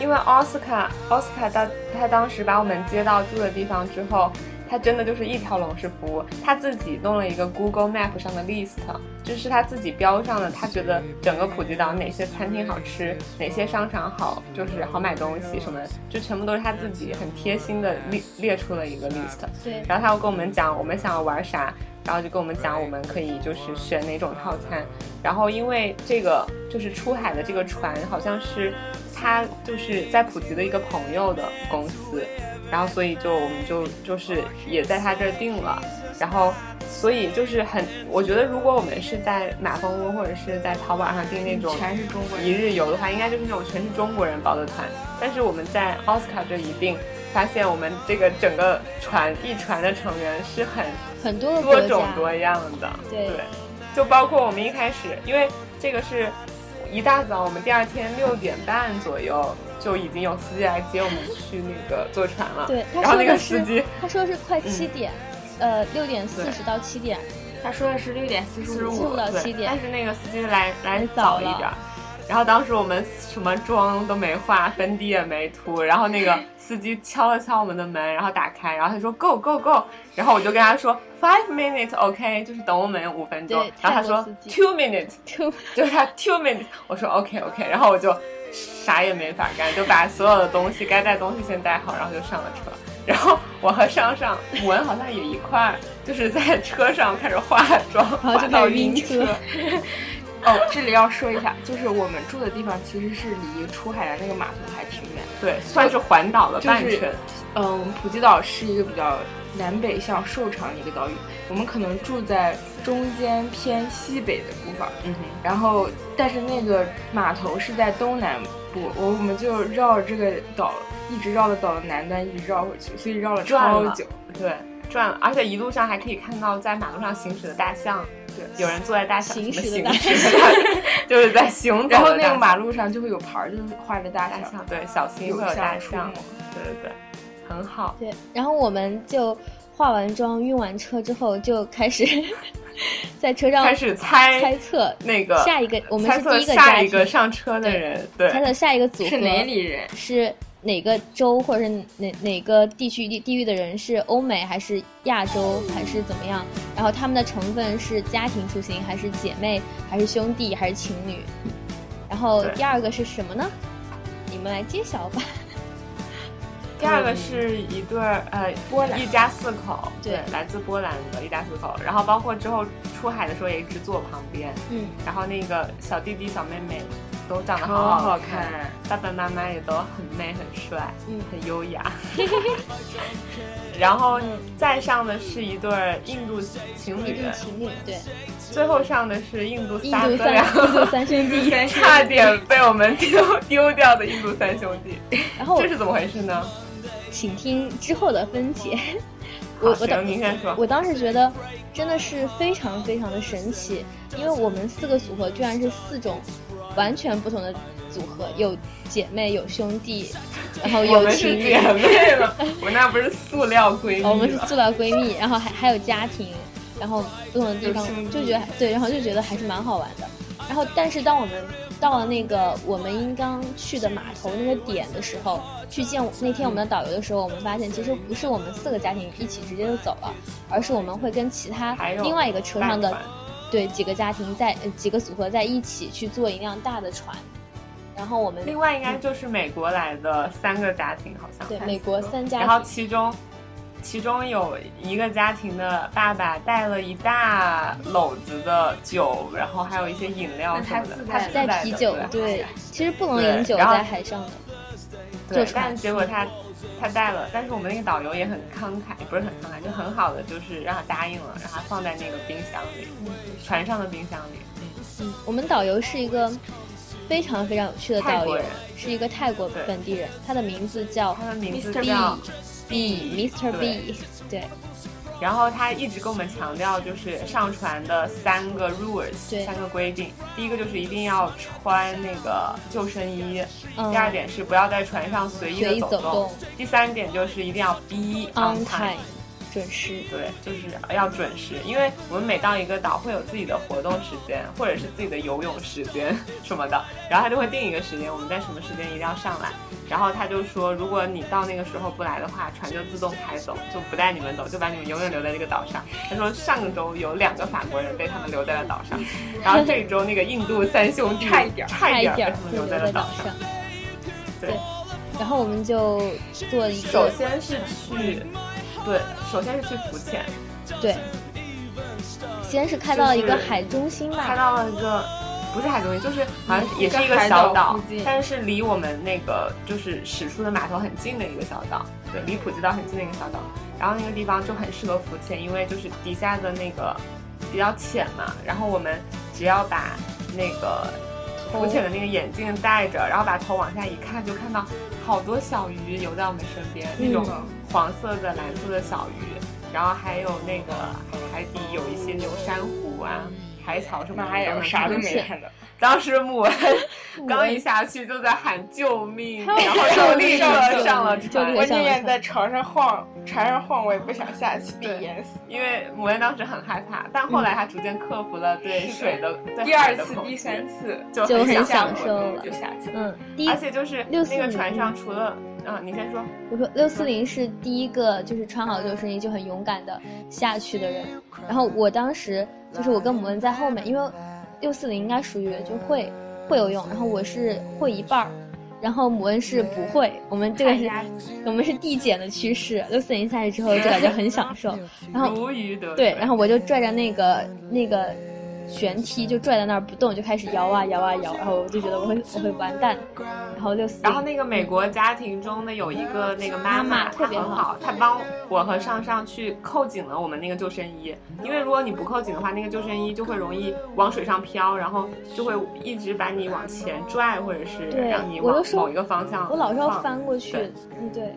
[SPEAKER 3] 因为奥斯卡，奥斯卡他他当时把我们接到住的地方之后，他真的就是一条龙式服务，他自己弄了一个 Google Map 上的 list，就是他自己标上了，他觉得整个普吉岛哪些餐厅好吃，哪些商场好，就是好买东西什么的，就全部都是他自己很贴心的列列出了一个 list。
[SPEAKER 2] 对，
[SPEAKER 4] 嗯
[SPEAKER 3] 然后他又跟我们讲我们想要玩啥，然后就跟我们讲我们可以就是选哪种套餐。然后因为这个就是出海的这个船好像是他就是在普吉的一个朋友的公司，然后所以就我们就就是也在他这儿订了，然后。所以就是很，我觉得如果我们是在马蜂窝或者是在淘宝上订那种
[SPEAKER 4] 嗯全是中国
[SPEAKER 3] 一
[SPEAKER 4] 人，
[SPEAKER 3] 日游的话，应该就是那种全是中国人报的团。但是我们在奥斯卡这一定发现，我们这个整个船一船的成员是很
[SPEAKER 2] 很多个
[SPEAKER 3] 多
[SPEAKER 2] 国家，
[SPEAKER 3] 种多样的，
[SPEAKER 2] 对
[SPEAKER 3] 就包括我们一开始，因为这个是一大早，我们第二天六点半左右就已经有司机来接我们去那个坐船了，
[SPEAKER 2] 对，他
[SPEAKER 3] 然后
[SPEAKER 2] 说
[SPEAKER 3] 那个
[SPEAKER 2] 的
[SPEAKER 3] 司
[SPEAKER 2] 是，
[SPEAKER 3] 机
[SPEAKER 2] 他说是快七
[SPEAKER 3] 嗯
[SPEAKER 2] 点，呃，六点四十到七点，
[SPEAKER 4] 他说的是六点四
[SPEAKER 3] 四
[SPEAKER 4] 十
[SPEAKER 3] 十
[SPEAKER 4] 五
[SPEAKER 3] 五，
[SPEAKER 2] 到
[SPEAKER 3] 对
[SPEAKER 2] 七点
[SPEAKER 3] 但是那个司机来来
[SPEAKER 2] 来
[SPEAKER 3] 早
[SPEAKER 2] 早
[SPEAKER 3] 一
[SPEAKER 2] 了
[SPEAKER 3] 点儿。然后当时我们什么妆都没化，粉底也没涂，然后那个司机敲了敲我们的门，然后打开，然后他说 go go go，然后我就跟他说 five minutes OK，就是等我们五分钟
[SPEAKER 2] 对，
[SPEAKER 3] 然后
[SPEAKER 2] 泰
[SPEAKER 3] 他
[SPEAKER 2] 国
[SPEAKER 3] 说
[SPEAKER 2] 司机
[SPEAKER 3] two minutes，
[SPEAKER 2] 就
[SPEAKER 3] 就是他 two minutes，我说 OK OK，然后我就啥也没法干，就把所有的东西该带东西先带好，然后就上了车。然后我和上上文好像也一块儿，就是在车上开始化
[SPEAKER 2] 然
[SPEAKER 3] 妆，
[SPEAKER 2] 后
[SPEAKER 3] 化
[SPEAKER 2] 就
[SPEAKER 3] 到
[SPEAKER 2] 开始晕
[SPEAKER 3] 晕
[SPEAKER 2] 车
[SPEAKER 3] 车。
[SPEAKER 4] 哦，这里要说一下，就是我们住的地方其实是离出海的那个码头还挺远。
[SPEAKER 3] 对，算是环岛的半
[SPEAKER 4] 就是
[SPEAKER 3] 程。
[SPEAKER 4] 嗯、我们普吉岛是一个比较南北向受长的一个岛屿，我们可能住在中间偏西北的部分，
[SPEAKER 3] 嗯哼，
[SPEAKER 4] 然后但是那个码头是在东南部，我我们就绕着这个岛，一直绕到岛的南端，一直绕回去，所以绕了
[SPEAKER 3] 转
[SPEAKER 4] 超
[SPEAKER 3] 了
[SPEAKER 4] 久。
[SPEAKER 3] 对，转了，而且一路上还可以看到在马路上行驶的大象，
[SPEAKER 4] 对，
[SPEAKER 3] 有人坐在大象
[SPEAKER 2] 行
[SPEAKER 3] 什么
[SPEAKER 2] 驶的
[SPEAKER 3] 行
[SPEAKER 2] 大
[SPEAKER 3] 驶的大象， 就是在行走的
[SPEAKER 4] 然后
[SPEAKER 3] 大
[SPEAKER 4] 那个
[SPEAKER 3] 象
[SPEAKER 4] 马路上就会有牌儿，就是画着大
[SPEAKER 3] 大
[SPEAKER 4] 象，
[SPEAKER 3] 象，对，小心会有大
[SPEAKER 4] 象出
[SPEAKER 3] 象
[SPEAKER 4] 没，。
[SPEAKER 3] 对对对，很好。
[SPEAKER 2] 对，然后我们就化完妆、晕完车之后，就开始 在车上
[SPEAKER 3] 开始猜
[SPEAKER 2] 猜测
[SPEAKER 3] 那个
[SPEAKER 2] 下一个，我们
[SPEAKER 3] 猜
[SPEAKER 2] 是第一
[SPEAKER 3] 测
[SPEAKER 2] 个
[SPEAKER 3] 下
[SPEAKER 2] 家
[SPEAKER 3] 一
[SPEAKER 2] 庭，
[SPEAKER 3] 个上车的人，对
[SPEAKER 2] 猜测下一个组合
[SPEAKER 4] 是哪里人？
[SPEAKER 2] 是哪个州或者是哪哪个地区地地域的人是欧美还是亚洲还是怎么样？然后他们的成分是家庭出行还是姐妹还是兄弟还是情侣？然后
[SPEAKER 3] 对
[SPEAKER 2] 第二个是什么呢？你们来揭晓吧。
[SPEAKER 3] 第二个是一对儿呃
[SPEAKER 4] 波兰
[SPEAKER 3] 一家四口，
[SPEAKER 2] 嗯对
[SPEAKER 3] 来自波兰的一家四口，然后包括之后出海的时候也一直坐我旁边，
[SPEAKER 2] 嗯，
[SPEAKER 3] 然后那个小弟弟小妹妹都长得
[SPEAKER 4] 超
[SPEAKER 3] 好
[SPEAKER 4] 好
[SPEAKER 3] 看，
[SPEAKER 4] 看。
[SPEAKER 3] 爸爸妈妈也都很美很帅，
[SPEAKER 2] 嗯
[SPEAKER 3] 很优 雅。然后再上的是一对儿印度情
[SPEAKER 2] 一
[SPEAKER 3] 侣，
[SPEAKER 2] 对情侣，对，
[SPEAKER 3] 最后上的是印度
[SPEAKER 2] 印
[SPEAKER 3] 三
[SPEAKER 2] 度
[SPEAKER 3] 哥俩
[SPEAKER 2] 三，印度三兄 弟。
[SPEAKER 3] 差点被我们丢丢掉的印度三兄弟，
[SPEAKER 2] 然后我
[SPEAKER 3] 这是怎么回事呢？
[SPEAKER 2] 请听之后的分解。我
[SPEAKER 3] 好
[SPEAKER 2] 我当
[SPEAKER 3] 行，您先说。
[SPEAKER 2] 我当时觉得真的是非常非常的神奇，因为我们四个组合居然是四种完全不同的组合，有姐妹，有兄弟，然后
[SPEAKER 3] 我
[SPEAKER 2] 哦有
[SPEAKER 3] 们
[SPEAKER 2] 情
[SPEAKER 3] 是
[SPEAKER 2] 侣
[SPEAKER 3] 姐，妹了，我那不是塑料闺蜜
[SPEAKER 2] 我
[SPEAKER 3] 啊吗？
[SPEAKER 2] 哦们是塑料闺蜜，然后还还有家庭，然后不同的地方
[SPEAKER 4] 有兄弟
[SPEAKER 2] 就觉得对，然后就觉得还是蛮好玩的。然后，但是当我们到了那个我们应当去的码头那个点的时候，去见我那天我们的导游的时候，我们发现其实不是我们四个家庭一起直接就走了，而是我们会跟其他
[SPEAKER 3] 还有
[SPEAKER 2] 另外一个车
[SPEAKER 3] 大
[SPEAKER 2] 上的
[SPEAKER 3] 团
[SPEAKER 2] 对几个家庭在呃几个组合在一起去坐一辆大的船，然后我们
[SPEAKER 3] 另外应该就是美国来的三个家庭，好像
[SPEAKER 2] 对美国三家
[SPEAKER 3] 然后
[SPEAKER 2] 庭
[SPEAKER 3] 其中其中有一个家庭的爸爸带了一大篓子的酒，然后还有一些饮料什么的，
[SPEAKER 4] 那他自带
[SPEAKER 3] 自
[SPEAKER 2] 在
[SPEAKER 3] 带
[SPEAKER 2] 啤
[SPEAKER 3] 的
[SPEAKER 2] 酒，
[SPEAKER 3] 对
[SPEAKER 2] 对，其实不能
[SPEAKER 3] 对
[SPEAKER 2] 饮酒
[SPEAKER 3] 然后
[SPEAKER 2] 在海上的，
[SPEAKER 3] 对
[SPEAKER 2] 坐，船
[SPEAKER 3] 但结果他他带了，但是我们那个导游也很慷慨，不是很慷慨，就很好的就是让他答应了，让他放在那个冰箱里，船上的冰箱里。
[SPEAKER 2] 嗯，我们导游是一个非常非常有趣的
[SPEAKER 3] 泰
[SPEAKER 2] 导游
[SPEAKER 3] 国人，
[SPEAKER 2] 是一个泰国
[SPEAKER 3] 对
[SPEAKER 2] 本地人，他的名字叫
[SPEAKER 3] 他的名字
[SPEAKER 4] Mr.
[SPEAKER 3] 叫
[SPEAKER 2] B Mr.
[SPEAKER 3] 对
[SPEAKER 2] B，对
[SPEAKER 3] 然后他一直跟我们强调，就是上船的三个 rules，
[SPEAKER 2] 对
[SPEAKER 3] 三个规定。第一个就是一定要穿那个救生衣，
[SPEAKER 2] 嗯
[SPEAKER 3] 第二点是不要在船上随意
[SPEAKER 2] 随
[SPEAKER 3] 的
[SPEAKER 2] 意
[SPEAKER 3] 走
[SPEAKER 2] 走动
[SPEAKER 3] 第三点就是一定要 be
[SPEAKER 2] ，on
[SPEAKER 3] on time
[SPEAKER 2] time，。准时。
[SPEAKER 3] 对，就是要准时，因为我们每到一个岛会有自己的活动时间，或者是自己的游泳时间什么的，然后他就会定一个时间，我们在什么时间一定要上来。然后他就说，如果你到那个时候不来的话，船就自动开走，就不带你们走，就把你们永远留在这个岛上。他说上周有两个法国人被他们留在了岛上，然后这一周那个印度三兄弟
[SPEAKER 4] 差一点儿
[SPEAKER 3] 差一
[SPEAKER 2] 一
[SPEAKER 3] 点
[SPEAKER 2] 点
[SPEAKER 3] 儿
[SPEAKER 2] 儿
[SPEAKER 3] 被他
[SPEAKER 2] 会
[SPEAKER 3] 们留
[SPEAKER 2] 留
[SPEAKER 3] 在
[SPEAKER 2] 在
[SPEAKER 3] 了岛
[SPEAKER 2] 岛
[SPEAKER 3] 上。
[SPEAKER 2] 上。
[SPEAKER 3] 对
[SPEAKER 2] 然后我们就做一
[SPEAKER 3] 首
[SPEAKER 2] 个
[SPEAKER 3] 先是去，对，首先是去浮潜，
[SPEAKER 2] 对，先是开到一个
[SPEAKER 3] 就是
[SPEAKER 2] 海中心吧，
[SPEAKER 3] 开到了一个不是海中心，就是好像嗯也是一
[SPEAKER 4] 一
[SPEAKER 3] 个
[SPEAKER 4] 个海
[SPEAKER 3] 小
[SPEAKER 4] 岛
[SPEAKER 3] 岛
[SPEAKER 4] 附近，
[SPEAKER 3] 但是离我们那个就是驶出的码头很近的一个小岛，对，离普吉岛很近的一个小岛。然后那个地方就很适合浮潜，因为就是底下的那个比较浅嘛，然后我们只要把那个
[SPEAKER 2] 头
[SPEAKER 3] 浮潜的那个眼镜戴着，然后把头往下一看，就看到好多小鱼游在我们身边，那种
[SPEAKER 4] 嗯
[SPEAKER 3] 黄色的、蓝色的小鱼，然后还有那个海底有一些那种珊瑚啊、海草什么的，
[SPEAKER 4] 妈
[SPEAKER 2] 嗯
[SPEAKER 4] 呀，我啥都没看到。
[SPEAKER 3] 当时母恩
[SPEAKER 2] 恩
[SPEAKER 3] 刚一下去就在喊救命，
[SPEAKER 2] 还有
[SPEAKER 3] 然后就立
[SPEAKER 4] 立
[SPEAKER 3] 刻
[SPEAKER 4] 刻
[SPEAKER 3] 上
[SPEAKER 4] 上
[SPEAKER 3] 了
[SPEAKER 4] 了
[SPEAKER 2] 就立
[SPEAKER 3] 船
[SPEAKER 2] 刻。
[SPEAKER 4] 我宁愿啊在床上晃，船上晃，我也不想下去被
[SPEAKER 3] 对
[SPEAKER 4] 淹死。
[SPEAKER 3] 因为母恩当时很害怕，但后来她逐渐克服了对
[SPEAKER 4] 是的
[SPEAKER 3] 水的
[SPEAKER 2] 嗯
[SPEAKER 3] 对
[SPEAKER 4] 第二
[SPEAKER 3] 海的
[SPEAKER 4] 次、
[SPEAKER 3] 恐
[SPEAKER 4] 第
[SPEAKER 3] 惧
[SPEAKER 4] 三次
[SPEAKER 3] 就
[SPEAKER 2] 就很
[SPEAKER 3] 享
[SPEAKER 2] 享
[SPEAKER 3] 受
[SPEAKER 2] 受了
[SPEAKER 4] 就下去了。
[SPEAKER 2] 嗯，第一
[SPEAKER 3] 而且就是那
[SPEAKER 2] 640
[SPEAKER 3] 个船上除了嗯，你先说，
[SPEAKER 2] 我说六四零是第一个，就是穿好救生衣就很勇敢的下去的人。然后我当时就是我跟母恩在后面，因为六四零应该属于就会会游泳，然后我是会一半儿，然后母恩是不会。我们这个是
[SPEAKER 4] 旱鸭
[SPEAKER 2] 我们是递减的趋势，六四零下去之后就感觉很享 受。然后
[SPEAKER 3] 如鱼得
[SPEAKER 2] 对，
[SPEAKER 3] 水
[SPEAKER 2] 然后我就拽着那个那个悬梯就拽在那儿不动，就开始摇啊摇啊摇，然后我就觉得我会我会完蛋。然后六四
[SPEAKER 3] 然后那个美国家庭中的有一个那个妈
[SPEAKER 2] 妈妈
[SPEAKER 3] 她
[SPEAKER 2] 特别
[SPEAKER 3] 很
[SPEAKER 2] 好
[SPEAKER 3] 好，她帮我和上上去扣紧了我们那个救生衣，因为如果你不扣紧的话，那个救生衣就会容易往水上飘，然后就会一直把你往前拽，或者是
[SPEAKER 2] 对
[SPEAKER 3] 让你
[SPEAKER 2] 我
[SPEAKER 3] 往
[SPEAKER 2] 就说
[SPEAKER 3] 某一个方向。
[SPEAKER 2] 我老是要。翻过去
[SPEAKER 3] 对，
[SPEAKER 2] 嗯对。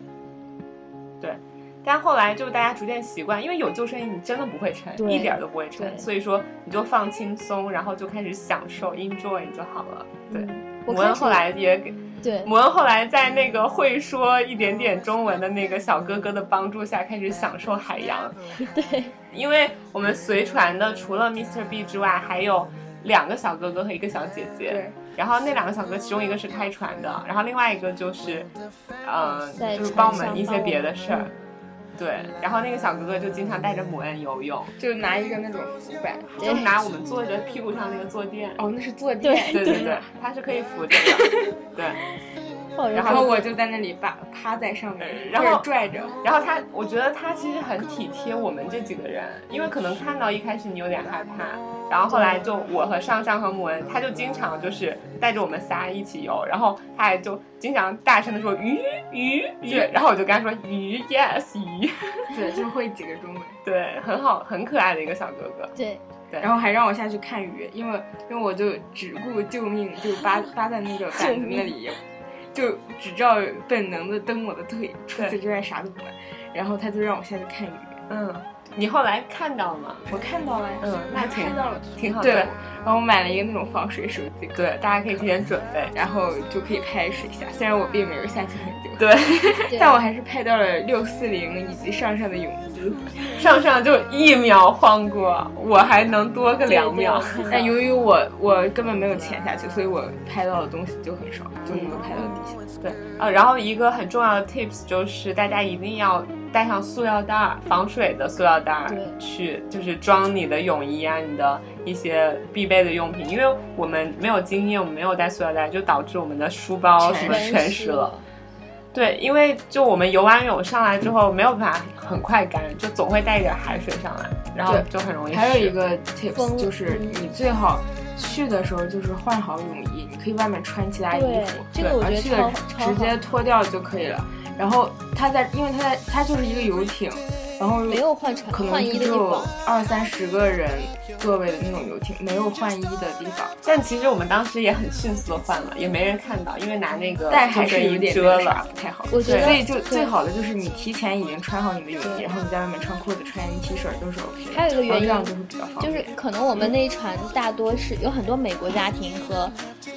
[SPEAKER 3] 但后来就大家逐渐习惯，因为有救生衣，你真的不会沉，
[SPEAKER 2] 对
[SPEAKER 3] 一点儿都不会沉，
[SPEAKER 2] 对
[SPEAKER 3] 所以说你就放轻松，然后就开始享受 enjoy 就好了。对，
[SPEAKER 2] 嗯我
[SPEAKER 3] 我
[SPEAKER 2] 开
[SPEAKER 3] 们
[SPEAKER 2] 始
[SPEAKER 3] 后来也给
[SPEAKER 2] 对
[SPEAKER 3] 摩恩后来在那个会说一点点中文的那个小哥哥的帮助下，开始享受海洋。
[SPEAKER 2] 对
[SPEAKER 3] 因为我们随船的除了 Mr. B 之外，还有两个小哥哥和一个小姐姐
[SPEAKER 4] 对。
[SPEAKER 3] 然后那两个小哥，其中一个是开船的，然后另外一个就是，呃，
[SPEAKER 2] 在
[SPEAKER 3] 就是
[SPEAKER 2] 船
[SPEAKER 3] 帮我们
[SPEAKER 2] 上
[SPEAKER 3] 一些
[SPEAKER 2] 帮我
[SPEAKER 3] 别的
[SPEAKER 2] 们嗯
[SPEAKER 3] 事儿。对，然后那个小哥哥就经常带着母恩游泳，
[SPEAKER 4] 就拿一个那种浮板。
[SPEAKER 3] 就拿我们坐着屁股上那个 坐垫，
[SPEAKER 4] 哦，那是坐垫。
[SPEAKER 3] 对对对，他是可以扶着的，对。
[SPEAKER 2] 抱着
[SPEAKER 3] 然
[SPEAKER 4] 然后
[SPEAKER 2] 手
[SPEAKER 4] 我就在那里把趴在上面，
[SPEAKER 3] 然后
[SPEAKER 4] 或者拽着。
[SPEAKER 3] 然后他，我觉得他其实很体贴我们这几个人，因为可能看到一开始你有点害怕，然后后来就我和上上和母恩，他就经常就是带着我们仨一起游，然后他还就经常大声的说鱼鱼鱼，
[SPEAKER 4] 对
[SPEAKER 3] 然后我就跟他说鱼 yes 鱼，
[SPEAKER 4] 对，就会几个中文。
[SPEAKER 3] 对，很好，很可爱的一个小哥哥，
[SPEAKER 2] 对
[SPEAKER 3] 对
[SPEAKER 4] 然后还让我下去看鱼，因为因为我就只顾救命，就扒扒在那个板子那里，就只知道本能的蹬我的腿，除此之外啥都不管。然后他就让我下去看鱼，
[SPEAKER 3] 嗯，你后来看到了吗？
[SPEAKER 4] 我看到了，
[SPEAKER 3] 嗯那
[SPEAKER 4] 我
[SPEAKER 3] 挺
[SPEAKER 4] 看到了，
[SPEAKER 3] 挺好
[SPEAKER 4] 对
[SPEAKER 3] 的，
[SPEAKER 4] 然后我买了一个那种防水手机壳，
[SPEAKER 3] 对，大家可以提前准备，
[SPEAKER 4] 然后就可以拍水下。虽然我并没有下去很久，
[SPEAKER 3] 对，
[SPEAKER 2] 对，
[SPEAKER 4] 但我还是拍到了六四零以及上上的泳
[SPEAKER 3] 嗯
[SPEAKER 4] 姿。
[SPEAKER 3] 上上就一秒晃过，我还能多个
[SPEAKER 2] 对
[SPEAKER 3] 两
[SPEAKER 2] 对
[SPEAKER 3] 秒
[SPEAKER 2] 我，看到
[SPEAKER 4] 但由于我我根本没有潜下去，所以我拍到的东西就很少，就能够拍到底下。
[SPEAKER 3] 对，呃，然后一个很重要的 tips 就是大家一定要带上塑料袋儿，防水的塑料袋儿
[SPEAKER 2] 对
[SPEAKER 3] 去，就是装你的泳衣啊，你的一些必备的用品。因为我们没有经验，我们没有带塑料袋，就导致我们的书包什么
[SPEAKER 4] 全
[SPEAKER 3] 全湿了。。对，因为就我们游完泳上来之后没有办法很快干，就总会带一点海水上来，然后
[SPEAKER 4] 对
[SPEAKER 3] 就很容易。
[SPEAKER 4] 还有一，个 tips
[SPEAKER 2] 风嗯
[SPEAKER 4] 就是你最好去的时候就是换好泳衣，你可以外面穿其他衣
[SPEAKER 2] 对
[SPEAKER 4] 服，，
[SPEAKER 2] 这个我
[SPEAKER 4] 然
[SPEAKER 2] 觉得
[SPEAKER 4] 后去
[SPEAKER 2] 超
[SPEAKER 4] 的
[SPEAKER 2] 超好
[SPEAKER 4] 直接脱掉就可以了。然后它在，因为它在，它就是一个游艇，然后
[SPEAKER 2] 没有换船
[SPEAKER 4] 可能
[SPEAKER 2] 换衣的
[SPEAKER 4] 只
[SPEAKER 2] 地
[SPEAKER 4] 有
[SPEAKER 2] 方，
[SPEAKER 4] 二三十个人座位的那种游艇，没有换衣的地方。
[SPEAKER 3] 但其实我们当时也很迅速的换了，也没人看到，因为拿那个
[SPEAKER 4] 但还
[SPEAKER 3] 救
[SPEAKER 4] 是
[SPEAKER 3] 生
[SPEAKER 4] 有
[SPEAKER 3] 衣
[SPEAKER 4] 点
[SPEAKER 3] 遮
[SPEAKER 4] 那个啥
[SPEAKER 3] 了。
[SPEAKER 4] 不太好。
[SPEAKER 2] 我觉得
[SPEAKER 4] 所以就
[SPEAKER 2] 对
[SPEAKER 4] 最好的就是你提前已经穿好你的泳衣，
[SPEAKER 2] 对
[SPEAKER 4] 然后你在外面穿裤子、穿 T 恤都是 OK 的。
[SPEAKER 2] 还有一个
[SPEAKER 4] 然后
[SPEAKER 2] 原因
[SPEAKER 4] 这样就是比较方
[SPEAKER 2] 就
[SPEAKER 4] 便。
[SPEAKER 2] 是可能我们那一船大多是有很多美国家庭和，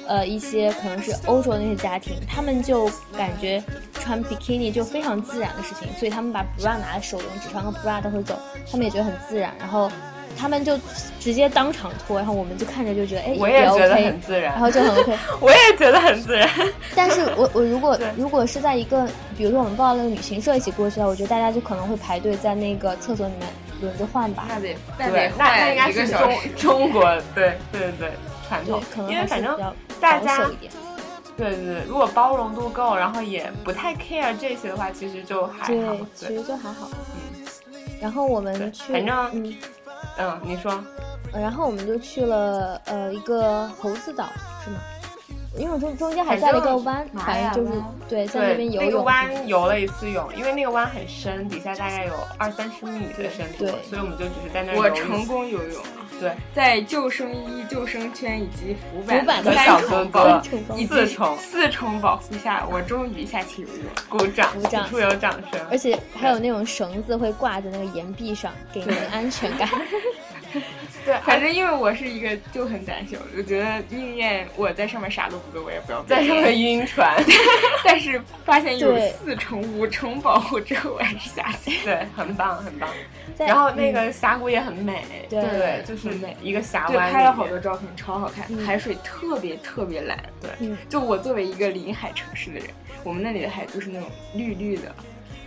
[SPEAKER 2] 呃一些可能是欧洲那些家庭，他们就感觉穿比基尼就非常自然的事情，所以他们把 bra 拿在手中，只穿个 bra 都会走，他们也觉得很自然，然后他们就直接当场脱，然后我们就看着就觉得哎
[SPEAKER 3] 我也觉
[SPEAKER 2] OK，
[SPEAKER 3] 得很自然
[SPEAKER 2] 然后就很 OK。
[SPEAKER 3] 我也觉得很自然。
[SPEAKER 2] 但 是我我如果
[SPEAKER 3] 对
[SPEAKER 2] 如果是在一个，比如说我们报那个旅行社一起过去的话，我觉得大家就可能会排队在那个厕所里面轮着换吧。
[SPEAKER 3] 嗯
[SPEAKER 4] 那得那
[SPEAKER 3] 对
[SPEAKER 4] 得，
[SPEAKER 3] 那那
[SPEAKER 4] 换
[SPEAKER 3] 应该
[SPEAKER 4] 一个
[SPEAKER 3] 是
[SPEAKER 4] 小
[SPEAKER 3] 中
[SPEAKER 4] 时。
[SPEAKER 3] 中国，对对对对，传
[SPEAKER 2] 对
[SPEAKER 3] 统，
[SPEAKER 2] 可能
[SPEAKER 3] 因为
[SPEAKER 2] 还是
[SPEAKER 3] 反正
[SPEAKER 2] 比较
[SPEAKER 3] 大
[SPEAKER 2] 保
[SPEAKER 3] 家
[SPEAKER 2] 守一点。
[SPEAKER 3] 对对对，如果包容度够，然后也不太 care 这些的话，其实就还好。
[SPEAKER 2] 对，其
[SPEAKER 3] 对，
[SPEAKER 2] 实就还好。
[SPEAKER 3] 嗯
[SPEAKER 2] 然后我
[SPEAKER 3] 对
[SPEAKER 2] 们去，
[SPEAKER 3] 反正
[SPEAKER 2] 嗯，呃
[SPEAKER 3] 嗯，你说，
[SPEAKER 2] 然后我们就去了呃一个猴子岛，是吗？因为我中中间还
[SPEAKER 3] 反
[SPEAKER 2] 在了一个
[SPEAKER 3] 正
[SPEAKER 2] 湾，
[SPEAKER 4] 玛
[SPEAKER 2] 反
[SPEAKER 4] 雅
[SPEAKER 2] 正就是
[SPEAKER 4] 湾
[SPEAKER 2] 对，在那
[SPEAKER 3] 对
[SPEAKER 2] 边，游
[SPEAKER 3] 那个
[SPEAKER 2] 泳。
[SPEAKER 3] 湾游了一次泳，因为那个湾很深，底下大概有二三十米的深度
[SPEAKER 2] 对，
[SPEAKER 3] 所以我们就只是在那儿
[SPEAKER 4] 我
[SPEAKER 3] 游泳
[SPEAKER 4] 成功游泳了，
[SPEAKER 3] 对
[SPEAKER 4] 在救生衣、救生圈以及浮
[SPEAKER 2] 浮板
[SPEAKER 4] 板
[SPEAKER 2] 的
[SPEAKER 4] 三
[SPEAKER 3] 小哥
[SPEAKER 4] 重保
[SPEAKER 3] 哥
[SPEAKER 2] 成功
[SPEAKER 4] 以及
[SPEAKER 3] 四重
[SPEAKER 4] 四重保护下，我终于下起游泳。
[SPEAKER 3] 鼓掌，
[SPEAKER 2] 鼓掌
[SPEAKER 3] 此处有掌声。
[SPEAKER 2] 而且还有那种绳子会挂在那个岩壁上，给你安全感。
[SPEAKER 3] 对，
[SPEAKER 4] 反正因为我是一个就很胆小，我觉得宁愿我在上面啥都不做，我也不要被
[SPEAKER 3] 在上
[SPEAKER 4] 骗
[SPEAKER 3] 面晕船，
[SPEAKER 4] 但是发现有
[SPEAKER 2] 对
[SPEAKER 4] 四重、五重保护之后，我还是下去。
[SPEAKER 3] 对，很棒很棒。
[SPEAKER 2] 在
[SPEAKER 3] 然后那
[SPEAKER 2] 嗯
[SPEAKER 3] 个峡谷也很美，
[SPEAKER 2] 对
[SPEAKER 3] 对，就是
[SPEAKER 4] 很美
[SPEAKER 3] 一个峡
[SPEAKER 4] 对，
[SPEAKER 3] 湾，
[SPEAKER 4] 拍了好多。照片，超好看，
[SPEAKER 2] 嗯
[SPEAKER 4] 海水特别特别蓝。
[SPEAKER 3] 对
[SPEAKER 2] 嗯
[SPEAKER 4] 就我作为一个临海城市的人，我们那里的海就是那种绿绿的，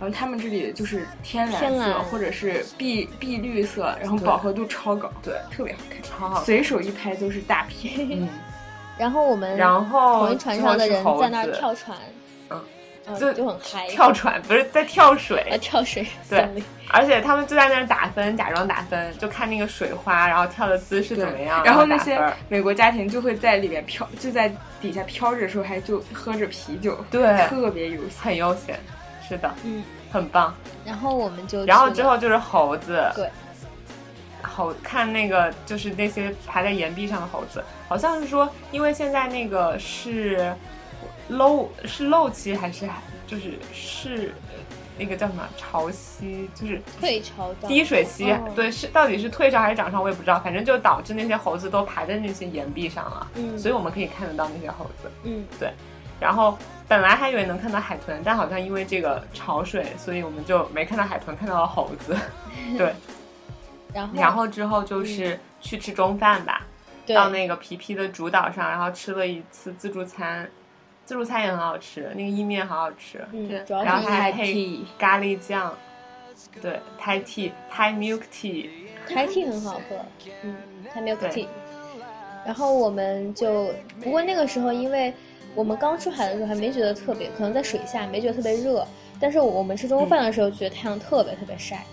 [SPEAKER 4] 然后他们这里就是天蓝
[SPEAKER 2] 天
[SPEAKER 4] 色
[SPEAKER 2] 蓝
[SPEAKER 4] 或者是碧碧绿色，然后
[SPEAKER 3] 对
[SPEAKER 4] 饱和度超高，
[SPEAKER 3] 对，
[SPEAKER 4] 特别好
[SPEAKER 3] 超
[SPEAKER 4] 看，
[SPEAKER 3] 好看。
[SPEAKER 4] 随手一拍都是大片。
[SPEAKER 3] 嗯，
[SPEAKER 2] 然后我们
[SPEAKER 3] 然后
[SPEAKER 2] 同一船上的人
[SPEAKER 3] 哦之后是猴
[SPEAKER 2] 在那儿
[SPEAKER 3] 子
[SPEAKER 2] 跳船，
[SPEAKER 3] 嗯
[SPEAKER 2] 嗯，
[SPEAKER 3] 就
[SPEAKER 2] 就很嗨，
[SPEAKER 3] 跳船不是在跳水，
[SPEAKER 2] 啊跳水，
[SPEAKER 3] 对
[SPEAKER 2] 森林
[SPEAKER 3] 而且他们就在那儿打分，假装打分，就看那个水花，然后跳的姿势
[SPEAKER 4] 对
[SPEAKER 3] 怎么样，
[SPEAKER 4] 然
[SPEAKER 3] 后
[SPEAKER 4] 后那
[SPEAKER 3] 打
[SPEAKER 4] 些
[SPEAKER 3] 分儿
[SPEAKER 4] 美国家庭就会在里面飘，就在底下飘着的时候，还就喝着啤酒，
[SPEAKER 3] 对，
[SPEAKER 4] 特别悠闲。
[SPEAKER 3] 很悠闲，是的，
[SPEAKER 2] 嗯，
[SPEAKER 3] 很棒。
[SPEAKER 2] 然后我们就
[SPEAKER 3] 然后
[SPEAKER 2] 去
[SPEAKER 3] 之
[SPEAKER 2] 了
[SPEAKER 3] 后就是猴子，
[SPEAKER 2] 对，
[SPEAKER 3] 猴看那个就是那些爬在岩壁上的猴子，好像是说，因为现在那个是漏是漏期还是就是是那个叫什么潮汐，就是
[SPEAKER 2] 退潮到
[SPEAKER 3] 滴水期，
[SPEAKER 2] 哦
[SPEAKER 3] 对，是到底是退潮还是涨潮，我也不知道，反正就导致那些猴子都爬在那些岩壁上了，
[SPEAKER 2] 嗯
[SPEAKER 3] 所以我们可以看得到那些猴子。
[SPEAKER 2] 嗯，
[SPEAKER 3] 然后本来还以为能看到海豚，但好像因为这个潮水，所以我们就没看到海豚，看到了猴子。对，
[SPEAKER 2] 然后
[SPEAKER 3] 然后之后就是去吃中饭吧，
[SPEAKER 2] 对
[SPEAKER 3] 到那个皮皮的主岛上，然后吃了一次自助餐，自助餐也很好吃，那个意面很好吃，
[SPEAKER 2] 嗯，
[SPEAKER 4] 对
[SPEAKER 2] 主要
[SPEAKER 3] 然后
[SPEAKER 2] 是
[SPEAKER 3] 它还
[SPEAKER 4] 意面
[SPEAKER 3] 配咖喱酱，对，Thai tea、Thai milk tea。
[SPEAKER 2] 台 T 很好喝，嗯，还没有
[SPEAKER 3] 对
[SPEAKER 2] T。然后我们就，不过那个时候因为我们刚出海的时候还没觉得特别，可能在水下没觉得特别热，但是我们吃中午饭的时候觉得太阳特别特别晒。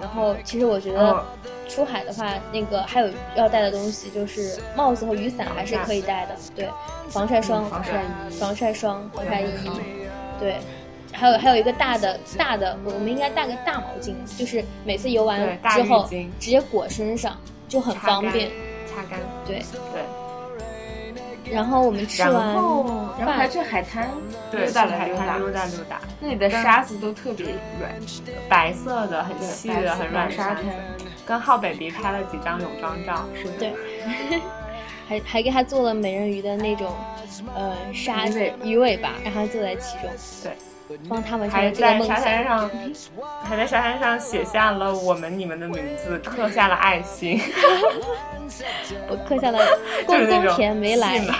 [SPEAKER 2] 然后其实我觉得
[SPEAKER 4] 嗯
[SPEAKER 2] 出海的话，那个还有要带的东西就是帽子和雨伞还是可以带的，对，防晒霜、
[SPEAKER 4] 防晒衣
[SPEAKER 2] 防晒霜、防晒衣，对。还有还有一个大的大的，我们应该带个大毛巾，就是每次游完
[SPEAKER 3] 对大
[SPEAKER 2] 之
[SPEAKER 3] 浴
[SPEAKER 2] 后
[SPEAKER 3] 巾
[SPEAKER 2] 直接裹身上，就很
[SPEAKER 3] 擦
[SPEAKER 2] 方
[SPEAKER 3] 干
[SPEAKER 2] 便。
[SPEAKER 3] 擦干，
[SPEAKER 2] 对，
[SPEAKER 3] 对
[SPEAKER 2] 然后我们吃
[SPEAKER 3] 然
[SPEAKER 2] 完，
[SPEAKER 3] 哦
[SPEAKER 4] 然后还去海滩
[SPEAKER 3] 对，
[SPEAKER 4] 溜达
[SPEAKER 3] 去
[SPEAKER 4] 了
[SPEAKER 3] 海
[SPEAKER 4] 溜
[SPEAKER 3] 滩
[SPEAKER 4] 达，
[SPEAKER 3] 溜达溜达，
[SPEAKER 4] 那里的沙子都特别软，
[SPEAKER 3] 白色的很细
[SPEAKER 4] 白
[SPEAKER 3] 的
[SPEAKER 4] 色
[SPEAKER 3] 很软的
[SPEAKER 4] 沙滩，
[SPEAKER 3] 跟浩 baby 拍了几张泳装照，
[SPEAKER 4] 是的。
[SPEAKER 2] 对， 还还给他做了美人鱼的那种，呃，沙
[SPEAKER 4] 鱼尾
[SPEAKER 2] 鱼尾巴，让他坐在其中，
[SPEAKER 3] 对，
[SPEAKER 2] 帮他完成
[SPEAKER 3] 还
[SPEAKER 2] 了这个
[SPEAKER 3] 在
[SPEAKER 2] 梦
[SPEAKER 3] 沙滩
[SPEAKER 2] 想。
[SPEAKER 3] 上，还在沙滩上写下了我们你们的名字，刻下了爱心，
[SPEAKER 2] 我刻下了
[SPEAKER 3] 就
[SPEAKER 2] 公
[SPEAKER 3] 是那
[SPEAKER 2] 公
[SPEAKER 3] 种
[SPEAKER 2] 田没来
[SPEAKER 3] 戏，码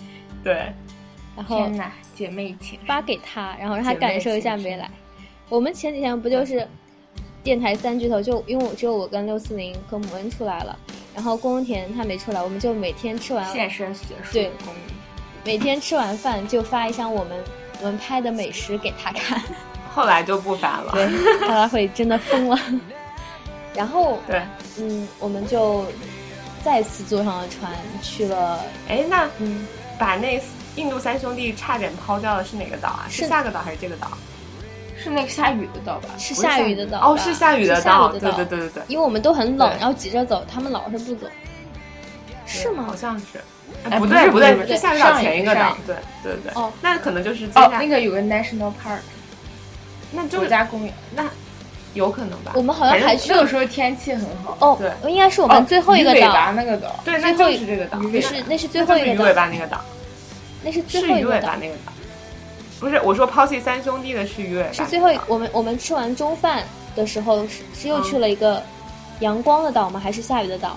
[SPEAKER 3] 对，
[SPEAKER 2] 然后
[SPEAKER 4] 天哪，姐妹情！
[SPEAKER 2] 发给他，然后让他
[SPEAKER 3] 姐妹
[SPEAKER 2] 感受一下
[SPEAKER 3] 情
[SPEAKER 2] 没来。我们前几天不就是电台三巨头，就因为我只有我跟六四零和母恩出来了，然后宫田他没出来，我们就
[SPEAKER 4] 呃
[SPEAKER 2] 每天吃完
[SPEAKER 4] 现身学术
[SPEAKER 2] 对
[SPEAKER 4] 公民，
[SPEAKER 2] 每天吃完饭就发一张我们我们拍的美食给他看，
[SPEAKER 3] 后来就不发了。
[SPEAKER 2] 对， 他会真的疯 了。然后，
[SPEAKER 3] 对，
[SPEAKER 2] 嗯，我们就再次坐上了船，去了，
[SPEAKER 3] 哎，那
[SPEAKER 2] 嗯，
[SPEAKER 3] 把那印度三兄弟差点抛掉的是哪个岛啊？是
[SPEAKER 2] 是
[SPEAKER 3] 下个岛还是这个岛？
[SPEAKER 4] 是那个下雨的岛吧？
[SPEAKER 2] 是
[SPEAKER 3] 不是
[SPEAKER 2] 下雨的岛
[SPEAKER 3] 哦，
[SPEAKER 2] 吧
[SPEAKER 3] 是下雨的
[SPEAKER 2] 岛，
[SPEAKER 3] 对对对对对，
[SPEAKER 2] 因为我们都很冷，
[SPEAKER 3] 对
[SPEAKER 2] 然后急着走，他们老是不走，是
[SPEAKER 3] 对
[SPEAKER 2] 吗
[SPEAKER 3] 好？像是。
[SPEAKER 4] 哎
[SPEAKER 3] 不
[SPEAKER 4] 不
[SPEAKER 3] 对
[SPEAKER 4] 是
[SPEAKER 3] 不
[SPEAKER 4] 不
[SPEAKER 3] 对
[SPEAKER 4] 是不，
[SPEAKER 2] 是
[SPEAKER 3] 是下个岛
[SPEAKER 4] 上一
[SPEAKER 3] 前一个
[SPEAKER 4] 个
[SPEAKER 3] 岛
[SPEAKER 4] 上一，
[SPEAKER 3] 对对对。
[SPEAKER 2] 哦，
[SPEAKER 3] 那可能就是接
[SPEAKER 4] 哦，
[SPEAKER 3] 下
[SPEAKER 4] 那个有个 national park
[SPEAKER 3] 那就
[SPEAKER 4] 国家公园，
[SPEAKER 3] 那有可能吧。
[SPEAKER 2] 我们好像
[SPEAKER 3] 反正
[SPEAKER 2] 还去
[SPEAKER 4] 那
[SPEAKER 2] 了
[SPEAKER 4] 个时候天气很好。哦
[SPEAKER 2] 哦
[SPEAKER 3] 对，
[SPEAKER 2] 应该是我们最后一个
[SPEAKER 4] 鱼尾
[SPEAKER 2] 岛，
[SPEAKER 4] 巴那个岛，
[SPEAKER 3] 对，
[SPEAKER 2] 最
[SPEAKER 3] 那
[SPEAKER 2] 后
[SPEAKER 3] 就是这个岛，
[SPEAKER 2] 不
[SPEAKER 4] 鱼尾
[SPEAKER 2] 是，那是最
[SPEAKER 3] 那
[SPEAKER 2] 后
[SPEAKER 3] 就
[SPEAKER 2] 一
[SPEAKER 3] 是鱼
[SPEAKER 2] 个
[SPEAKER 3] 尾
[SPEAKER 2] 岛，
[SPEAKER 3] 巴那个岛，
[SPEAKER 2] 那是
[SPEAKER 3] 是
[SPEAKER 2] 最后一
[SPEAKER 3] 鱼
[SPEAKER 2] 个
[SPEAKER 3] 尾
[SPEAKER 2] 岛
[SPEAKER 3] 巴，那个岛。不是，我说抛弃三兄弟的是鱼尾巴，
[SPEAKER 2] 是最后一我们我们吃完中饭的时候是是又去了一个阳光的岛吗？还是下雨的岛？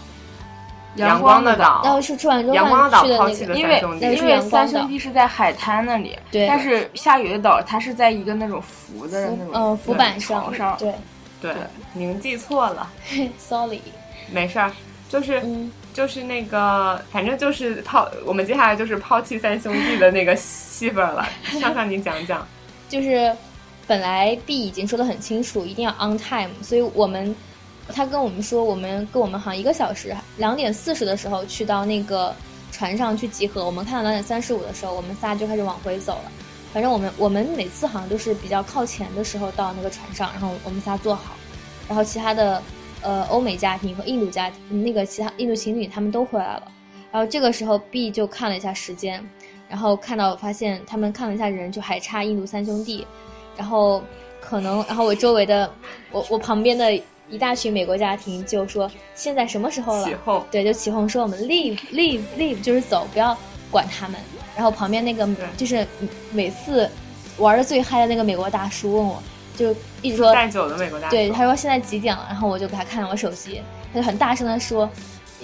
[SPEAKER 3] 阳光的岛，
[SPEAKER 2] 然后是吃完中
[SPEAKER 3] 哦阳光的
[SPEAKER 2] 饭
[SPEAKER 3] 岛
[SPEAKER 2] 去的
[SPEAKER 3] 抛弃
[SPEAKER 2] 那
[SPEAKER 3] 了
[SPEAKER 2] 个，那
[SPEAKER 3] 三兄弟
[SPEAKER 4] 因为
[SPEAKER 2] 个
[SPEAKER 4] 因为三兄弟是在海滩那里，
[SPEAKER 2] 对
[SPEAKER 4] 但是下雨的岛它是在一个那种浮的那
[SPEAKER 2] 浮
[SPEAKER 4] 种
[SPEAKER 2] 呃浮板
[SPEAKER 4] 上，上
[SPEAKER 2] 对
[SPEAKER 3] 对，您记错了，
[SPEAKER 2] ，sorry，
[SPEAKER 3] 没事儿，就是
[SPEAKER 2] 嗯，
[SPEAKER 3] 就是那个，反正就是抛，我们接下来就是抛弃三兄弟的那个戏份了。上上，你讲讲，
[SPEAKER 2] 就是本来 B 已经说的很清楚，一定要 on time，所以我们他跟我们说，我们跟我们好像一个小时，两点四十的时候去到那个船上去集合。我们看到两点三十五的时候，我们仨就开始往回走了。反正我们我们每次好像都是比较靠前的时候到那个船上，然后我们仨坐好，然后其他的呃欧美家庭和印度家庭那个其他印度情侣他们都回来了。然后这个时候 B 就看了一下时间，然后看到发现他们看了一下人，就还差印度三兄弟，然后可能，然后我周围的，我我旁边的一大群美国家庭就说现在什么时候了
[SPEAKER 3] 起？哄，
[SPEAKER 2] 对，就起哄说我们 leave leave leave，就是走，不要管他们。然后旁边那个
[SPEAKER 3] 对
[SPEAKER 2] 就是每次玩的最嗨的那个美国大叔问我，就一直说
[SPEAKER 3] 带酒的美国大叔，
[SPEAKER 2] 呃对，他说现在几点了？然后我就给他看我手机，他就很大声的说，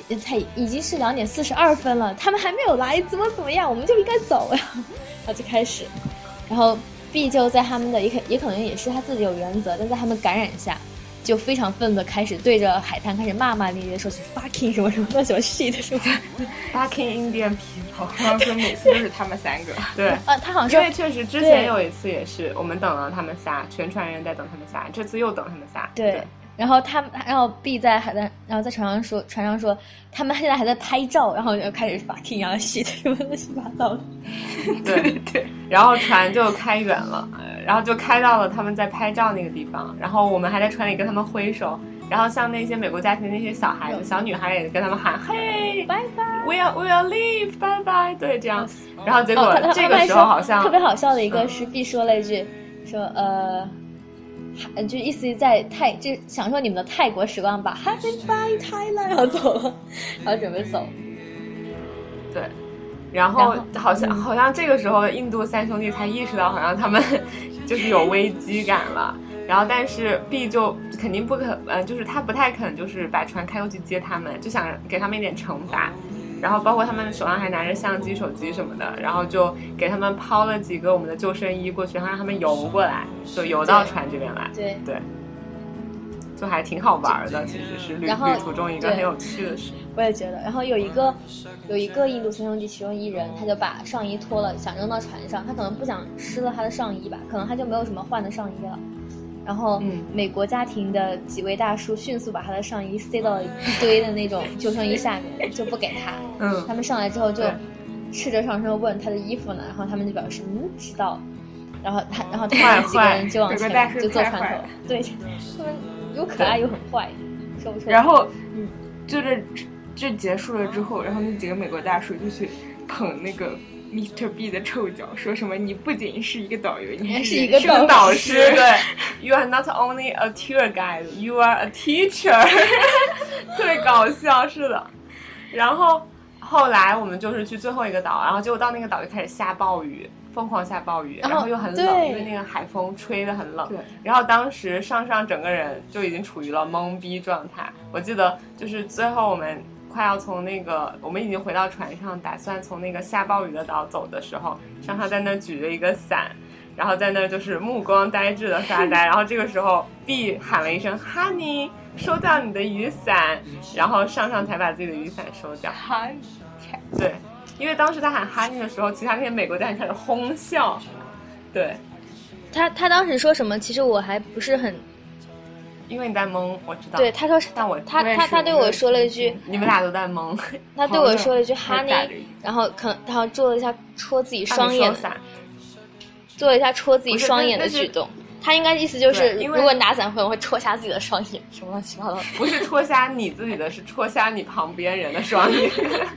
[SPEAKER 2] 呃他已经是两点四十二分了，他们还没有来，怎么怎么样，我们就应该走呀。 然后就开始，然后 B 就在他们的也可也可能也是他自己有原则，但在他们感染下，就非常愤怒的开始对着海滩开始骂骂咧咧，说是 fucking 什么什么的什么 shit 什么的。
[SPEAKER 3] fucking Indian people。
[SPEAKER 4] 然后说每次都是他们三个，
[SPEAKER 3] 对，
[SPEAKER 2] 啊，他好像
[SPEAKER 3] 因
[SPEAKER 2] 说
[SPEAKER 3] 为确实之前有一次也是，我们等了他们仨，全船人在等他们仨，这次又等他们仨。
[SPEAKER 2] 对，然后他们，然后 B 在还在，然后在船上说，船上说他们现在还在拍照，然后就开始 fucking 然后 shit 什么乱七八糟的。
[SPEAKER 3] 对对对，然后船就开远了，呃然后就开到了他们在拍照那个地方，然后我们还在船里跟他们挥手，然后像那些美国家庭那些小孩子、小女孩也跟他们喊嘿，
[SPEAKER 2] 嗯拜拜。
[SPEAKER 3] we are we are leave，拜拜，对，这样。然后结果
[SPEAKER 2] 哦，他他
[SPEAKER 3] 这
[SPEAKER 2] 他
[SPEAKER 3] 个
[SPEAKER 2] 还
[SPEAKER 3] 时
[SPEAKER 2] 说
[SPEAKER 3] 候好像
[SPEAKER 2] 特别好笑的一个
[SPEAKER 3] 嗯
[SPEAKER 2] 是 B 说了一句，说呃。还就意思在泰，就享受你们的泰国时光吧。Happy bye Thailand，然后走了，然后准备走。
[SPEAKER 3] 对，然后
[SPEAKER 2] 然后嗯
[SPEAKER 3] 好像好像这个时候印度三兄弟才意识到，好像他们 就是有危机感了。然后，但是 B 就肯定不肯，呃，就是他不太肯，就是把船开过去接他们，就想给他们一点惩罚。然后，包括他们手上还拿着相机、手机什么的，然后就给他们抛了几个我们的救生衣过去，然后让他们游过来，就游到
[SPEAKER 2] 对
[SPEAKER 3] 船这边来，
[SPEAKER 2] 对，
[SPEAKER 3] 就还挺好玩的。其实是旅
[SPEAKER 2] 然后
[SPEAKER 3] 旅途中一个
[SPEAKER 2] 对
[SPEAKER 3] 很有趣的事。
[SPEAKER 2] 我也觉得。然后有一个有一个印度三兄弟其中一人，他就把上衣脱了，想扔到船上，他可能不想湿了他的上衣吧，可能他就没有什么换的上衣了。然后
[SPEAKER 3] 嗯，
[SPEAKER 2] 美国家庭的几位大叔迅速把他的上衣塞到一堆的那种救生衣下面，就不给他。
[SPEAKER 3] 嗯，
[SPEAKER 2] 他们上来之后就
[SPEAKER 3] 对
[SPEAKER 2] 赤着上身问他的衣服呢，然后他们就表示嗯知道，然后
[SPEAKER 4] 哦
[SPEAKER 2] 他然后他
[SPEAKER 3] 坏
[SPEAKER 2] 们几个人就往
[SPEAKER 4] 有个大
[SPEAKER 2] 前
[SPEAKER 4] 叔
[SPEAKER 2] 就坐
[SPEAKER 4] 太
[SPEAKER 2] 船
[SPEAKER 4] 坏
[SPEAKER 2] 头
[SPEAKER 4] 了，嗯
[SPEAKER 2] 对，他们又可爱又很坏，说不出来。
[SPEAKER 4] 然后
[SPEAKER 2] 嗯
[SPEAKER 4] 就这这结束了之后，然后那几个美国大叔就去捧那个 Mr. B 的臭脚，说什么你不仅是一个导游，你还
[SPEAKER 2] 还是
[SPEAKER 4] 人
[SPEAKER 2] 一个
[SPEAKER 4] 生
[SPEAKER 2] 导
[SPEAKER 4] 导
[SPEAKER 3] 师 对，You are not only a tour guide, you are a teacher，特别搞笑，是的。然后后来我们就是去最后一个岛，然后结果到那个岛就开始下暴雨，疯狂下暴雨，
[SPEAKER 2] 然
[SPEAKER 3] 然
[SPEAKER 2] 后
[SPEAKER 3] 后又很冷，
[SPEAKER 2] 哦对
[SPEAKER 3] 因为那个海风吹得很冷。
[SPEAKER 4] 对，
[SPEAKER 3] 然后当时上上整个人就已经处于了懵逼状态。我记得就是最后我们快要从那个，我们已经回到船上，打算从那个下暴雨的岛走的时候，上上在那举着一个伞，然后在那就是目光呆滞的发呆。然后这个时候 B 喊了一声 “Honey”，收掉你的雨伞，然后上上才把自己的雨伞收掉。
[SPEAKER 4] 他
[SPEAKER 3] 对，因为当时他喊 “Honey” 的时候，其他那些美国家人开始哄笑。对，
[SPEAKER 2] 他他当时说什么？其实我还不是很
[SPEAKER 3] 因为你在蒙，我知道。
[SPEAKER 2] 对。他说是
[SPEAKER 3] 但我
[SPEAKER 2] 他
[SPEAKER 4] 我也
[SPEAKER 2] 他
[SPEAKER 4] 是
[SPEAKER 2] 他对
[SPEAKER 4] 我也
[SPEAKER 2] 我
[SPEAKER 4] 是
[SPEAKER 2] 说了一句，
[SPEAKER 3] 你们俩都在蒙，
[SPEAKER 2] 他对我说了一句哈
[SPEAKER 4] 还
[SPEAKER 2] 尼
[SPEAKER 4] 打着一个，
[SPEAKER 2] 然后可然后做了一下戳自己
[SPEAKER 3] 让
[SPEAKER 2] 双
[SPEAKER 3] 你
[SPEAKER 2] 眼
[SPEAKER 3] 双，伞。
[SPEAKER 2] 做了一下戳自己
[SPEAKER 3] 不是
[SPEAKER 2] 双
[SPEAKER 3] 那
[SPEAKER 2] 眼的
[SPEAKER 3] 那是
[SPEAKER 2] 举动。他应该意思就是，
[SPEAKER 3] 对因
[SPEAKER 2] 如
[SPEAKER 3] 为
[SPEAKER 2] 果拿伞会，我会戳瞎自己的双眼，什么乱七八糟的。
[SPEAKER 3] 不是戳瞎你自己的，是戳瞎你旁边人的双眼。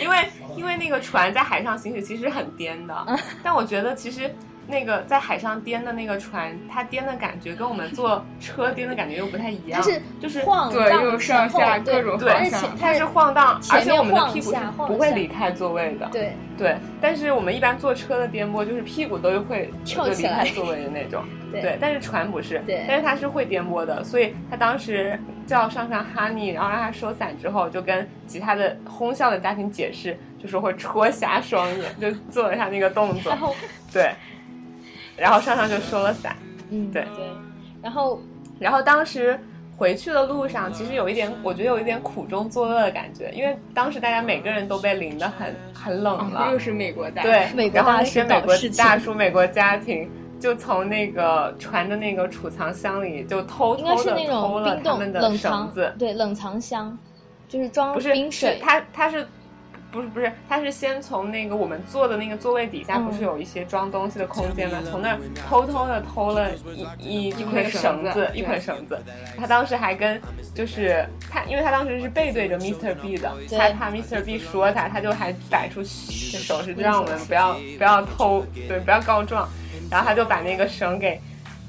[SPEAKER 3] 因为因为那个船在海上行驶其实很颠
[SPEAKER 2] 嗯
[SPEAKER 3] 的，但我觉得其实那个在海上颠的那个船，它颠的感觉跟我们坐车颠的感觉又不太一样，
[SPEAKER 2] 它是
[SPEAKER 3] 就是
[SPEAKER 2] 晃
[SPEAKER 4] 对
[SPEAKER 2] 荡
[SPEAKER 4] 又
[SPEAKER 2] 前
[SPEAKER 4] 上
[SPEAKER 2] 后
[SPEAKER 4] 下
[SPEAKER 2] 对
[SPEAKER 4] 各种
[SPEAKER 3] 对
[SPEAKER 4] 方
[SPEAKER 2] 而且
[SPEAKER 4] 向
[SPEAKER 3] 它是晃荡，
[SPEAKER 2] 前
[SPEAKER 3] 而且
[SPEAKER 2] 面
[SPEAKER 3] 我们的
[SPEAKER 2] 晃
[SPEAKER 3] 屁股
[SPEAKER 2] 一
[SPEAKER 3] 是
[SPEAKER 2] 下晃一
[SPEAKER 3] 不会
[SPEAKER 2] 下
[SPEAKER 3] 离开座位的。
[SPEAKER 2] 对，
[SPEAKER 3] 对，但是我们一般坐车的颠簸，就是屁股都会
[SPEAKER 2] 跳
[SPEAKER 3] 就
[SPEAKER 2] 起
[SPEAKER 3] 离开
[SPEAKER 2] 来
[SPEAKER 3] 座位的那种。
[SPEAKER 2] 对
[SPEAKER 3] 但是船不是，
[SPEAKER 2] 对
[SPEAKER 3] 但是它是会颠簸的，所以他当时叫上上哈尼，然后让他收伞之后，就跟其他的哄笑的家庭解释，就说会戳瞎双眼，就做了一下那个动作
[SPEAKER 2] 然，后
[SPEAKER 3] 对，然后上上就收了伞，
[SPEAKER 2] 嗯
[SPEAKER 3] 对
[SPEAKER 2] 对，然后
[SPEAKER 3] 然后当时回去的路上，其实有一点，我觉得有一点苦中作乐的感觉，因为当时大家每个人都被淋得很很冷了，
[SPEAKER 4] 又是美国大
[SPEAKER 3] 对，
[SPEAKER 2] 美国
[SPEAKER 3] 然后
[SPEAKER 2] 大
[SPEAKER 3] 那
[SPEAKER 2] 叔
[SPEAKER 3] 些
[SPEAKER 2] 搞
[SPEAKER 3] 美国
[SPEAKER 2] 事情
[SPEAKER 3] 大叔、美国家庭就从那个船的那个储藏箱里就偷
[SPEAKER 2] 应该
[SPEAKER 3] 偷
[SPEAKER 2] 是
[SPEAKER 3] 的
[SPEAKER 2] 那
[SPEAKER 3] 偷
[SPEAKER 2] 种
[SPEAKER 3] 了
[SPEAKER 2] 冰
[SPEAKER 3] 他
[SPEAKER 2] 冻
[SPEAKER 3] 们的
[SPEAKER 2] 冷
[SPEAKER 3] 绳
[SPEAKER 2] 藏
[SPEAKER 3] 子，，
[SPEAKER 2] 对冷藏箱，就是装
[SPEAKER 3] 不是，
[SPEAKER 2] 冰
[SPEAKER 3] 是
[SPEAKER 2] 水。
[SPEAKER 3] 他他是。不是不是，他是先从那个我们坐的那个座位底下，
[SPEAKER 2] 嗯
[SPEAKER 3] 不是有一些装东西的空间吗？从那儿偷偷的偷了一一一
[SPEAKER 4] 捆
[SPEAKER 3] 那个
[SPEAKER 4] 绳
[SPEAKER 3] 绳
[SPEAKER 4] 子
[SPEAKER 3] 子，一捆
[SPEAKER 4] 对
[SPEAKER 3] 绳子。他当时还跟就是他，因为他当时是背对着 Mr. B 的，
[SPEAKER 2] 对
[SPEAKER 3] 他怕 Mr. B 说他，他就还摆出嘘的手势，就让我们不要不要偷，对，不要告状。然后他就把那个绳给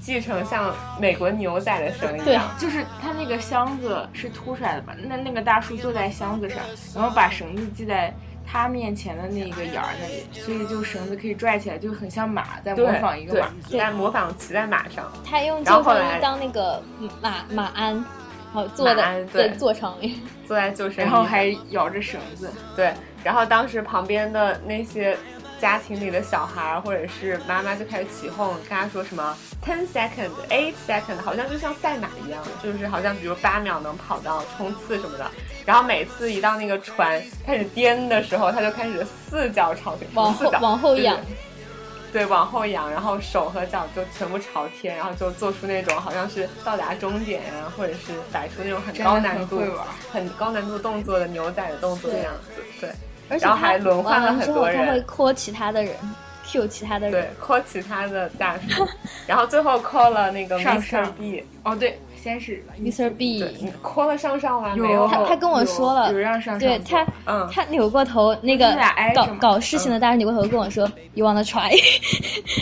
[SPEAKER 3] 系成像美国牛仔的绳一
[SPEAKER 2] 对
[SPEAKER 3] 样，
[SPEAKER 4] 就是他那个箱子是凸出来的嘛，那那个大叔坐在箱子上，然后把绳子系在他面前的那个沿儿那里，所以就绳子可以拽起来，就很像马，在模
[SPEAKER 3] 对
[SPEAKER 4] 仿一个
[SPEAKER 3] 对
[SPEAKER 4] 马。，
[SPEAKER 3] 在模仿骑在马上。
[SPEAKER 2] 他用
[SPEAKER 3] 然后
[SPEAKER 2] 救
[SPEAKER 3] 后
[SPEAKER 2] 生
[SPEAKER 3] 来
[SPEAKER 2] 衣当那个马马鞍，然后做
[SPEAKER 3] 马鞍
[SPEAKER 2] 的
[SPEAKER 3] 对
[SPEAKER 2] 做 成一个
[SPEAKER 3] 坐在救生椅，
[SPEAKER 4] 然后还摇着绳子，
[SPEAKER 3] 对，然后当时旁边的那些家庭里的小孩儿或者是妈妈就开始起哄，跟他说什么 ten second、eight second，好像就像赛马一样，就是好像比如八秒能跑到冲刺什么的。然后每次一到那个船开始颠的时候，他就开始四脚朝天，
[SPEAKER 2] 往
[SPEAKER 3] 四
[SPEAKER 2] 后
[SPEAKER 3] 脚
[SPEAKER 2] 往后
[SPEAKER 3] 就是
[SPEAKER 2] 仰，
[SPEAKER 3] 对，往后仰，然后手和脚就全部朝天，然后就做出那种好像是到达终点呀、或者是摆出那种很
[SPEAKER 4] 真的
[SPEAKER 3] 高难
[SPEAKER 4] 很
[SPEAKER 3] 度
[SPEAKER 4] 会玩、
[SPEAKER 3] 很高难度动作的牛仔的动作的样子，对。
[SPEAKER 2] 而且
[SPEAKER 3] 然后
[SPEAKER 2] 他
[SPEAKER 3] 还轮换了
[SPEAKER 2] 完了之
[SPEAKER 3] 很
[SPEAKER 2] 后
[SPEAKER 3] 多
[SPEAKER 2] 他会
[SPEAKER 3] 人，
[SPEAKER 2] call 其他的人，Q 其他的人
[SPEAKER 3] 对，，call 其他的大叔，然后最后 call 了那个
[SPEAKER 4] 上
[SPEAKER 3] Mr.
[SPEAKER 4] 上
[SPEAKER 3] B，
[SPEAKER 4] 哦对，先是
[SPEAKER 2] Mr.
[SPEAKER 3] 对
[SPEAKER 2] B，
[SPEAKER 3] 你，call 了上上吗？
[SPEAKER 4] 有啊
[SPEAKER 3] 没有，
[SPEAKER 2] 啊他他跟我
[SPEAKER 4] 有
[SPEAKER 2] 说了
[SPEAKER 4] 有让上上
[SPEAKER 2] 对
[SPEAKER 4] 座
[SPEAKER 2] 他，
[SPEAKER 3] 嗯
[SPEAKER 2] 他扭过头，那
[SPEAKER 4] 他
[SPEAKER 2] 个
[SPEAKER 4] 们俩挨着
[SPEAKER 2] 搞
[SPEAKER 4] 嘛
[SPEAKER 2] 搞事情的大人扭过头跟我说，You wanna try？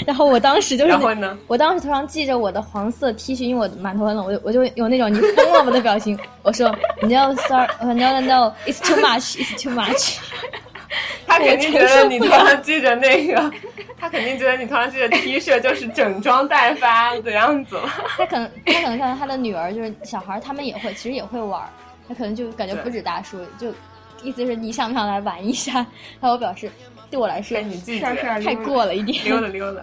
[SPEAKER 2] 然后我当时就是
[SPEAKER 3] 然后呢？
[SPEAKER 2] 我当时头上系着我的黄色 T 恤，因为我满头很冷，我就我就有那种你疯了吗的表情。我说 No sir，我说 No no no，It's too much，It's too much。
[SPEAKER 3] 他肯定觉
[SPEAKER 2] 我承
[SPEAKER 3] 得
[SPEAKER 2] 受
[SPEAKER 3] 你
[SPEAKER 2] 不
[SPEAKER 3] 头
[SPEAKER 2] 了
[SPEAKER 3] 上系着那个，他肯定觉得你头上系着 T 恤就是整装待发的样子了。
[SPEAKER 2] 他可能他可能看到他的女儿就是小孩儿，他们也会其实也会玩儿，他可能就感觉
[SPEAKER 3] 对
[SPEAKER 2] 不止大叔，就意思是你想不想来玩一下？ 然后我表示对我来说
[SPEAKER 3] 被你拒
[SPEAKER 4] 上
[SPEAKER 3] 绝，
[SPEAKER 4] 上
[SPEAKER 2] 太过了一
[SPEAKER 3] 溜
[SPEAKER 2] 点，
[SPEAKER 3] 达溜达。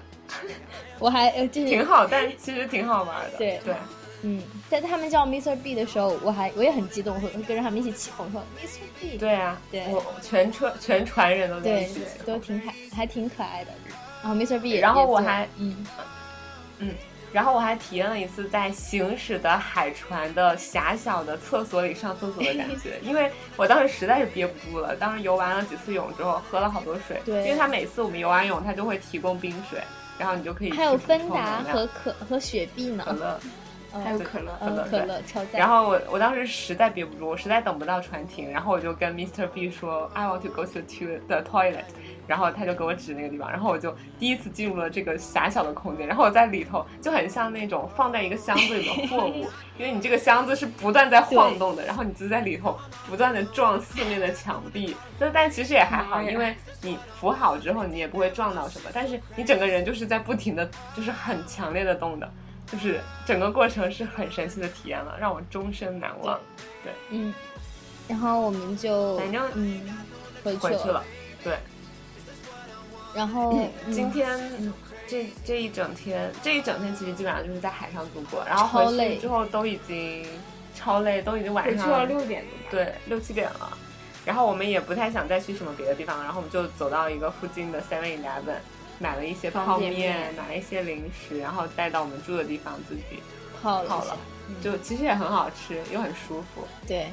[SPEAKER 2] 我还呃就
[SPEAKER 3] 挺
[SPEAKER 2] 是
[SPEAKER 3] 好，但其实挺好玩的。
[SPEAKER 2] 对
[SPEAKER 3] 对，
[SPEAKER 2] 嗯，在他们叫 Mr. B 的时候，我还我也很激动，我会跟着他们一起起哄说 Mr. B，
[SPEAKER 3] 对啊，
[SPEAKER 2] 对
[SPEAKER 3] 我全车全船人都在一
[SPEAKER 2] 对
[SPEAKER 3] 起。，
[SPEAKER 2] 都挺还还挺可爱的。然后 Mr. B，也
[SPEAKER 3] 然后
[SPEAKER 2] 也
[SPEAKER 3] 我
[SPEAKER 2] 做
[SPEAKER 3] 还
[SPEAKER 2] 嗯，
[SPEAKER 3] 然后我还体验了一次在行驶的海船的狭小的厕所里上厕所的感 觉，因为我当时实在是憋不住了。当时游完了几次泳之后，喝了好多水，
[SPEAKER 2] 对
[SPEAKER 3] 因为他每次我们游完泳，他就会提供冰水，然后你就可以
[SPEAKER 2] 还有
[SPEAKER 3] 去补充
[SPEAKER 2] 芬达
[SPEAKER 3] 能量
[SPEAKER 2] 和可和雪碧呢
[SPEAKER 3] 可，乐。
[SPEAKER 2] 嗯
[SPEAKER 4] 还有可乐，
[SPEAKER 3] 可乐
[SPEAKER 2] 嗯可
[SPEAKER 3] 对
[SPEAKER 2] 乐超赞。
[SPEAKER 3] 然后我我当时实在憋不住，我实在等不到船停，然后我就跟 Mr. B 说 I want to go to to the toilet，然后他就给我指那个地方，然后我就第一次进入了这个狭小的空间，然后我在里头就很像那种放在一个箱子里的货物，因为你这个箱子是不断在晃动的，然后你就在里头不断的撞四面的墙壁，但但其实也还好，
[SPEAKER 4] 妈呀
[SPEAKER 3] 因为你扶好之后你也不会撞到什么，但是你整个人就是在不停的就是很强烈的动的。就是整个过程是很神奇的体验了，让我终身难忘。
[SPEAKER 2] 嗯，然后我们就
[SPEAKER 3] 反正
[SPEAKER 2] 嗯回去
[SPEAKER 3] 回去了，对，
[SPEAKER 2] 然后、嗯
[SPEAKER 3] 今天、这这一整天，这一整天其实基本上就是在海上度过，然后
[SPEAKER 2] 超
[SPEAKER 3] 回
[SPEAKER 2] 累
[SPEAKER 3] 去之后都已经超累，都已经晚
[SPEAKER 4] 回去
[SPEAKER 3] 上
[SPEAKER 4] 要六点多吧。
[SPEAKER 3] 对六七点了。然后我们也不太想再去什么别的地方，然后我们就走到一个附近的 Seven Eleven，买了一些
[SPEAKER 4] 方
[SPEAKER 3] 泡
[SPEAKER 4] 便面
[SPEAKER 3] 买了一些零食，然后带到我们住的地方自己
[SPEAKER 2] 泡
[SPEAKER 3] 泡了，就其实也很好吃，又很舒服。
[SPEAKER 2] 对，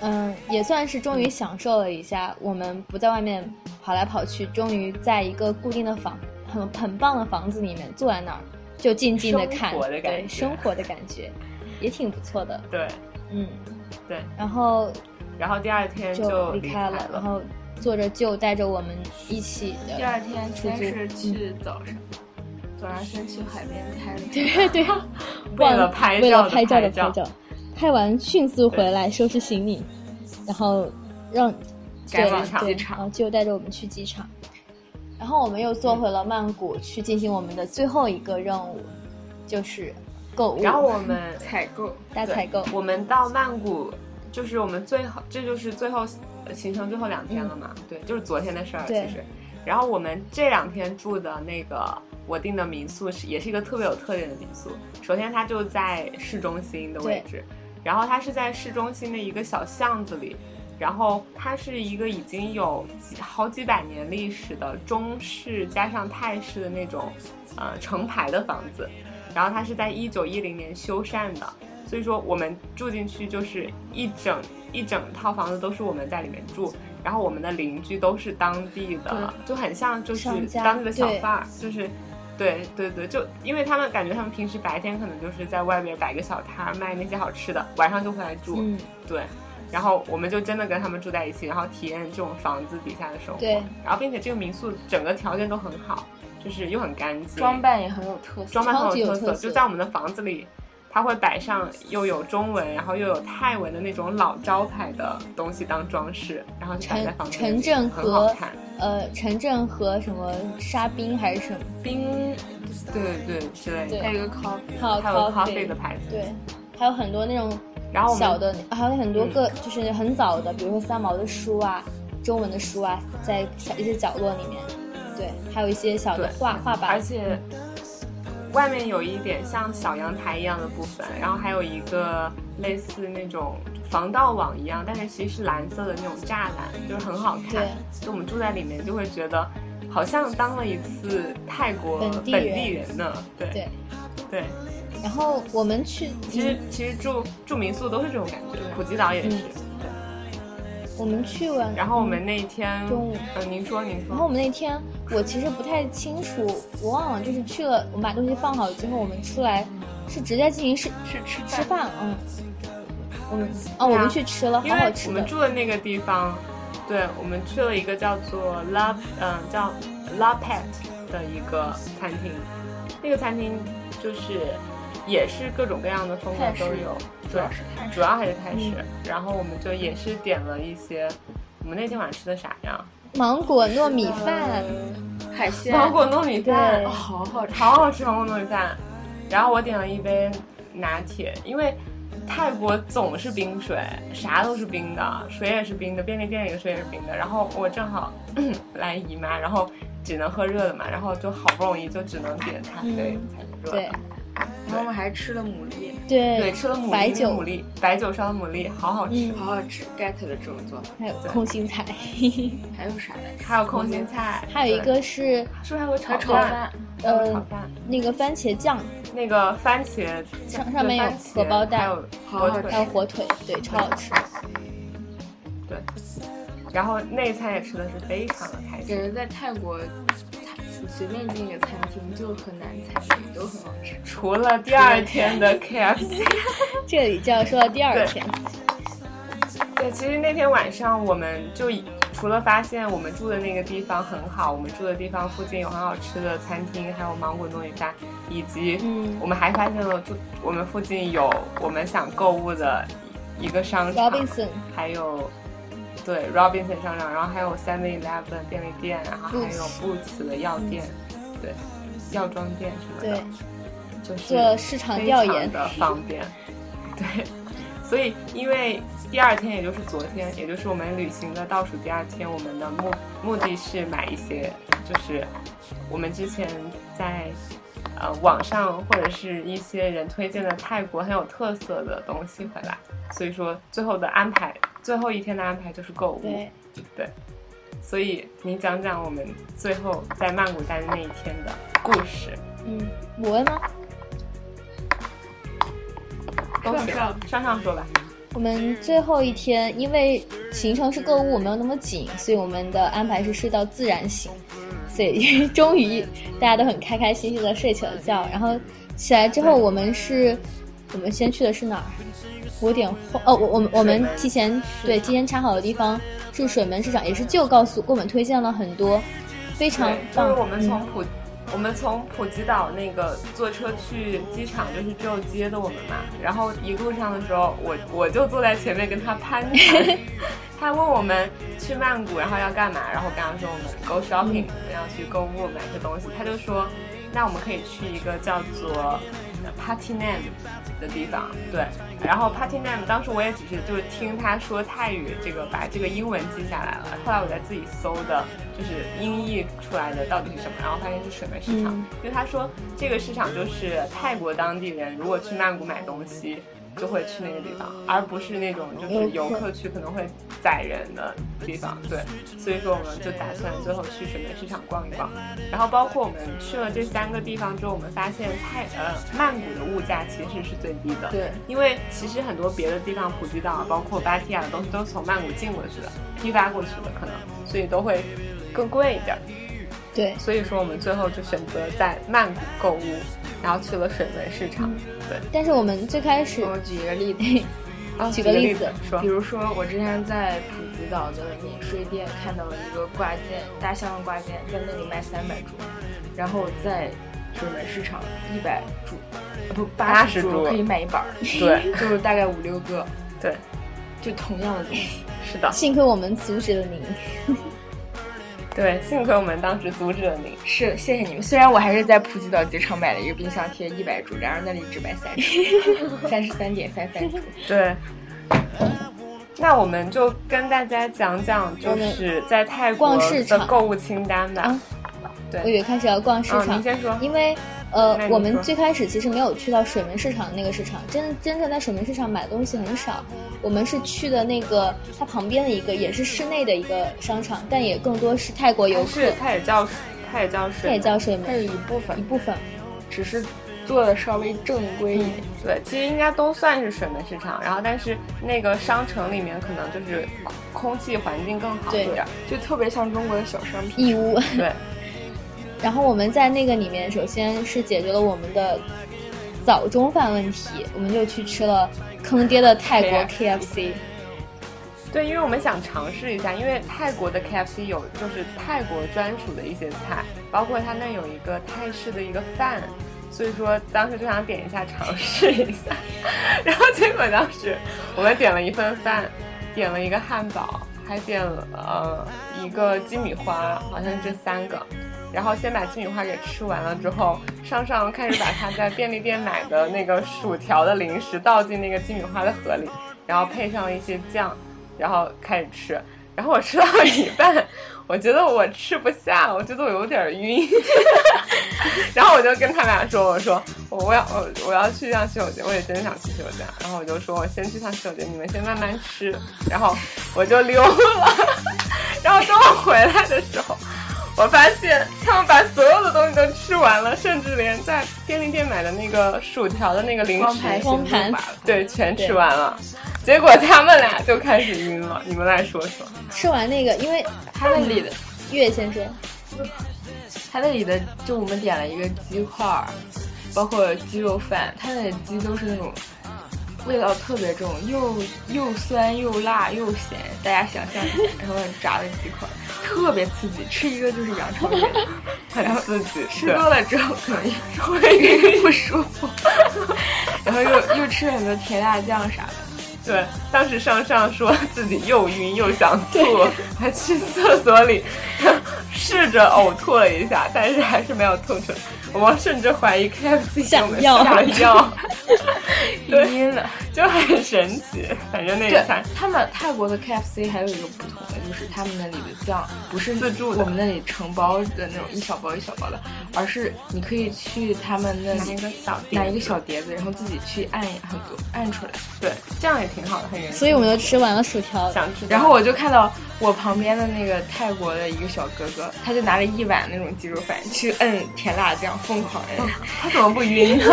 [SPEAKER 2] 嗯，也算是终于享受了一下，我们不在外面跑来跑去，终于在一个固定的房，很很棒的房子里面坐在那儿，就静静的看，
[SPEAKER 3] 生活的感
[SPEAKER 2] 对
[SPEAKER 3] 觉
[SPEAKER 2] 生活的感觉，也挺不错的，
[SPEAKER 3] 对，
[SPEAKER 2] 嗯，
[SPEAKER 3] 对，
[SPEAKER 2] 然后
[SPEAKER 3] 然后第二天
[SPEAKER 2] 就
[SPEAKER 3] 离
[SPEAKER 2] 开
[SPEAKER 3] 了，
[SPEAKER 2] 然后作者就带着我们一起的，
[SPEAKER 4] 第二天
[SPEAKER 2] 出租
[SPEAKER 4] 先是去早上，早上先去海边拍了一
[SPEAKER 2] 对对，
[SPEAKER 3] 为了拍
[SPEAKER 2] 为
[SPEAKER 3] 照
[SPEAKER 2] 了
[SPEAKER 3] 的
[SPEAKER 2] 拍照的
[SPEAKER 3] 拍
[SPEAKER 2] 拍照，拍完迅速回来收拾行李，然后让
[SPEAKER 4] 赶
[SPEAKER 2] 对
[SPEAKER 4] 往
[SPEAKER 2] 对
[SPEAKER 4] 机场
[SPEAKER 2] 然后就带着我们去机场，然后我们又坐回了曼谷去进行我们的最后一个任务，就是购物，
[SPEAKER 3] 然后我们
[SPEAKER 4] 采购，
[SPEAKER 2] 大采购，
[SPEAKER 3] 我们到曼谷，就是我们最后，这就是最后呃行程最后两天了嘛？对，就是昨天的事儿，其
[SPEAKER 2] 对
[SPEAKER 3] 实。然后我们这两天住的那个我订的民宿是也是一个特别有特点的民宿。首先，它就在市中心的位置，然后它是在市中心的一个小巷子里，然后它是一个已经有几好几百年历史的中式加上泰式的那种呃成排的房子，然后它是在一九一零年修缮的，所以说我们住进去就是一整一整套房子都是我们在里面住，然后我们的邻居都是当地的，就很像就是
[SPEAKER 2] 商家
[SPEAKER 3] 当地的小
[SPEAKER 2] 对
[SPEAKER 3] 贩儿，就是。对对对，就因为他们感觉他们平时白天可能就是在外面摆个小摊儿卖那些好吃的，晚上就回来住。
[SPEAKER 2] 嗯，
[SPEAKER 3] 对，然后我们就真的跟他们住在一起，然后体验这种房子底下的生活。
[SPEAKER 2] 对，
[SPEAKER 3] 然后并且这个民宿整个条件都很好，就是又很干净，
[SPEAKER 4] 装扮也很有特色
[SPEAKER 3] 装。扮
[SPEAKER 2] 超
[SPEAKER 3] 很
[SPEAKER 2] 级有
[SPEAKER 3] 特嗯
[SPEAKER 2] 特色
[SPEAKER 3] 就在我们的房子里。它会摆上又有中文，然后又有泰文的那种老招牌的东西当装饰，然后就摆在
[SPEAKER 2] 城
[SPEAKER 3] 房子里，
[SPEAKER 2] 城镇
[SPEAKER 3] 很好
[SPEAKER 2] 和
[SPEAKER 3] 看。
[SPEAKER 2] 呃，城镇和什么沙冰还是什么，
[SPEAKER 3] 冰，对对之类的，
[SPEAKER 4] 还有一个 coffee，
[SPEAKER 2] 还有
[SPEAKER 3] 还有咖啡
[SPEAKER 2] coffee
[SPEAKER 3] 的牌子。
[SPEAKER 2] 对，还有很多那种
[SPEAKER 3] 然啊后我们嗯
[SPEAKER 2] 小的，还有很多个、就是很早的，比如说三毛的书啊，中文的书啊，在小一些角落里面，对，还有一些小的
[SPEAKER 3] 对
[SPEAKER 2] 画画
[SPEAKER 3] 而
[SPEAKER 2] 板，
[SPEAKER 3] 且外面有一点像小阳台一样的部分，然后还有一个类似那种防盗网一样，但是其实是蓝色的那种栅栏，就是很好看
[SPEAKER 2] 对。
[SPEAKER 3] 就我们住在里面就会觉得。好像当了一次泰国
[SPEAKER 2] 本地人
[SPEAKER 3] 本地人呢，对
[SPEAKER 2] 对。
[SPEAKER 3] 对
[SPEAKER 2] 然后我们去，嗯
[SPEAKER 3] 其实其实住住民宿都是这种感觉，普吉岛也是。
[SPEAKER 2] 嗯
[SPEAKER 3] 对
[SPEAKER 2] 我们去完，
[SPEAKER 3] 然后我们那一天，
[SPEAKER 2] 中午
[SPEAKER 3] 呃，您说您
[SPEAKER 2] 然后
[SPEAKER 3] 说，
[SPEAKER 2] 我们那天我其实不太清楚，我忘了，就是去了，我们把东西放好之后，我们出来是直接进行吃
[SPEAKER 4] 去吃
[SPEAKER 2] 吃
[SPEAKER 4] 饭。
[SPEAKER 2] 饭，嗯，我们哦，我们去吃了，
[SPEAKER 3] 因
[SPEAKER 2] 好好
[SPEAKER 3] 为
[SPEAKER 2] 吃
[SPEAKER 3] 我
[SPEAKER 2] 的
[SPEAKER 3] 们，住的那个地方，对我们去了一个叫做 La 嗯、叫 La Pet 的一个餐厅，那个餐厅就是也是各种各样的风格
[SPEAKER 4] 泰式
[SPEAKER 3] 都有，
[SPEAKER 4] 主
[SPEAKER 3] 对
[SPEAKER 4] 要，是泰式
[SPEAKER 3] 主要还是泰式。
[SPEAKER 2] 嗯
[SPEAKER 3] 然后我们就也是点了一些，我们那天晚上吃的啥呀？
[SPEAKER 2] 芒果糯米饭，
[SPEAKER 4] 海鲜，
[SPEAKER 2] 啊
[SPEAKER 3] 芒果糯米饭
[SPEAKER 2] 对，
[SPEAKER 3] 哦
[SPEAKER 4] 好好吃，
[SPEAKER 3] 好好吃芒果糯米饭。然后我点了一杯拿铁，因为泰国总是冰水，啥都是冰的，水也是冰的，便利店里的水也是冰的。然后我正好 来姨妈，然后只能喝热的嘛，然后就好不容易就只能点咖啡
[SPEAKER 2] 嗯
[SPEAKER 3] 才是热
[SPEAKER 2] 对
[SPEAKER 3] 的。
[SPEAKER 4] 然后我们还吃了牡蛎，
[SPEAKER 3] 对，
[SPEAKER 2] 对，
[SPEAKER 3] 吃了牡蛎，
[SPEAKER 2] 白酒
[SPEAKER 3] 牡蛎，白酒烧的牡蛎，好好吃。
[SPEAKER 2] 嗯，
[SPEAKER 4] 好好吃，get 了这种做法。
[SPEAKER 2] 还有
[SPEAKER 3] 对
[SPEAKER 2] 空心菜。
[SPEAKER 4] 还有啥来着？
[SPEAKER 3] 还有空心菜，
[SPEAKER 2] 还有一
[SPEAKER 3] 对
[SPEAKER 2] 个是
[SPEAKER 3] 是不是还有个炒
[SPEAKER 4] 炒
[SPEAKER 3] 饭？
[SPEAKER 4] 饭，
[SPEAKER 3] 还有炒
[SPEAKER 2] 呃
[SPEAKER 3] 饭，
[SPEAKER 2] 那个番茄酱，
[SPEAKER 3] 那个番茄
[SPEAKER 2] 上上面有
[SPEAKER 3] 番茄
[SPEAKER 2] 荷包蛋
[SPEAKER 3] 还有
[SPEAKER 4] 好
[SPEAKER 3] 火
[SPEAKER 4] 好
[SPEAKER 3] 腿
[SPEAKER 2] 还有火腿，对，超好吃。
[SPEAKER 3] 对，然后那餐也吃的是非常的开
[SPEAKER 4] 感
[SPEAKER 3] 心，
[SPEAKER 4] 觉在泰国，泰随便进一个餐厅就很难踩雷，都很好吃。
[SPEAKER 3] 除了第二天的 KFC。
[SPEAKER 2] 这里就要说到第二
[SPEAKER 3] 对
[SPEAKER 2] 天，
[SPEAKER 3] 对，其实那天晚上我们就已除了发现我们住的那个地方很好，我们住的地方附近有很好吃的餐厅，还有芒果糯米饭，以及
[SPEAKER 2] 嗯
[SPEAKER 3] 我们还发现了住我们附近有我们想购物的一个商场。
[SPEAKER 2] Robinson
[SPEAKER 3] 还有对 Robinson 商场，然后还有 Seven Eleven 便利店，然后还有 Boots 的药店，对，药妆店什么的
[SPEAKER 2] 嗯对，
[SPEAKER 3] 就是
[SPEAKER 2] 做了市场
[SPEAKER 3] 非
[SPEAKER 2] 调
[SPEAKER 3] 常
[SPEAKER 2] 研，
[SPEAKER 3] 的方便，对。所以，因为第二天，也就是昨天，也就是我们旅行的倒数第二天，我们的目目的是买一些，就是我们之前在呃网上或者是一些人推荐的泰国很有特色的东西回来。所以说，最后的安排，最后一天的安排就是购物。
[SPEAKER 2] 对，
[SPEAKER 3] 对所以你讲讲我们最后在曼谷待的那一天的故事
[SPEAKER 2] 嗯，我问吗？
[SPEAKER 3] 都行。
[SPEAKER 4] 上
[SPEAKER 3] 上上说吧，
[SPEAKER 2] 我们最后一天，因为行程是购物，没有那么紧，所以我们的安排是睡到自然醒，所以 终于大家都很开开心心的睡起了觉。然后起来之后，我们是，我们先去的是哪儿？我有点慌哦，我我们我们提前对提前查好的地方是水门市场，也是舅告诉给我们推荐了很多非常
[SPEAKER 3] 对，就
[SPEAKER 2] 棒。
[SPEAKER 3] 是我们
[SPEAKER 2] 嗯
[SPEAKER 3] 从普，我们从普吉岛那个坐车去机场，就是只有接的我们嘛。然后一路上的时候，我我就坐在前面跟他攀 谈，他问我们去曼谷然后要干嘛，然后我跟他说我们 go shopping，、然后
[SPEAKER 2] 嗯
[SPEAKER 3] 去购物买些东西，他就说那我们可以去一个叫做。Party Nam 的地方，对，然后 Party Nam 当时我也只是就是听他说泰语，这个把这个英文记下来了。后来我在自己搜的，就是音译出来的到底是什么，然后发现是水门市场，
[SPEAKER 2] 嗯
[SPEAKER 3] 因为他说这个市场就是泰国当地人如果去曼谷买东西。就会去那个地方，而不是那种就是游客去可能会宰人的地方。对，所以说我们就打算最后去水门市场逛一逛。然后包括我们去了这三个地方之后，我们发现泰呃曼谷的物价其实是最低的，
[SPEAKER 4] 对，
[SPEAKER 3] 因为其实很多别的地方，普吉岛啊，包括芭提雅的东西都是从曼谷进过去的，批发过去的可能，所以都会更贵一点。
[SPEAKER 2] 对，
[SPEAKER 3] 所以说我们最后就选择在曼谷购物，然后去了水门市场。
[SPEAKER 2] 嗯但是我们最开始
[SPEAKER 3] 嗯
[SPEAKER 4] 我举一个例子，
[SPEAKER 3] 啊
[SPEAKER 2] 举
[SPEAKER 3] 举
[SPEAKER 2] 个
[SPEAKER 3] 个
[SPEAKER 2] 例
[SPEAKER 3] 例
[SPEAKER 2] 子
[SPEAKER 3] 子说
[SPEAKER 4] 比，如说我之前在普吉岛的免税店看到了一个挂件，大象的挂件，在那里卖三百铢，然后在水门市场一百铢，呃不八
[SPEAKER 3] 80
[SPEAKER 4] 铢
[SPEAKER 3] 铢
[SPEAKER 4] 可以买一板儿，
[SPEAKER 3] 对
[SPEAKER 4] 就是大概五六个，
[SPEAKER 3] 对，
[SPEAKER 4] 就同样的东西。
[SPEAKER 3] 是的，
[SPEAKER 2] 幸亏我们阻止了您。
[SPEAKER 3] 对，幸亏我们当时阻止了你。
[SPEAKER 4] 是，谢谢你们。虽然我还是在普吉岛机场买了一个冰箱贴一百铢，然而那里只卖三 十，三十三点三三铢。
[SPEAKER 3] 对。那我们就跟大家讲讲，就是在泰国
[SPEAKER 2] 逛市
[SPEAKER 3] 的
[SPEAKER 2] 场
[SPEAKER 3] 购物清单吧。
[SPEAKER 2] 啊
[SPEAKER 3] 对
[SPEAKER 2] 我以为开始要逛市
[SPEAKER 3] 嗯，
[SPEAKER 2] 场
[SPEAKER 3] 您，先说。
[SPEAKER 2] 因为呃
[SPEAKER 3] 那，你
[SPEAKER 2] 我们
[SPEAKER 3] 说
[SPEAKER 2] 最开始其实没有去到水门市场那个市场，真真正在水门市场买的东西很少。我们是去的那个它旁边的一个也是室内的一个商场，但也更多是泰国游
[SPEAKER 3] 它
[SPEAKER 2] 客
[SPEAKER 3] 是，，它也叫，它也
[SPEAKER 2] 它
[SPEAKER 3] 叫水
[SPEAKER 2] 也
[SPEAKER 3] 门。
[SPEAKER 2] 叫水
[SPEAKER 4] 它有
[SPEAKER 2] 门
[SPEAKER 4] 一部
[SPEAKER 2] 一
[SPEAKER 4] 分，
[SPEAKER 2] 部分。
[SPEAKER 4] 只是做的稍微正规一点。
[SPEAKER 3] 对，其实应该都算是水门市场，然后但是那个商城里面可能就是空空气环境更好一点。
[SPEAKER 4] 就特别像中国的小商品。
[SPEAKER 2] 义乌，
[SPEAKER 3] 对，
[SPEAKER 2] 然后我们在那个里面，首先是解决了我们的早中饭问题，我们就去吃了坑爹的泰国 KFC，
[SPEAKER 3] 对，因为我们想尝试一下，因为泰国的 KFC 有就是泰国专属的一些菜，包括它那有一个泰式的一个饭，所以说当时就想点一下尝试一下， 然后结果当时我们点了一份饭，点了一个汉堡，还点了、呃、一个鸡米花，好像是这三个。然后先把鸡米花给吃完了之后，上上开始把他在便利店买的那个薯条的零食倒进那个鸡米花的盒里，然后配上了一些酱，然后开始吃。然后我吃到一半， 我觉得我吃不下，我觉得我有点晕， 然后我就跟他俩说：“我说我我要我我要去趟洗手间，我也真想去洗手间。”然后我就说：“我先去趟洗手间，你们先慢慢吃。”然后我就溜了。 然后等我回来的时候，我发现他们把所有的东西都吃完了，甚至连在便利店买的那个薯条的那个零
[SPEAKER 4] 光
[SPEAKER 3] 食
[SPEAKER 4] 盘
[SPEAKER 2] 光盘
[SPEAKER 3] 对，全吃完了。结果他们俩就开始晕了，你们来说说。
[SPEAKER 2] 吃完那个，因为
[SPEAKER 4] 它那里的，
[SPEAKER 2] 岳先生，
[SPEAKER 4] 它那里的就我们点了一个鸡块儿，包括鸡肉饭，它那里的鸡都是那种味道特别重，又又酸又辣又咸，大家想象一下，然后炸的鸡块儿特别刺激，吃一个就是羊肠卷，
[SPEAKER 3] 很刺激，
[SPEAKER 4] 吃
[SPEAKER 3] 对
[SPEAKER 4] 多了之后可能会不舒服， 然后又又吃很多甜辣酱啥的。
[SPEAKER 3] 对，当时上上说自己又晕又想吐，还去厕所 里试着呕吐了一下，但是还是没有吐出来。我甚至怀疑 KFC 给我
[SPEAKER 2] 想
[SPEAKER 3] 们
[SPEAKER 2] 要
[SPEAKER 3] 下了药，
[SPEAKER 4] 晕了。
[SPEAKER 3] 就很神奇。反正那一
[SPEAKER 4] 对
[SPEAKER 3] 餐，
[SPEAKER 4] 他们泰国的 KFC 还有一个不同的，就是他们那里的酱不是
[SPEAKER 3] 自助的
[SPEAKER 4] 我们那里成包的那种一小包一小包的，而是你可以去他们那
[SPEAKER 3] 拿一
[SPEAKER 4] 里
[SPEAKER 3] 个小
[SPEAKER 4] 拿
[SPEAKER 3] 碟，
[SPEAKER 4] 一个小碟子，然后自己去按很多按出来。
[SPEAKER 3] 对，这样也挺好的，很人性。
[SPEAKER 2] 所以我们就吃完了薯条，
[SPEAKER 3] 想吃到，
[SPEAKER 4] 然后我就看到我旁边的那个泰国的一个小哥哥，他就拿着一碗那种鸡肉饭去摁甜辣酱，疯狂摁，
[SPEAKER 3] 他怎么不晕呢？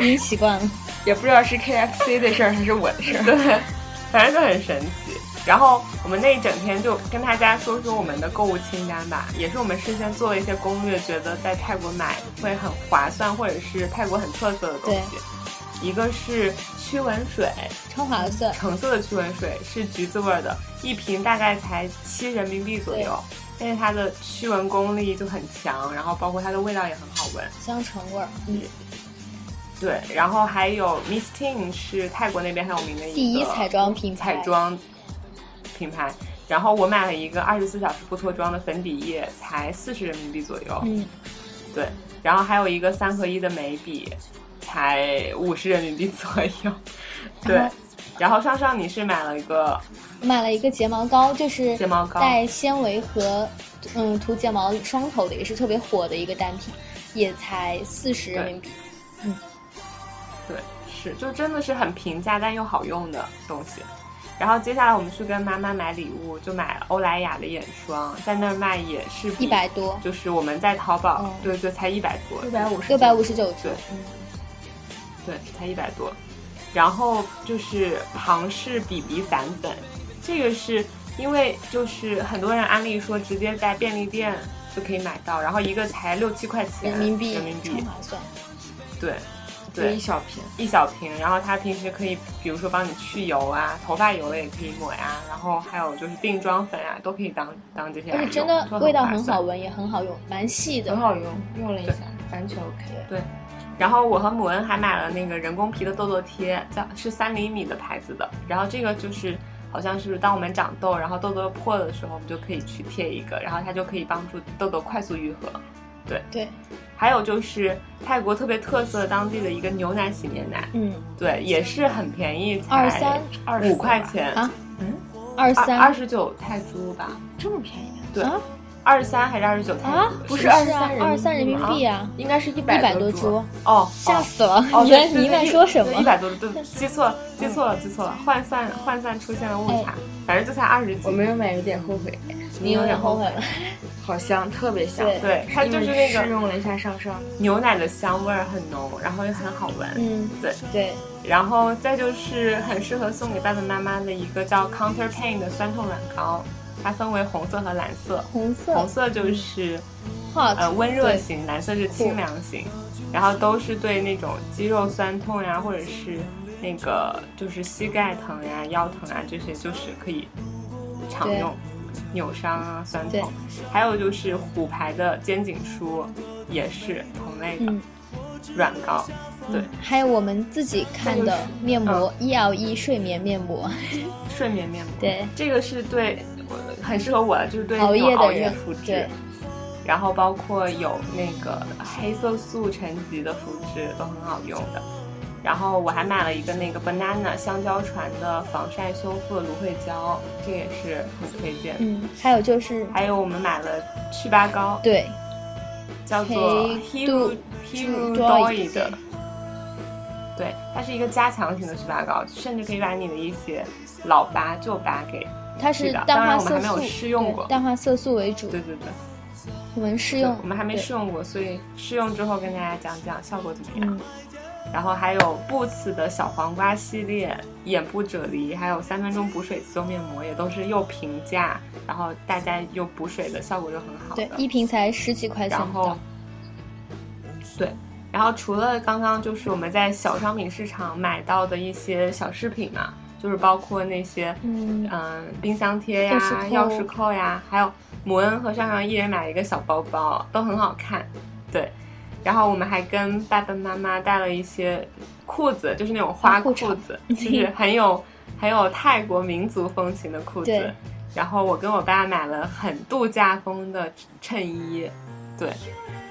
[SPEAKER 2] 您习惯了。
[SPEAKER 4] 也不知道是 KFC 的事儿还是我的事儿。
[SPEAKER 3] 对，反正就很神奇。然后我们那一整天就跟大家说说我们的购物清单吧，也是我们事先做了一些攻略，觉得在泰国买会很划算，或者是泰国很特色的东西。一个是驱蚊水，嗯
[SPEAKER 2] 超划算，
[SPEAKER 3] 橙色的驱蚊水是橘子味儿的，一瓶大概才七人民币左右，但是它的驱蚊功力就很强，然后包括它的味道也很好闻。
[SPEAKER 2] 香橙味儿，嗯，
[SPEAKER 3] 对，然后还有 Miss Teen 是泰国那边很有名的一个
[SPEAKER 2] 第一彩妆品牌
[SPEAKER 3] 彩妆品牌。然后我买了一个二十四小时不脱妆的粉底液，才四十人民币左右。
[SPEAKER 2] 嗯，
[SPEAKER 3] 对，然后还有一个三合一的眉笔，才五十人民币左 右。对
[SPEAKER 2] 然后，
[SPEAKER 3] 然后上上你是买了一个
[SPEAKER 2] 买了一个睫毛膏，就是
[SPEAKER 3] 睫毛膏
[SPEAKER 2] 带纤维和嗯涂睫毛双头的，也是特别火的一个单品，也才四十人民币。
[SPEAKER 3] 对，是，就真的是很平价但又好用的东西。然后接下来我们去跟妈妈买礼物，就买了欧莱雅的眼霜，在那儿卖也是比
[SPEAKER 2] 100多
[SPEAKER 3] 就是我们在淘宝、
[SPEAKER 2] 嗯
[SPEAKER 3] 对就才一百多，
[SPEAKER 4] 六百五十，
[SPEAKER 2] 六百五十九
[SPEAKER 3] 对
[SPEAKER 2] 支，嗯，
[SPEAKER 3] 对才一百多。然后就是庞氏比比散粉，这个是因为就是很多人安利说直接在便利店就可以买到，然后一个才六七块钱
[SPEAKER 2] 人民币，嗯
[SPEAKER 3] 人民币
[SPEAKER 2] 超划算。
[SPEAKER 3] 对
[SPEAKER 4] 就
[SPEAKER 3] 对
[SPEAKER 4] 一小瓶。
[SPEAKER 3] 一小瓶，然后它平时可以，比如说帮你去油啊，头发油了也可以抹呀，然后还有就是定妆粉啊，都可以当当这些来
[SPEAKER 2] 而
[SPEAKER 3] 用。
[SPEAKER 2] 且哎真的
[SPEAKER 3] 就
[SPEAKER 2] 味道
[SPEAKER 3] 划
[SPEAKER 2] 很
[SPEAKER 3] 算
[SPEAKER 2] 好。闻，也很好用，蛮细
[SPEAKER 4] 很
[SPEAKER 2] 的。
[SPEAKER 4] 好用，用了一下，完全 OK。
[SPEAKER 3] 然后我和母恩还买了那个人工皮的痘痘贴，叫是三厘米的牌子的，然后这个就是。好像是当我们长痘，然后痘痘破了的时候，我们就可以去贴一个，然后它就可以帮助痘痘快速愈合。
[SPEAKER 2] 对，
[SPEAKER 3] 还有就是泰国特别特色当地的一个牛奶洗面奶，
[SPEAKER 2] 嗯，
[SPEAKER 3] 对，也是很便宜，才
[SPEAKER 2] 23
[SPEAKER 4] 二
[SPEAKER 3] 五块，钱
[SPEAKER 2] 啊
[SPEAKER 3] 嗯，
[SPEAKER 2] 二三
[SPEAKER 3] 二十九泰铢吧，
[SPEAKER 4] 这么便宜啊？
[SPEAKER 3] 对
[SPEAKER 2] 啊，
[SPEAKER 3] 二十三还是二十九泰铢
[SPEAKER 2] 啊？
[SPEAKER 4] 不是
[SPEAKER 2] 二
[SPEAKER 4] 23人民币吗
[SPEAKER 2] 二三人民币啊，
[SPEAKER 4] 应该是一
[SPEAKER 2] 一
[SPEAKER 4] 百
[SPEAKER 2] 百多
[SPEAKER 4] 株。
[SPEAKER 2] 株，
[SPEAKER 3] 哦，
[SPEAKER 2] 吓死了！
[SPEAKER 3] 哦！
[SPEAKER 2] 你在你在说什
[SPEAKER 3] 一
[SPEAKER 2] 么？
[SPEAKER 3] 百多，对，记错了，记错了，记错了，换算换算出现了误差，反正就才二十几。
[SPEAKER 4] 我没有买，有点后悔，
[SPEAKER 2] 你有点后悔了，
[SPEAKER 4] 好香，特别香。
[SPEAKER 2] 对
[SPEAKER 3] 对，它就是那
[SPEAKER 4] 试
[SPEAKER 3] 个
[SPEAKER 4] 用了一下上上，
[SPEAKER 3] 牛奶的香味儿很浓，然后又很好闻。
[SPEAKER 2] 嗯，
[SPEAKER 3] 对，
[SPEAKER 2] 对，
[SPEAKER 3] 然后再就是很适合送给爸爸妈妈的一个叫 Counter Pain 的酸痛软膏，它分为红色和蓝色。
[SPEAKER 2] 红色
[SPEAKER 3] 红色就是呃
[SPEAKER 2] hot，
[SPEAKER 3] 温热型，蓝色是清凉型，然后都是对那种肌肉酸痛呀，或者是那个就是膝盖疼呀、腰疼啊这些，就是可以常用，扭伤啊、酸
[SPEAKER 2] 对
[SPEAKER 3] 痛。还有就是虎牌的肩颈舒，也是同类的
[SPEAKER 2] 嗯，
[SPEAKER 3] 软膏，对，
[SPEAKER 2] 还有我们自己看
[SPEAKER 3] 这个
[SPEAKER 2] 的
[SPEAKER 3] 是嗯
[SPEAKER 2] 面膜 E L E 睡眠面膜，
[SPEAKER 3] 睡眠面膜。
[SPEAKER 2] 对，
[SPEAKER 3] 这个是对我很适合我，就是对
[SPEAKER 2] 熬
[SPEAKER 3] 那种
[SPEAKER 2] 夜的
[SPEAKER 3] 熬夜
[SPEAKER 2] 人
[SPEAKER 3] 肤质
[SPEAKER 2] 对。
[SPEAKER 3] 然后包括有那个黑色素沉积的肤质都很好用的。然后我还买了一个那个 banana 香蕉船的防晒修复芦荟胶，这也是很推荐的。
[SPEAKER 2] 嗯，还有就是
[SPEAKER 3] 还有我们买了祛疤膏，
[SPEAKER 2] 对
[SPEAKER 3] 叫做
[SPEAKER 2] Hey
[SPEAKER 3] Hero
[SPEAKER 2] Do-
[SPEAKER 3] Hero
[SPEAKER 2] Do-
[SPEAKER 3] Doy 的，对，它是一个加强型的祛疤膏，甚至可以把你的一些老疤、旧疤给
[SPEAKER 2] 它
[SPEAKER 3] 是
[SPEAKER 2] 是
[SPEAKER 3] 的当
[SPEAKER 2] 淡
[SPEAKER 3] 然
[SPEAKER 2] 化
[SPEAKER 3] 我们
[SPEAKER 2] 色
[SPEAKER 3] 还没有
[SPEAKER 2] 素，
[SPEAKER 3] 试用
[SPEAKER 2] 对
[SPEAKER 3] 过
[SPEAKER 2] 淡化色素为主，
[SPEAKER 3] 对对对，
[SPEAKER 2] 我们试
[SPEAKER 3] 对
[SPEAKER 2] 用，
[SPEAKER 3] 我们还没
[SPEAKER 2] 对
[SPEAKER 3] 试用过，所以试用之后跟大家讲讲效果怎么样。
[SPEAKER 2] 嗯，
[SPEAKER 3] 然后还有 Boots 的小黄瓜系列、眼部啫喱，还有三分钟补水修面膜，也都是又平价，然后大家又补水的效果就很好的
[SPEAKER 2] 对，。一瓶才十几块钱
[SPEAKER 3] 然
[SPEAKER 2] 不
[SPEAKER 3] 后
[SPEAKER 2] 到，，
[SPEAKER 3] 对，然后除了刚刚就是我们在小商品市场买到的一些小饰品嘛，就是包括那些
[SPEAKER 2] 嗯，
[SPEAKER 3] 嗯，冰箱贴呀、钥
[SPEAKER 2] 钥
[SPEAKER 3] 匙
[SPEAKER 2] 匙扣
[SPEAKER 3] 扣呀，还有母恩和上上一人买一个小包包，都很好看。对，然后我们还跟爸爸妈妈带了一些裤子，就是那种花
[SPEAKER 2] 花
[SPEAKER 3] 裤
[SPEAKER 2] 裤
[SPEAKER 3] 子，就是很有很有泰国民族风情的裤子
[SPEAKER 2] 对。
[SPEAKER 3] 然后我跟我爸买了很度假风的衬衣，对，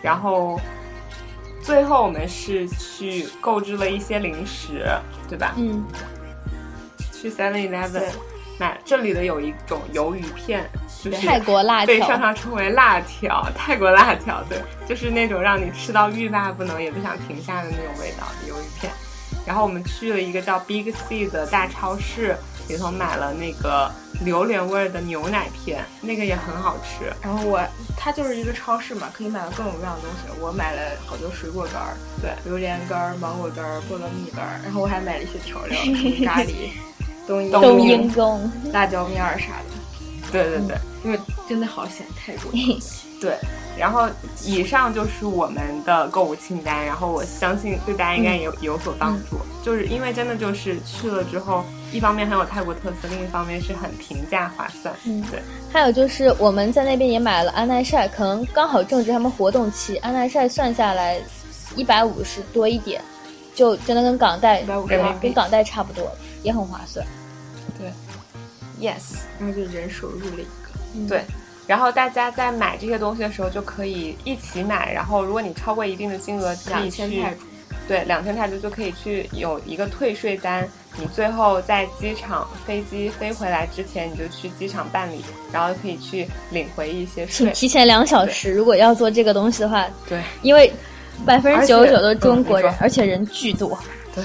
[SPEAKER 3] 然后。最后我们是去购置了一些零食，对吧？
[SPEAKER 2] 嗯，
[SPEAKER 3] 去 Seven Eleven
[SPEAKER 4] 对
[SPEAKER 3] 买这里的有一种鱿鱼片，就是
[SPEAKER 2] 泰国辣
[SPEAKER 3] 被上
[SPEAKER 2] 条，
[SPEAKER 3] 上称为辣条，泰国辣条，对，就是那种让你吃到欲罢不能也不想停下的那种味道的鱿鱼片。然后我们去了一个叫 Big C 的大超市，里头买了那个榴莲味儿的牛奶片，那个也很好吃。
[SPEAKER 4] 然后我它就是一个超市嘛，可以买到各种各样的东西。我买了好多水果干儿，
[SPEAKER 3] 对，
[SPEAKER 4] 榴莲干儿、芒果干儿、菠萝蜜干儿，然后我还买了一些调 料，什么咖喱、冬阴
[SPEAKER 3] 冬阴
[SPEAKER 4] 功、
[SPEAKER 2] 功，
[SPEAKER 4] 辣椒面儿啥的，
[SPEAKER 3] 对对对。
[SPEAKER 4] 因为真的好想泰 国。
[SPEAKER 3] 对，然后以上就是我们的购物清单，然后我相信对大家应
[SPEAKER 4] 嗯
[SPEAKER 3] 该有、有所帮助，就是因为真的就是去了之后，一方面很有泰国特色，另一方面是很平价划算。
[SPEAKER 2] 嗯
[SPEAKER 3] 对，
[SPEAKER 2] 还有就是我们在那边也买了安耐晒，可能刚好正值他们活动期，安耐晒算下来一百五十多一点，就真的跟港代
[SPEAKER 4] 150
[SPEAKER 2] 对吧
[SPEAKER 4] 人民币
[SPEAKER 2] 跟港代差不多，也很划算。
[SPEAKER 3] Yes，
[SPEAKER 4] 然后就人手入了一个，
[SPEAKER 3] 对。然后大家在买这些东西的时候就可以一起买，然后如果你超过一定的金额，可以
[SPEAKER 4] 两
[SPEAKER 3] 去
[SPEAKER 4] 千泰铢。
[SPEAKER 3] 对，两千泰铢就可以去有一个退税单，你最后在机场飞机飞回来之前，你就去机场办理，然后可以去领回一些
[SPEAKER 2] 请
[SPEAKER 3] 税。
[SPEAKER 2] 提前两小时，如果要做这个东西的话，
[SPEAKER 3] 对
[SPEAKER 2] 因为百分
[SPEAKER 3] 而
[SPEAKER 2] 之
[SPEAKER 3] 且
[SPEAKER 2] 九十九都是中国人
[SPEAKER 3] 嗯你，说
[SPEAKER 2] 而且人巨多。
[SPEAKER 3] 对。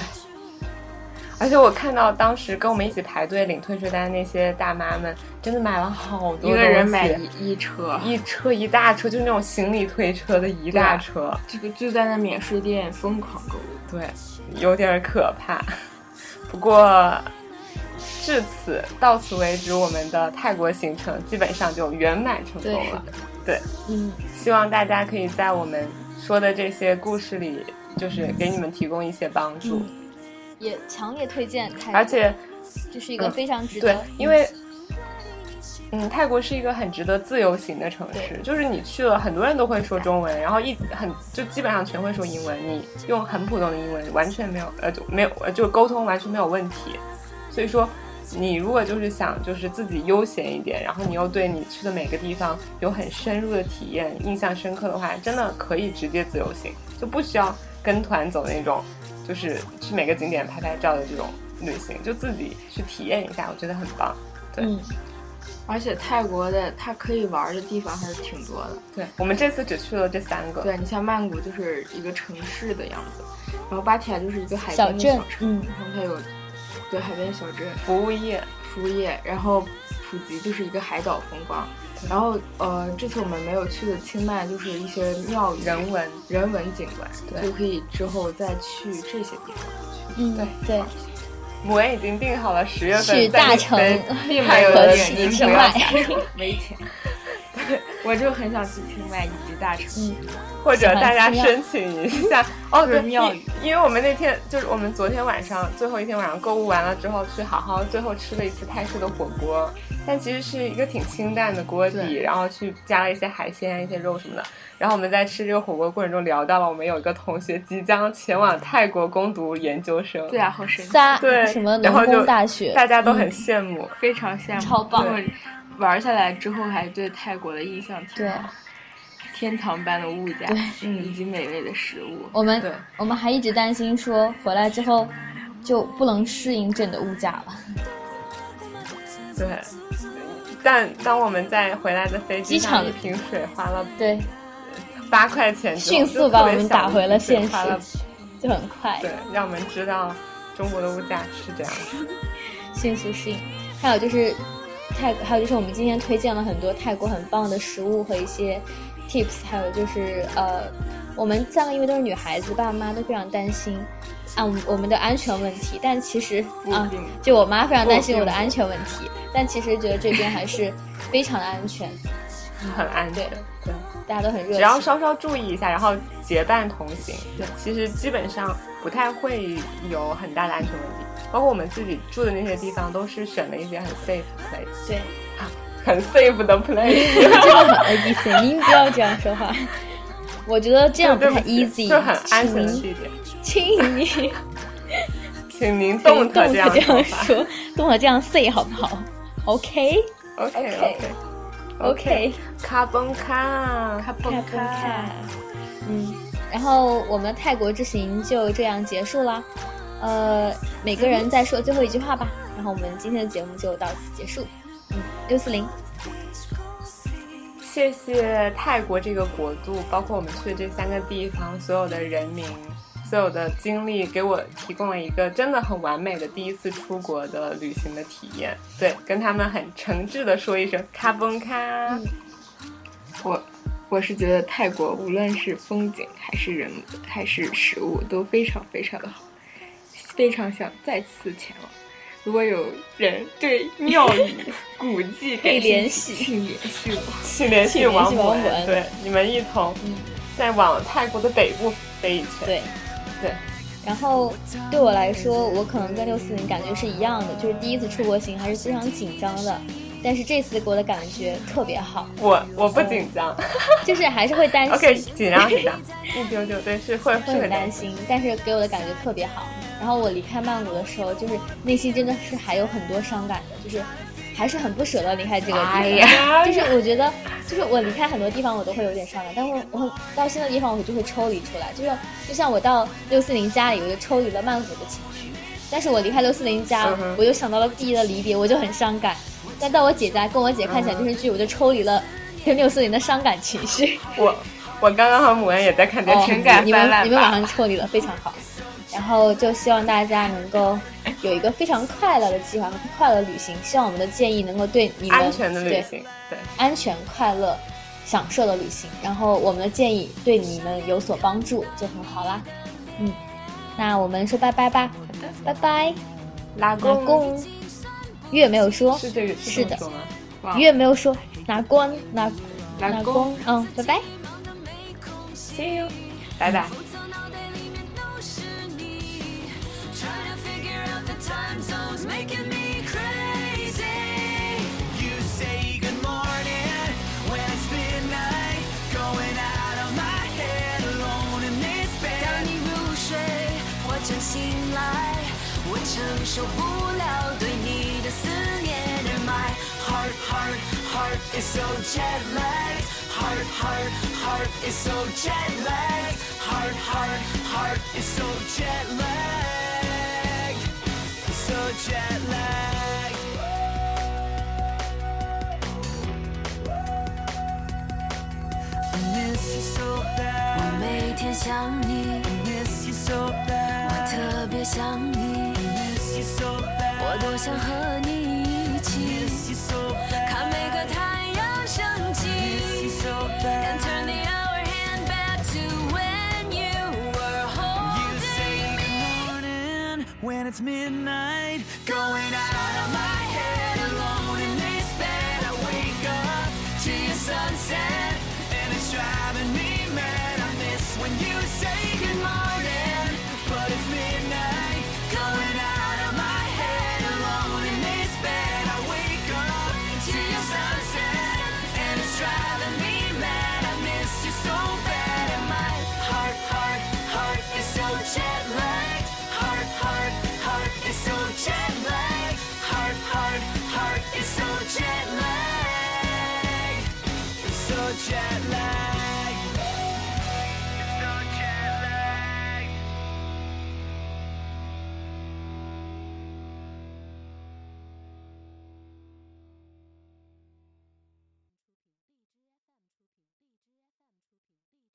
[SPEAKER 3] 而且我看到当时跟我们一起排队领退税单的那些大妈们，真的买了好多
[SPEAKER 4] 一个人
[SPEAKER 3] 东西
[SPEAKER 4] 买一一车，
[SPEAKER 3] 一车一大车，就是那种行李推车的一大车。
[SPEAKER 4] 这个就在那免税店疯狂购物。
[SPEAKER 3] 对，有点可怕。不过至此到此为止，我们的泰国行程基本上就圆满成功了。对，
[SPEAKER 2] 嗯，
[SPEAKER 3] 希望大家可以在我们说的这些故事里，就是给你们提供一些帮助。
[SPEAKER 4] 嗯
[SPEAKER 2] 也强烈推荐泰国，
[SPEAKER 3] 而且
[SPEAKER 2] 这是一个
[SPEAKER 3] 嗯
[SPEAKER 2] 非常值得
[SPEAKER 3] 对，因为。嗯，泰国是一个很值得自由行的城市，就是你去了，很多人都会说中文，然后一很就基本上全会说英文，你用很普通的英文完全没有呃就没有呃就沟通完全没有问题，所以说你如果就是想就是自己悠闲一点，然后你又对你去的每个地方有很深入的体验、印象深刻的话，真的可以直接自由行，就不需要跟团走那种就是去每个景点拍拍照的这种旅行，就自己去体验一下，我觉得很棒。对
[SPEAKER 2] 嗯，
[SPEAKER 4] 而且泰国的它可以玩的地方还是挺多的。
[SPEAKER 3] 对我们这次只去了这三个，
[SPEAKER 4] 对你像曼谷就是一个城市的样子，然后芭提雅就是一个海
[SPEAKER 2] 小
[SPEAKER 4] 边的
[SPEAKER 2] 镇
[SPEAKER 4] 小城，
[SPEAKER 2] 嗯
[SPEAKER 4] 然后它有对海边小镇
[SPEAKER 3] 服务业，
[SPEAKER 4] 服务业，然后普吉就是一个海岛风光，然后呃这次我们没有去的清迈就是一些庙宇、
[SPEAKER 3] 人文，
[SPEAKER 4] 人文景观，
[SPEAKER 3] 对
[SPEAKER 4] 就可以之后再去这些地方
[SPEAKER 2] 嗯
[SPEAKER 3] 对
[SPEAKER 2] 对，
[SPEAKER 3] 母恩已经定好了十月份
[SPEAKER 2] 去
[SPEAKER 3] 在
[SPEAKER 2] 大
[SPEAKER 3] 纽
[SPEAKER 2] 城
[SPEAKER 3] 菲
[SPEAKER 4] 并
[SPEAKER 3] 没
[SPEAKER 4] 没
[SPEAKER 3] 有
[SPEAKER 4] 有
[SPEAKER 2] 和
[SPEAKER 3] 点
[SPEAKER 2] 去
[SPEAKER 3] 您
[SPEAKER 2] 清
[SPEAKER 3] 不要
[SPEAKER 2] 迈，
[SPEAKER 4] 没钱。我就很想去清迈以及大城，
[SPEAKER 2] 嗯，
[SPEAKER 3] 或者大家申请一 下哦，对，
[SPEAKER 4] 就是庙宇
[SPEAKER 3] 因因为我们那天就是我们昨天晚上最后一天晚上购物完了之后，去好好最后吃了一次泰式的火锅，但其实是一个挺清淡的锅底，
[SPEAKER 4] 对
[SPEAKER 3] 然后去加了一些海鲜、一些肉什么的。然后我们在吃这个火锅过程中聊到了，我们有一个同学即将前往泰国攻读研究生，
[SPEAKER 4] 对啊，好神奇，
[SPEAKER 2] 撒
[SPEAKER 3] 对
[SPEAKER 2] 什么
[SPEAKER 3] 然后
[SPEAKER 2] 农
[SPEAKER 3] 就
[SPEAKER 2] 工大学，
[SPEAKER 3] 大家都很羡慕。
[SPEAKER 4] 非常羡慕，
[SPEAKER 2] 超棒
[SPEAKER 4] 因为玩下来之后还对泰国的印象挺
[SPEAKER 2] 对
[SPEAKER 4] 好。天堂般的物价，嗯，以及美味的食物。
[SPEAKER 2] 我们
[SPEAKER 3] 对
[SPEAKER 2] 我们还一直担心说回来之后就不能适应这里的物价了，
[SPEAKER 3] 对，但当我们在回来的飞机
[SPEAKER 2] 机
[SPEAKER 3] 上，
[SPEAKER 2] 场
[SPEAKER 3] 一瓶水花了
[SPEAKER 2] 对，
[SPEAKER 3] 八块钱之后，
[SPEAKER 2] 迅速
[SPEAKER 3] 就特别
[SPEAKER 2] 把我们
[SPEAKER 3] 想
[SPEAKER 2] 打回了
[SPEAKER 3] 水
[SPEAKER 2] 现实哎
[SPEAKER 3] 花了
[SPEAKER 2] 就很快
[SPEAKER 3] 对，让我们知道中国的物价是这样。
[SPEAKER 2] 迅速适应。还有就是泰，还有就是我们今天推荐了很多泰国很棒的食物和一些 tips，还有就是呃，我们三个因为都是女孩子，爸妈都非常担心啊我们我们的安全问题，但其实
[SPEAKER 4] 不
[SPEAKER 2] 啊
[SPEAKER 4] 并不，
[SPEAKER 2] 就我妈非常担心
[SPEAKER 4] 不并不
[SPEAKER 2] 我的安全问题，但其实觉得这边还是非常的安全，
[SPEAKER 3] 很安全。对，
[SPEAKER 2] 大家都很热
[SPEAKER 3] 只要
[SPEAKER 2] 情。
[SPEAKER 3] 稍稍注意一下，然后结伴同行，
[SPEAKER 4] 对，
[SPEAKER 3] 其实基本上不太会有很大的安全问题。包括我们自己住的那些地方，都是选了一些很 safe place，啊
[SPEAKER 2] 对，
[SPEAKER 3] 很 safe 的 place，
[SPEAKER 2] 真的很 A B C，您不要这样说话。我觉得这样不
[SPEAKER 3] 对不
[SPEAKER 2] 太
[SPEAKER 3] 起
[SPEAKER 2] easy，
[SPEAKER 3] 就是很安
[SPEAKER 2] 请
[SPEAKER 3] 全的
[SPEAKER 2] 您，
[SPEAKER 3] 地点。
[SPEAKER 2] 请您。
[SPEAKER 3] 请您
[SPEAKER 2] 动
[SPEAKER 3] 动特这样
[SPEAKER 2] 这 样
[SPEAKER 3] 法。
[SPEAKER 2] 说，动了这样 say 好不好？OK
[SPEAKER 3] OK
[SPEAKER 2] OK
[SPEAKER 3] OK，卡崩卡，
[SPEAKER 4] 它不开，
[SPEAKER 2] 嗯，然后我们泰国之行就这样结束了。呃，每个
[SPEAKER 3] 嗯
[SPEAKER 2] 人再说最后一句话吧，然后我们今天的节目就到此结束。嗯，六四零，
[SPEAKER 3] 谢谢泰国这个国度，包括我们去的这三个地方所有的人民。所有的经历给我提供了一个真的很完美的第一次出国的旅行的体验。对，跟他们很诚挚的说一声咔嘣咔。
[SPEAKER 4] 我我是觉得泰国无论是风景还是人还是食物都非常非常的好，非常想再次前往。如果有人对庙宇古迹
[SPEAKER 5] 可以
[SPEAKER 4] 感
[SPEAKER 5] 联
[SPEAKER 4] 兴
[SPEAKER 5] 系
[SPEAKER 4] 趣，
[SPEAKER 3] 去
[SPEAKER 4] 请联系我。
[SPEAKER 3] 联系王
[SPEAKER 5] 去联系王
[SPEAKER 3] 博
[SPEAKER 5] 博文
[SPEAKER 3] 对，你们一同再往泰国的北部飞一圈。
[SPEAKER 2] 嗯对
[SPEAKER 3] 对。
[SPEAKER 2] 然后对我来说，我可能跟六四零感觉是一样的，就是第一次出国行还是非常紧张的，但是这次给我的感觉特别好，
[SPEAKER 3] 我我不紧张
[SPEAKER 2] 就是还是会担心
[SPEAKER 3] ，OK，紧张紧张，一九九对是会
[SPEAKER 2] 会嗯
[SPEAKER 3] 是
[SPEAKER 2] 很
[SPEAKER 3] 很
[SPEAKER 2] 担
[SPEAKER 3] 担
[SPEAKER 2] 心，但是给我的感觉特别好。然后我离开曼谷的时候，就是内心真的是还有很多伤感的，就是还是很不舍得离开这个地方。
[SPEAKER 3] 哎呀
[SPEAKER 2] 就是我觉得，就是我离开很多地方我都会有点伤感，但我我到新的地方我就会抽离出来，就是就像我到六四零家里，我就抽离了曼谷的情绪。但是我离开六四零家
[SPEAKER 3] 嗯哼，
[SPEAKER 2] 我就想到了第一的离别，我就很伤感。但到我姐家跟我姐看小电
[SPEAKER 3] 嗯
[SPEAKER 2] 视剧，我就抽离了跟六四零的伤感情绪。
[SPEAKER 3] 我我刚刚和母恩也在看电
[SPEAKER 2] 哦，
[SPEAKER 3] 视剧，感
[SPEAKER 2] 你们你们马上抽离了，非常 好。然后就希望大家能够有一个非常快乐的计划和快乐的旅行，希望我们的建议能够对你们
[SPEAKER 3] 安全的旅
[SPEAKER 2] 对
[SPEAKER 3] 行，对，
[SPEAKER 2] 安全、快乐、享受的旅行。然后我们的建议对你们有所帮助，就很好啦。嗯，那我们说拜拜吧，拜拜，
[SPEAKER 3] 拉
[SPEAKER 2] 拿
[SPEAKER 3] 弓
[SPEAKER 2] 弓。月没有说，
[SPEAKER 3] 是这个
[SPEAKER 2] 是的
[SPEAKER 3] 这么说吗？
[SPEAKER 4] 哇
[SPEAKER 2] 月没有说，拿弓，拿
[SPEAKER 4] 拿
[SPEAKER 2] 拿
[SPEAKER 4] 弓
[SPEAKER 2] 弓，嗯，拜拜。
[SPEAKER 3] See you，拜拜。
[SPEAKER 6] Trying to figure out the time zone's making me crazy. You say good morning when it's midnight. Going out of my head alone in this bed. 当你入睡，我正醒来，我承受不了对你的思念。And my heart, heart, heart is so jet lagged. Heart, heart, heart is so jet lagged. Heart, heart, heart is so jet lagged. So jet lagged. I miss you so bad. 我每天想你。I miss you so bad. 我特别想你。I miss you so bad. 我多想和你一起。I miss you so bad. 看每个太阳升起。I miss you so bad. And turn the hour hand back to when you were holding. You say good morning when it's midnight. Going out of my head alone in this bed. I wake up to your sunset. And it's driving me mad. I miss when you say good morning. But it's midnight. Going out of my head alone in this bed. I wake up to your sunset. And it's driving me mad. I miss you so bad. And my heart, heart, heart is so jet lagged. Heart, heart, heart is so jet lagged. Heart, heart, heart is so jet lagged. So jet lagged.